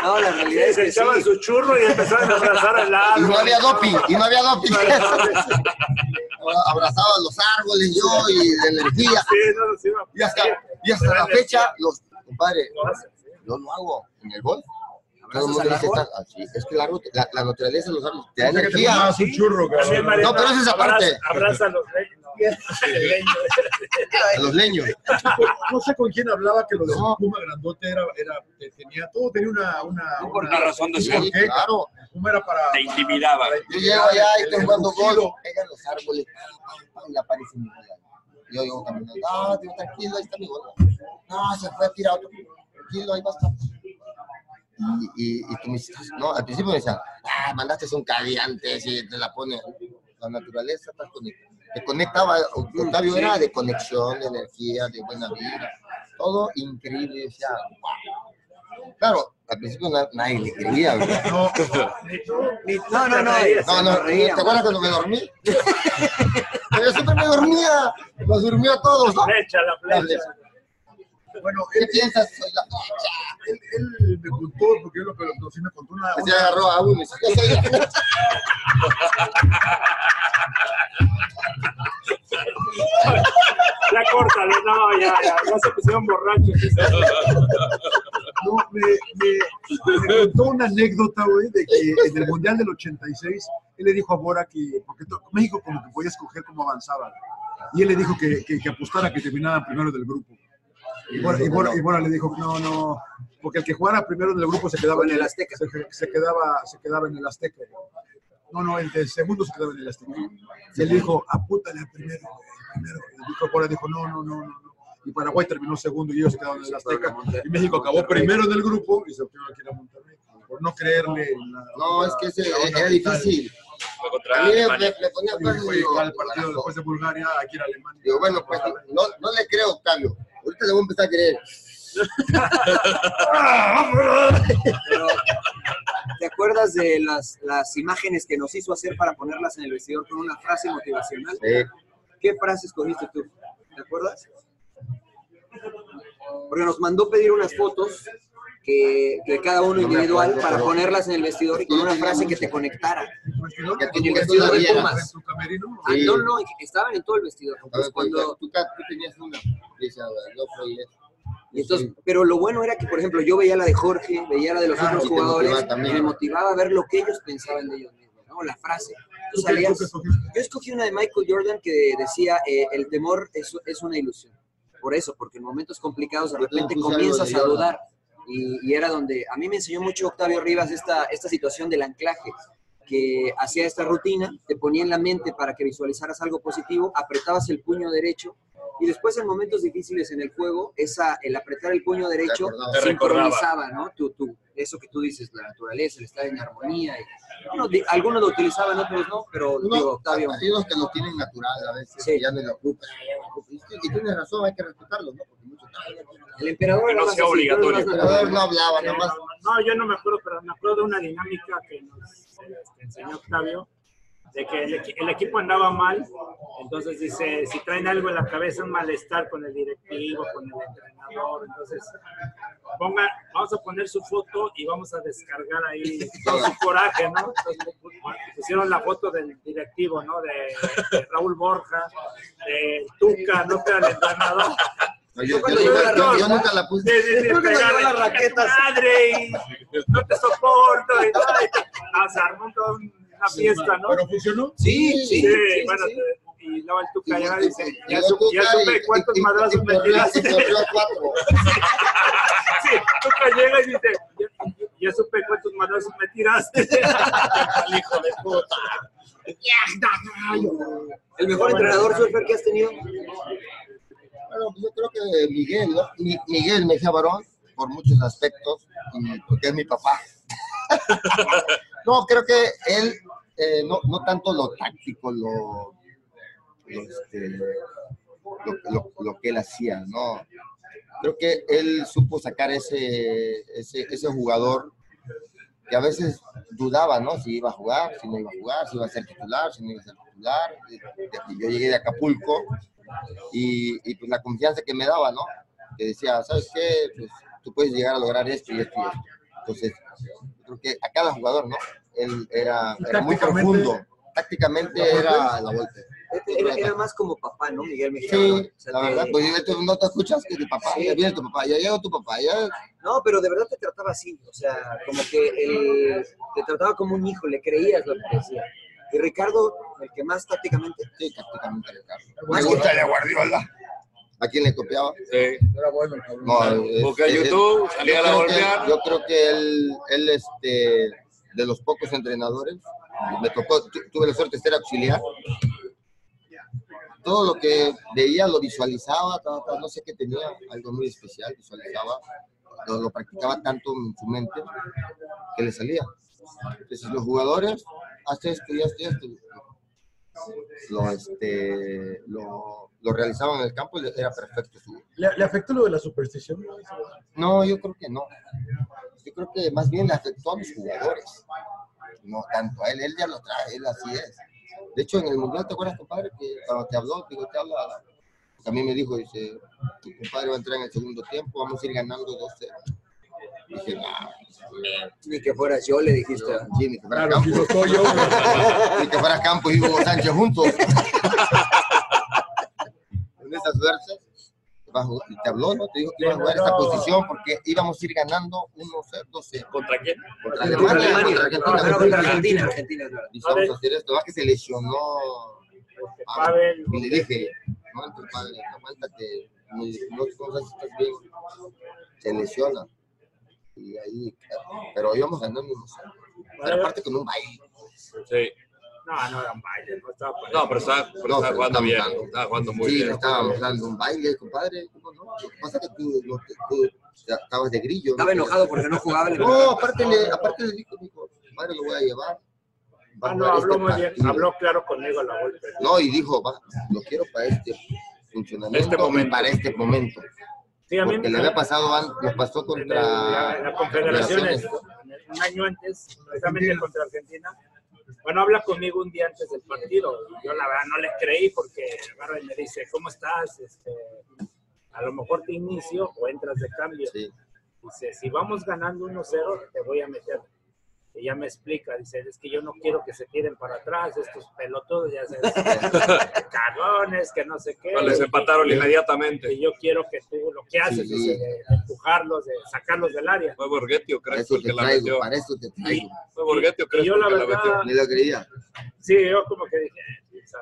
[SPEAKER 5] No, la realidad
[SPEAKER 4] [LAUGHS]
[SPEAKER 5] es
[SPEAKER 4] Se
[SPEAKER 5] que sí.
[SPEAKER 4] echaban su churro y empezaban a abrazar al lado.
[SPEAKER 2] Y no había doping, y no había doping. [LAUGHS] Abrazaba los árboles yo y la energía. Y hasta, y hasta la fecha, los compadre, yo lo hago en el golf. Todo el mundo dice, "Está- ah, sí, es que el árbol- la, la naturaleza de los árboles te da
[SPEAKER 1] Pensé que te
[SPEAKER 2] energía.
[SPEAKER 1] fumabas un churro, cabrón.
[SPEAKER 2] Sí, Mariana, No, pero esa es aparte.
[SPEAKER 4] Abraza a los reyes.
[SPEAKER 2] A los leños.
[SPEAKER 1] No sé con quién hablaba que lo de Puma grandote era, era- te- tenía todo, tenía una, una,
[SPEAKER 3] por una razón de
[SPEAKER 1] un
[SPEAKER 3] ser.
[SPEAKER 1] porqué, claro. Puma era para.
[SPEAKER 3] Te intimidaba.
[SPEAKER 2] Yo llego allá y estoy
[SPEAKER 1] El
[SPEAKER 2] jugando
[SPEAKER 1] rugido.
[SPEAKER 2] golf, pegan los árboles, pam, pam, y aparece mi bola. Yo llego caminando, ah, tío, tranquilo, ahí está mi bola. No, se fue a tirar otro. Tranquilo, ahí va a estar. Y, y, y tú me dices, no, al principio me decían, ah, mandaste un cadiante y te la pone. La naturaleza está conectada. Te conectaba, Octavio
[SPEAKER 10] sí.
[SPEAKER 2] era de conexión, de energía, de buena vida, todo increíble. yo decía, wow. Claro, al principio na- nadie le creía. ¿verdad?
[SPEAKER 5] Ni- No, eh, no, no.
[SPEAKER 2] No, no, ¿te acuerdas cuando me dormí? [LAUGHS] Pero yo siempre me dormía, nos durmió a todos. La
[SPEAKER 4] flecha, la
[SPEAKER 2] [LAUGHS] flecha.
[SPEAKER 1] Bueno,
[SPEAKER 2] ¿qué piensas? Soy la
[SPEAKER 1] Él, él me contó, porque yo lo que sí me contó una.
[SPEAKER 2] Se Pues agarró a uno y dice, yo soy la flecha.
[SPEAKER 4] Ya córtale, no, ya, ya, ya se pusieron borrachos.
[SPEAKER 2] [LAUGHS]
[SPEAKER 1] No, me, me- me contó una anécdota, güey, de que en el Mundial del 86, él le dijo a Bora que, porque to- México como que podía escoger cómo avanzaba, y él le dijo que, que, que apostara que terminaba primero del grupo. Y Bora, y Bora- y Bora le dijo, no, no, porque el que jugara primero del grupo se quedaba en el Azteca. Se, se quedaba, se quedaba en el Azteca. No, no, el del segundo se quedaba en el Azteca. Y él dijo, apúntale al primero, güey, al primero. Y dijo, Bora dijo, no, no, no, no. no. Y Paraguay terminó segundo y ellos se quedaron en el Azteca. Y México acabó primero del grupo y se obtuvo aquí a Monterrey. Por no creerle. en la-
[SPEAKER 2] No, es que ese
[SPEAKER 1] la onda
[SPEAKER 2] era
[SPEAKER 1] mental.
[SPEAKER 2] difícil.
[SPEAKER 1] contra
[SPEAKER 2] A mí me,
[SPEAKER 1] Alemania.
[SPEAKER 2] me- me ponía
[SPEAKER 1] Sí,
[SPEAKER 2] cuernos
[SPEAKER 1] fue
[SPEAKER 2] y digo,
[SPEAKER 1] igual el partido después de Bulgaria, aquí en Alemania.
[SPEAKER 2] Digo, bueno, pues no, no le creo, Octavio. Ahorita le voy a empezar a creer.
[SPEAKER 5] ¿Te acuerdas de las, las imágenes que nos hizo hacer para ponerlas en el vestidor con una frase motivacional?
[SPEAKER 2] Eh,
[SPEAKER 5] ¿Qué frase escogiste tú? ¿Te acuerdas? Porque nos mandó pedir unas fotos que, de cada uno
[SPEAKER 2] No me
[SPEAKER 5] individual
[SPEAKER 2] acuerdo,
[SPEAKER 5] para
[SPEAKER 2] pero-
[SPEAKER 5] ponerlas en el vestidor y con una frase que te conectara.
[SPEAKER 2] Que tú
[SPEAKER 5] En el
[SPEAKER 2] que tú
[SPEAKER 5] vestidor
[SPEAKER 2] la
[SPEAKER 5] de
[SPEAKER 2] vieras.
[SPEAKER 5] Pumas. Ah,
[SPEAKER 2] Sí.
[SPEAKER 5] no, no, estaban en todo el vestidor. Entonces,
[SPEAKER 2] Entonces,
[SPEAKER 5] cuando,
[SPEAKER 2] pues, tú, tú, tú tenías una. Dice, yo soy esto.
[SPEAKER 5] y entonces, pero lo bueno era que, por ejemplo, yo veía la de Jorge, veía la de los
[SPEAKER 2] Ah, y
[SPEAKER 5] otros
[SPEAKER 2] te
[SPEAKER 5] jugadores
[SPEAKER 2] motivaba también.
[SPEAKER 5] y me motivaba a ver lo que ellos pensaban de ellos mismos, ¿no? La frase. Tú salías- yo escogí una de Michael Jordan que decía, eh, el temor es, es una ilusión. Por eso, porque en momentos complicados de repente
[SPEAKER 2] puse algo
[SPEAKER 5] comienzas
[SPEAKER 2] de
[SPEAKER 5] a
[SPEAKER 2] Jordan.
[SPEAKER 5] dudar. Y, y era donde a mí me enseñó mucho Octavio Rivas esta, esta situación del anclaje, que hacía esta rutina, te ponía en la mente para que visualizaras algo positivo, apretabas el puño derecho y después en momentos difíciles en el juego, esa, el apretar el puño derecho
[SPEAKER 2] acordaba. Te recordaba.
[SPEAKER 5] sincronizaba, ¿no? Tu, tu, eso que tú dices, la naturaleza, el estar en armonía. y- bueno, di- algunos lo utilizaban, otros no, pero
[SPEAKER 2] Uno-
[SPEAKER 5] digo, Octavio.
[SPEAKER 2] Hay unos que lo tienen natural a veces, que ya no lo ocupan. Y sí, Y tienes razón, hay que respetarlo, ¿no? Porque mucho
[SPEAKER 5] El emperador
[SPEAKER 2] era más así,
[SPEAKER 4] obligatorio.
[SPEAKER 2] El emperador no hablaba, nada más.
[SPEAKER 4] No, yo no me acuerdo, pero me acuerdo de una dinámica que nos eh, que enseñó Octavio, de que el, equi- el equipo andaba mal, entonces dice, si traen algo en la cabeza, un malestar con el directivo, con el entrenador, entonces ponga, vamos a poner su foto y vamos a descargar ahí todo su coraje, ¿no? Entonces, pusieron la foto del directivo, ¿no? De, de Raúl Borja, de Tuca, no que era el entrenador.
[SPEAKER 2] No, yo- yo nunca- yo- yo nunca la puse.
[SPEAKER 4] Sí, sí, sí,
[SPEAKER 2] Yo nunca
[SPEAKER 4] pegarle,
[SPEAKER 2] llevaba las
[SPEAKER 4] "Chinga tu Madre, y no te soporto. Y, todo, y te- ah, se armó toda una fiesta, ¿no?
[SPEAKER 1] Pero funcionó.
[SPEAKER 5] Sí, sí, sí,
[SPEAKER 4] bueno, te- y luego el Tuca ya dice, ya,
[SPEAKER 2] Llegó
[SPEAKER 4] su-
[SPEAKER 2] Tuca
[SPEAKER 4] ya
[SPEAKER 2] y-
[SPEAKER 4] supe
[SPEAKER 2] y-
[SPEAKER 4] cuántos
[SPEAKER 2] y- y
[SPEAKER 4] madrazos me
[SPEAKER 2] corrió- y
[SPEAKER 4] tiraste.
[SPEAKER 2] corrió a cuatro.
[SPEAKER 4] Sí, Tuca llega y dice, ya, ya supe cuántos madrazos me tiraste. El hijo de puta.
[SPEAKER 5] El mejor entrenador surfer que has tenido.
[SPEAKER 2] Bueno, pues yo creo que Miguel, ¿no? Mi- Miguel Mejía Barón, por muchos aspectos, y porque es mi papá. [LAUGHS] no, creo que él, eh, no, no tanto lo táctico, lo, este, lo, lo- lo que él hacía, ¿no? Creo que él supo sacar ese, ese, ese jugador que a veces dudaba, ¿no? Si iba a jugar, si no iba a jugar, si iba a ser titular, si no iba a ser titular. Yo llegué de Acapulco y, y, pues la confianza que me daba, ¿no? Que decía, ¿sabes qué? Pues tú puedes llegar a lograr esto y esto y esto. Entonces, creo que a cada jugador, ¿no? Él era, era muy
[SPEAKER 5] Tácticamente-
[SPEAKER 2] profundo. Tácticamente era la vuelta.
[SPEAKER 5] este, Era, era más como papá, ¿no? Miguel Mejía.
[SPEAKER 2] Sí, la verdad, pues esto no te escuchas que tu papá, ya viene tu papá, ya llegó tu papá, ya...
[SPEAKER 5] No, pero de verdad te trataba así, o sea, como que el- te trataba como un hijo, le creías lo que decía. Y Ricardo, el que más tácticamente.
[SPEAKER 2] Sí, tácticamente Ricardo.
[SPEAKER 5] Más
[SPEAKER 2] Me
[SPEAKER 5] que-
[SPEAKER 2] gusta la Guardiola. ¿A quién le copiaba?
[SPEAKER 3] Sí.
[SPEAKER 2] Era bueno.
[SPEAKER 3] Boca YouTube, salía a la golpear.
[SPEAKER 2] Yo creo que él, él este, de los pocos entrenadores, me tocó, tu- tuve la suerte de ser auxiliar. Todo lo que veía lo visualizaba, ta, ta, no sé qué tenía, algo muy especial, visualizaba, lo, lo practicaba tanto en su mente que le salía. Entonces los jugadores, haz esto y haz esto, lo, este, lo, lo realizaban en el campo y era perfecto su,
[SPEAKER 1] ¿Le, le afectó lo de la superstición?
[SPEAKER 2] no, yo creo que no. Yo creo que más bien le afectó a los jugadores. No tanto a él, él ya lo trae, él así es. De hecho, en el Mundial, ¿te acuerdas, compadre? Que cuando te habló, digo, te habla. También me dijo, dice, tu compadre va a entrar en el segundo tiempo, vamos a ir ganando 2-0. Dije, "Ah".
[SPEAKER 5] Ni que fueras yo, le dijiste.
[SPEAKER 2] Sí, ni que fuera Campos. [LAUGHS] Ni que fuera Campos y Hugo Sánchez juntos. Con esa suerte, va a jugar. Y te habló, ¿no? Te dijo que iba a jugar esa posición porque íbamos a ir ganando 1-0, 2-0.
[SPEAKER 3] ¿Contra quién?
[SPEAKER 5] Contra
[SPEAKER 2] Contra Alemania,
[SPEAKER 5] Alemania.
[SPEAKER 2] contra Argentina.
[SPEAKER 5] No, no, contra Argentina, Argentina, es verdad.
[SPEAKER 2] Y vamos a hacer esto, va que se lesionó. Pavel. Y le dije, aguanta, padre, aguántate. Me dijo, No, no sé si estás bien. Se lesiona. Y ahí, pero íbamos ganando 1-0. Pero aparte con un baile.
[SPEAKER 3] Sí.
[SPEAKER 4] No, no era un baile, no estaba para
[SPEAKER 3] No, pero estaba, pero
[SPEAKER 2] No,
[SPEAKER 3] estaba
[SPEAKER 2] pero
[SPEAKER 3] jugando
[SPEAKER 2] estábamos
[SPEAKER 3] bien.
[SPEAKER 2] dando-
[SPEAKER 3] Estaba jugando muy
[SPEAKER 2] sí,
[SPEAKER 3] bien.
[SPEAKER 2] le estábamos dando un baile, compadre. ¿Cómo no? Lo que pasa es que tú, no te- tú ya estabas de grillo.
[SPEAKER 5] Estaba enojado porque no jugaba, le-
[SPEAKER 2] No, aparte le, aparte le dijo, dijo, compadre, lo voy a llevar. Va a
[SPEAKER 4] Ah, no,
[SPEAKER 2] jugar
[SPEAKER 4] habló
[SPEAKER 2] este
[SPEAKER 4] muy bien,
[SPEAKER 2] partido.
[SPEAKER 4] habló claro conmigo a la golpe.
[SPEAKER 2] No, y dijo, va, lo quiero para este funcionamiento
[SPEAKER 4] Este momento.
[SPEAKER 2] y para este momento.
[SPEAKER 4] Sí, a mí
[SPEAKER 2] Porque
[SPEAKER 4] me-
[SPEAKER 2] le había pasado, an- nos pasó contra
[SPEAKER 4] la, la confederación es un año antes, precisamente contra Argentina. Bueno, habla conmigo un día antes del partido. Yo la verdad no le creí porque agarra y me dice, ¿cómo estás? Este, a lo mejor te inicio o entras de cambio. Dice, si vamos ganando 1-0, te voy a meter. Ella me explica, dice, es que yo no quiero que se tiren para atrás, estos pelotudos, ya [LAUGHS]
[SPEAKER 2] [LAUGHS]
[SPEAKER 4] sabes, cagones, que no sé qué.
[SPEAKER 3] Bueno, les empataron inmediatamente.
[SPEAKER 4] Y yo quiero que tú lo que haces,
[SPEAKER 3] Sí.
[SPEAKER 4] dice, de empujarlos, de sacarlos del área.
[SPEAKER 3] Fue Borghetti o
[SPEAKER 2] Para
[SPEAKER 3] Crespo
[SPEAKER 2] eso
[SPEAKER 3] el que
[SPEAKER 2] te
[SPEAKER 3] la
[SPEAKER 2] traigo,
[SPEAKER 3] metió.
[SPEAKER 2] para eso te traigo.
[SPEAKER 3] Fue Borghetti o
[SPEAKER 4] Y
[SPEAKER 3] Crespo
[SPEAKER 4] yo la
[SPEAKER 3] el que la metió.
[SPEAKER 4] verdad,
[SPEAKER 2] Ni lo creía.
[SPEAKER 4] sí, yo como que dije, eh, o sea,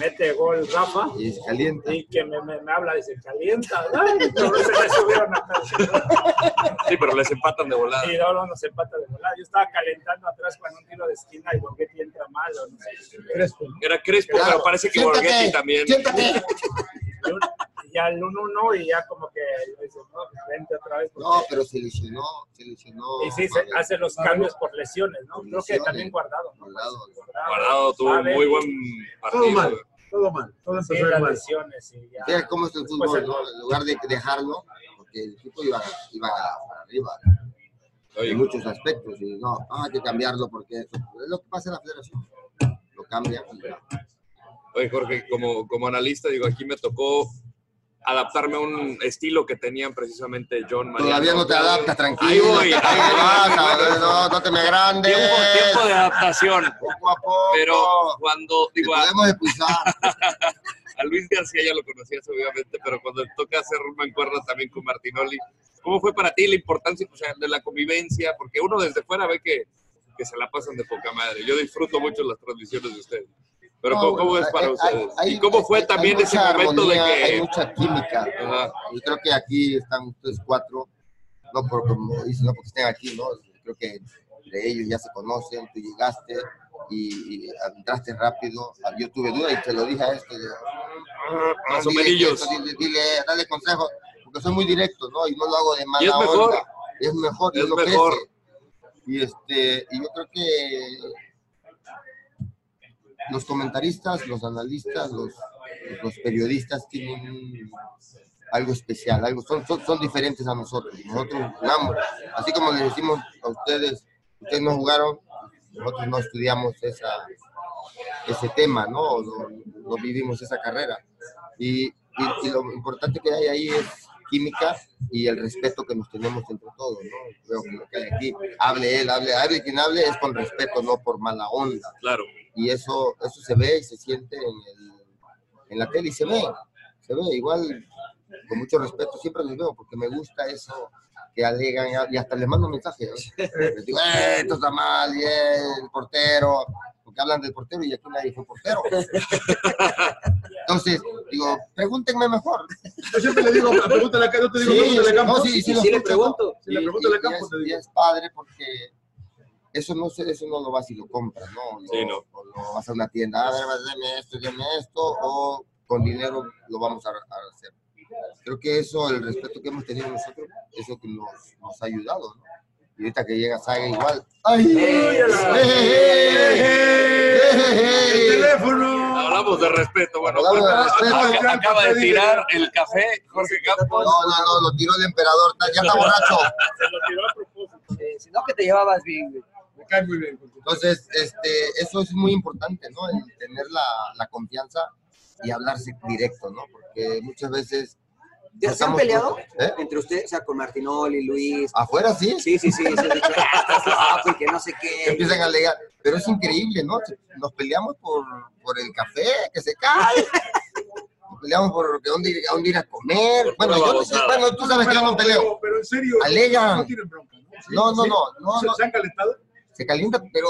[SPEAKER 4] mete gol Rafa.
[SPEAKER 2] Y se calienta.
[SPEAKER 4] Y que me, me- me habla, dice, calienta. Ay, cabrón, se me subieron a
[SPEAKER 3] Sí, pero les empatan de volada.
[SPEAKER 4] Y luego nos empata de volada. Yo estaba calentando atrás con un tiro de esquina y Borghetti entra mal. o no sé.
[SPEAKER 3] Era Crespo, pero parece que
[SPEAKER 4] Siéntate,
[SPEAKER 3] Borghetti también.
[SPEAKER 4] Y ya el 1-1 y ya como que le dice, no, pues vente otra vez. porque-
[SPEAKER 2] No, pero se lesionó, se lesionó.
[SPEAKER 4] y sí, se
[SPEAKER 2] Pavel.
[SPEAKER 4] hace los cambios por lesiones, ¿no? Creo que
[SPEAKER 2] lesiones.
[SPEAKER 4] también guardado. ¿no? Pues,
[SPEAKER 3] Guardado tuvo un
[SPEAKER 4] Pavel.
[SPEAKER 3] muy buen
[SPEAKER 4] Todo mal.
[SPEAKER 3] partido.
[SPEAKER 1] Todo mal, todo
[SPEAKER 4] Sí,
[SPEAKER 1] empezó
[SPEAKER 4] las
[SPEAKER 1] mal.
[SPEAKER 4] lesiones y ya.
[SPEAKER 2] Mira cómo es el
[SPEAKER 4] Después
[SPEAKER 3] Pues,
[SPEAKER 2] fútbol,
[SPEAKER 4] el-
[SPEAKER 3] eh,
[SPEAKER 2] ¿no? En lugar de dejarlo, porque el equipo iba, iba para arriba. En muchos aspectos. Y no, ah, hay que cambiarlo porque eso. Es lo que pasa en la federación. Lo cambian. y ya.
[SPEAKER 3] Oye, Jorge, como, como analista, digo, aquí me tocó adaptarme a un estilo que tenían precisamente John Mariano.
[SPEAKER 2] Todavía no te adaptas, tranquilo.
[SPEAKER 3] Ahí voy, ahí voy.
[SPEAKER 2] [LAUGHS] Ah, cabrón, no, no te me agrandes.
[SPEAKER 3] Tiempo, tiempo de adaptación. Pero cuando, digo, a- a Luis García ya lo conocías obviamente, pero cuando te toca hacer mancuernas también con Martinoli, ¿cómo fue para ti la importancia o sea, de la convivencia? Porque uno desde fuera ve que, que se la pasan de poca madre. Yo disfruto mucho las transmisiones de ustedes. Pero
[SPEAKER 2] No,
[SPEAKER 3] ¿cómo,
[SPEAKER 2] bueno,
[SPEAKER 3] cómo es para
[SPEAKER 2] hay-
[SPEAKER 3] ustedes?
[SPEAKER 2] hay-
[SPEAKER 3] ¿Y cómo fue
[SPEAKER 2] hay-
[SPEAKER 3] también
[SPEAKER 2] hay
[SPEAKER 3] ese
[SPEAKER 2] mucha
[SPEAKER 3] momento
[SPEAKER 2] armonía,
[SPEAKER 3] de que...
[SPEAKER 2] Hay mucha química. Yo creo que aquí están ustedes cuatro, no por, como dicen, no porque estén aquí, ¿no? Creo que entre ellos ya se conocen, tú llegaste y, y entraste rápido. Ah, Yo tuve duda y te lo dije a este. de,
[SPEAKER 3] Más
[SPEAKER 2] dile
[SPEAKER 3] o menos.
[SPEAKER 2] esto, Dile, dile, dale consejo, porque soy muy directo, ¿no? Y no lo hago de mala
[SPEAKER 3] Y es mejor.
[SPEAKER 2] onda. Es mejor, y
[SPEAKER 3] Es
[SPEAKER 2] uno crece.
[SPEAKER 3] mejor.
[SPEAKER 2] Y, este, y yo creo que los comentaristas, los analistas, los, los periodistas tienen un- algo especial, algo, son, son, son diferentes a nosotros. Nosotros jugamos, así como les decimos a ustedes, ustedes no jugaron, nosotros no estudiamos esa, ese tema, ¿no? No, no vivimos esa carrera. Y, y- y lo importante que hay ahí es química y el respeto que nos tenemos entre todos, ¿no? Creo que lo que hay aquí, hable él, hable, hable quien hable, es con respeto, no por mala onda.
[SPEAKER 3] Claro.
[SPEAKER 2] Y eso, eso se ve y se siente en, el- en la tele y se ve, se ve igual, con mucho respeto, siempre los veo porque me gusta eso que alegan y- y hasta les mando mensajes. ¿no? Les digo, "Eh, esto está mal, y eh, el portero, porque hablan del portero y aquí nadie fue portero. Entonces, digo, pregúntenme mejor.
[SPEAKER 1] Yo siempre le digo, pregúntale acá, yo te digo, pregúntale a Campos.
[SPEAKER 2] no, sí,
[SPEAKER 1] Y
[SPEAKER 2] sí,
[SPEAKER 1] si
[SPEAKER 2] lo
[SPEAKER 1] le
[SPEAKER 2] escucho,
[SPEAKER 1] pregunto,
[SPEAKER 2] ¿no?
[SPEAKER 1] si le
[SPEAKER 2] Y-
[SPEAKER 1] pregunto a la
[SPEAKER 2] y- y
[SPEAKER 1] Campos,
[SPEAKER 2] es-
[SPEAKER 1] le
[SPEAKER 2] Y
[SPEAKER 1] digo.
[SPEAKER 2] es padre porque eso no, se- eso no lo vas y lo compras, ¿no? Lo-
[SPEAKER 3] Sí, no.
[SPEAKER 2] o lo vas a una tienda, a ver, dame esto, dame esto, o con dinero lo vamos a, a hacer. Creo que eso, el respeto que hemos tenido nosotros, eso que nos, nos ha ayudado, ¿no? Y ahorita que llega Saga igual. ¡Ay!
[SPEAKER 3] ¡Eh!
[SPEAKER 2] ¡Eh, eh, eh! ¡Eh, eh, eh!
[SPEAKER 1] teléfono!
[SPEAKER 3] Hablamos de respeto. Bueno,
[SPEAKER 2] Hablamos de
[SPEAKER 3] acaba-
[SPEAKER 2] respeto.
[SPEAKER 3] acaba- acaba de tirar el café Jorge
[SPEAKER 2] No,
[SPEAKER 3] Campos.
[SPEAKER 2] no, no, lo tiró el emperador, está- ya está borracho.
[SPEAKER 5] Eh, si no, que te llevabas bien, güey.
[SPEAKER 2] Entonces, este, eso es muy importante, ¿no? El tener la, la confianza y hablarse directo, ¿no? Porque muchas veces...
[SPEAKER 5] ¿Ya se han
[SPEAKER 2] estamos-
[SPEAKER 5] peleado
[SPEAKER 2] ¿Eh?
[SPEAKER 5] entre ustedes? O sea, con Martinoli, Luis.
[SPEAKER 2] ¿Afuera sí?
[SPEAKER 5] Sí, sí, sí. se han dicho, "Ah, estás loco", y que no sé qué.
[SPEAKER 2] Empiezan a alegar. Pero es increíble, ¿no? Nos peleamos por, por el café, que se cae. Nos peleamos por que dónde, ir- a dónde ir a comer. Bueno, yo no sé, bueno, tú sabes que yo no peleo.
[SPEAKER 1] Pero en serio,
[SPEAKER 2] Alegan.
[SPEAKER 1] no tienen bronca.
[SPEAKER 2] No, no,
[SPEAKER 1] ¿Sí?
[SPEAKER 2] no, no,
[SPEAKER 1] ¿Se-
[SPEAKER 2] no.
[SPEAKER 1] ¿Se han calentado?
[SPEAKER 2] Se calienta, pero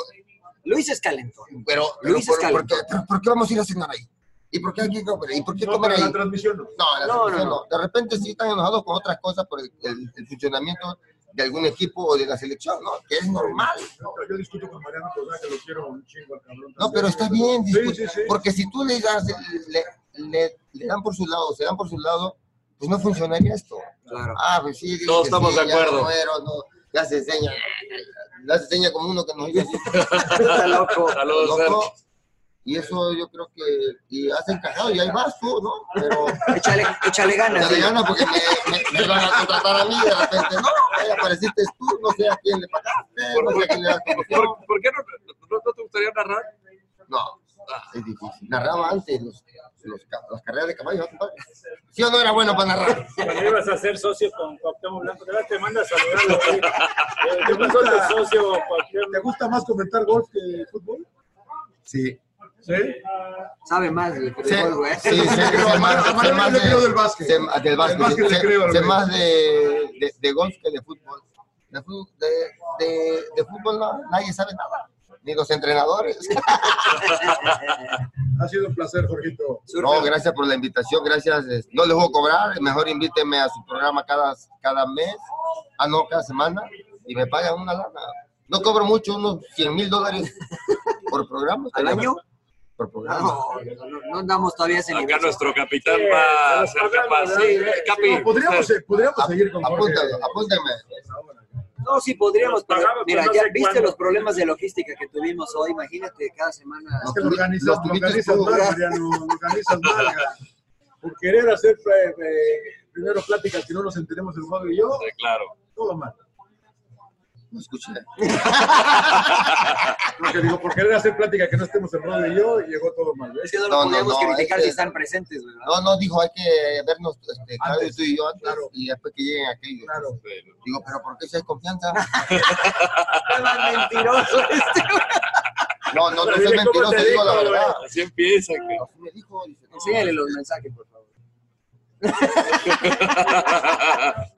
[SPEAKER 5] Luis es calentón.
[SPEAKER 2] Pero, pero
[SPEAKER 5] Luis
[SPEAKER 2] ¿por,
[SPEAKER 5] es
[SPEAKER 2] por qué, pero ¿por qué vamos a ir a cenar ahí? ¿Y por qué hay que comer? ¿Y por qué
[SPEAKER 1] No,
[SPEAKER 2] comer
[SPEAKER 1] pero
[SPEAKER 2] ahí?
[SPEAKER 1] la transmisión no.
[SPEAKER 2] No, la
[SPEAKER 5] No,
[SPEAKER 2] selección
[SPEAKER 5] no,
[SPEAKER 2] no. De repente sí están enojados con otras cosas por el, el- el funcionamiento de algún equipo o de la selección, ¿no? Que es normal.
[SPEAKER 1] No, pero yo discuto con Mariano Cosá, que lo quiero un chingo al cabrón.
[SPEAKER 2] No,
[SPEAKER 1] también.
[SPEAKER 2] pero está bien,
[SPEAKER 1] Sí,
[SPEAKER 2] discu-
[SPEAKER 1] sí, sí.
[SPEAKER 2] porque si tú le, das, le, le- le dan por su lado, se dan por su lado, pues no funcionaría esto.
[SPEAKER 5] Claro.
[SPEAKER 2] Ah, pues sí, dice
[SPEAKER 3] Todos
[SPEAKER 2] que
[SPEAKER 3] estamos
[SPEAKER 2] sí,
[SPEAKER 3] de
[SPEAKER 2] ya
[SPEAKER 3] acuerdo.
[SPEAKER 2] No, muero, no, ya se enseña, ya se enseña como uno que nos hizo así.
[SPEAKER 5] Está loco.
[SPEAKER 3] Saludos,
[SPEAKER 2] loco.
[SPEAKER 3] Sergio.
[SPEAKER 2] Y eso yo creo que y has encajado y ahí vas tú, ¿no? Pero
[SPEAKER 5] Échale, échale ganas.
[SPEAKER 2] dale
[SPEAKER 5] güey.
[SPEAKER 2] ganas porque me, me- me van a contratar a mí de repente. No, ahí apareciste tú, no sé a quién le pagaste, no sé a quién le das comisión.
[SPEAKER 3] ¿Por, por qué no, no- no te gustaría narrar?
[SPEAKER 2] No, es difícil. Narraba antes los, los ca- las carreras de caballo, ¿no, compadre? ¿Sí o no era bueno para narrar?
[SPEAKER 4] Cuando ibas a ser socio con Cuauhtémoc Blanco, te vas- te manda a
[SPEAKER 1] [LAUGHS]
[SPEAKER 4] saludarlo. güey. Eh, Yo me soy socio Cuauhtémoc.
[SPEAKER 1] ¿Te gusta más comentar golf que fútbol?
[SPEAKER 2] Sí.
[SPEAKER 1] Sí.
[SPEAKER 5] Sabe más, güey. que
[SPEAKER 2] Sí,
[SPEAKER 5] fútbol, güey. [LAUGHS]
[SPEAKER 2] sí, sí,
[SPEAKER 1] [LAUGHS] Pero
[SPEAKER 2] sé
[SPEAKER 1] a Mar-
[SPEAKER 2] más-
[SPEAKER 1] a Mariano
[SPEAKER 2] sé más
[SPEAKER 1] le
[SPEAKER 2] de-
[SPEAKER 1] creo del básquet.
[SPEAKER 2] sé- ah, del básquet,
[SPEAKER 1] básquet le
[SPEAKER 2] sé-
[SPEAKER 1] creo al
[SPEAKER 2] sé
[SPEAKER 1] güey.
[SPEAKER 2] más de, de, de golf que de fútbol. De, fu- de- de- de fútbol no- nadie sabe nada, ni los entrenadores.
[SPEAKER 1] Ha sido un placer, Jorgito.
[SPEAKER 2] No, gracias por la invitación, gracias. es- No les voy a cobrar, mejor invíteme a su programa cada, cada mes, ah, no, cada semana, y me pagan una lana. No cobro mucho, unos 100 mil dólares por programa.
[SPEAKER 5] ¿Al año?
[SPEAKER 2] Por programa.
[SPEAKER 5] No, no, no andamos todavía a ese
[SPEAKER 3] Acá
[SPEAKER 5] nivel.
[SPEAKER 3] nuestro capitán va a ser capaz. Sí, eh, Capi,
[SPEAKER 1] No, podríamos
[SPEAKER 3] usted.
[SPEAKER 1] podríamos seguir con Jorge.
[SPEAKER 2] Apúntalo, apúntame.
[SPEAKER 5] No, sí podríamos, pero
[SPEAKER 4] pagamos,
[SPEAKER 5] mira,
[SPEAKER 4] pero no
[SPEAKER 5] ya
[SPEAKER 4] sé
[SPEAKER 5] viste
[SPEAKER 4] cuándo.
[SPEAKER 5] los problemas de logística que tuvimos hoy. Imagínate cada semana.
[SPEAKER 1] Es que lo
[SPEAKER 2] Los tuvi-
[SPEAKER 1] organizas,
[SPEAKER 2] los
[SPEAKER 1] lo
[SPEAKER 2] tuviste
[SPEAKER 1] organizas
[SPEAKER 2] tú,
[SPEAKER 1] mal,
[SPEAKER 2] ¿verdad?
[SPEAKER 1] Mariano, lo organizas mal. cara. Por querer hacer eh, eh, primero pláticas que no nos enteremos del juego y yo,
[SPEAKER 3] Sí, claro.
[SPEAKER 1] todo mal.
[SPEAKER 2] No escuché.
[SPEAKER 1] Porque digo, por querer hacer plática que no estemos el Rodo y yo, llegó todo mal. ¿ves?
[SPEAKER 5] Es que no,
[SPEAKER 2] No,
[SPEAKER 5] lo
[SPEAKER 2] no,
[SPEAKER 5] podíamos
[SPEAKER 2] no,
[SPEAKER 5] criticar
[SPEAKER 2] es
[SPEAKER 5] si
[SPEAKER 2] que-
[SPEAKER 5] están presentes, güey, [LAUGHS] ¿verdad?
[SPEAKER 2] No, no, dijo, hay que vernos, este, Claudio,
[SPEAKER 1] Antes.
[SPEAKER 2] tú y yo antes,
[SPEAKER 1] Claro.
[SPEAKER 2] y después que lleguen aquellos.
[SPEAKER 1] Claro.
[SPEAKER 2] Digo, pero ¿por qué si hay confianza?
[SPEAKER 5] Qué más mentiroso este, güey.
[SPEAKER 2] No, no, no soy
[SPEAKER 4] Dile, ¿cómo
[SPEAKER 2] mentiroso,
[SPEAKER 4] te
[SPEAKER 2] digo la
[SPEAKER 4] dijo,
[SPEAKER 2] verdad.
[SPEAKER 3] Así empieza. que- [LAUGHS]
[SPEAKER 2] Así me dijo, dice, no,
[SPEAKER 5] Enséñale los mensajes, por favor.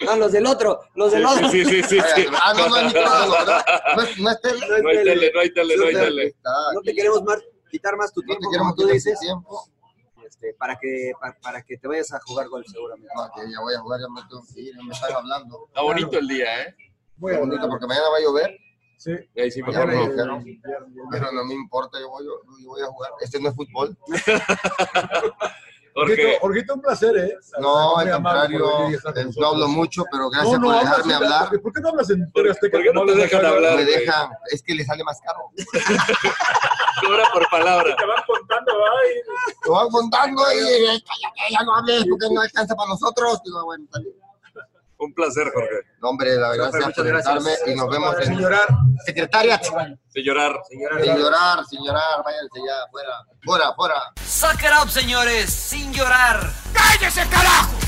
[SPEAKER 5] No, los del otro, los del otro.
[SPEAKER 3] Sí, sí, sí, sí, sí.
[SPEAKER 2] Ah, no, no es micrófono, ¿verdad? No es, no es tele.
[SPEAKER 3] No hay tele, no hay tele, no hay tele.
[SPEAKER 2] Está
[SPEAKER 5] No
[SPEAKER 2] aquí.
[SPEAKER 5] te queremos más, quitar más tu
[SPEAKER 2] No te
[SPEAKER 5] tiempo,
[SPEAKER 2] quiero
[SPEAKER 5] como tú
[SPEAKER 2] quitar ese
[SPEAKER 5] dices,
[SPEAKER 2] tiempo.
[SPEAKER 5] este, para, que, pa- para, que te vayas a jugar golf seguramente.
[SPEAKER 2] No, que ya voy a jugar, ya me tengo que ir, me están hablando.
[SPEAKER 3] Está bonito el día, ¿eh?
[SPEAKER 1] Muy
[SPEAKER 2] Qué bonito, porque mañana va a llover,
[SPEAKER 1] Sí.
[SPEAKER 3] Ahí sí,
[SPEAKER 2] mañana
[SPEAKER 3] mejor
[SPEAKER 2] me
[SPEAKER 3] no.
[SPEAKER 2] dijeron, pero no me importa, yo voy, yo voy a jugar. Este no es fútbol.
[SPEAKER 1] Jorgito,
[SPEAKER 3] Porque
[SPEAKER 1] Jorgito, un placer, ¿eh?
[SPEAKER 2] No,
[SPEAKER 1] Muy
[SPEAKER 2] al
[SPEAKER 1] amable por
[SPEAKER 2] contrario,
[SPEAKER 1] venir y estar con
[SPEAKER 2] eh, no
[SPEAKER 1] nosotros.
[SPEAKER 2] hablo mucho, pero
[SPEAKER 1] No,
[SPEAKER 2] gracias
[SPEAKER 1] no,
[SPEAKER 2] por
[SPEAKER 1] hablas
[SPEAKER 2] dejarme
[SPEAKER 1] en la-
[SPEAKER 2] hablar.
[SPEAKER 1] ¿Por qué no hablas en Torre Azteca?
[SPEAKER 3] por qué este no te [LAUGHS] dejan hablar?
[SPEAKER 2] Me
[SPEAKER 3] güey.
[SPEAKER 2] deja, es que le sale más caro.
[SPEAKER 3] cobra por palabra.
[SPEAKER 4] Te van por contando, ay.
[SPEAKER 2] Lo va contando y eh, cállate, ya no hables porque no alcanza para nosotros. Digo, bueno, está bien.
[SPEAKER 3] Un placer, Jorge.
[SPEAKER 2] No, hombre, la verdad,
[SPEAKER 3] Profe,
[SPEAKER 2] gracias
[SPEAKER 3] muchas
[SPEAKER 2] por invitarme
[SPEAKER 3] gracias.
[SPEAKER 2] y nos vemos en...
[SPEAKER 3] Sin llorar.
[SPEAKER 2] Secretaria.
[SPEAKER 3] Sin llorar.
[SPEAKER 2] Sin llorar, sin llorar, váyanse ya, fuera, fuera, fuera.
[SPEAKER 5] Suck it up, señores, sin llorar.
[SPEAKER 11] ¡Cállese, carajo!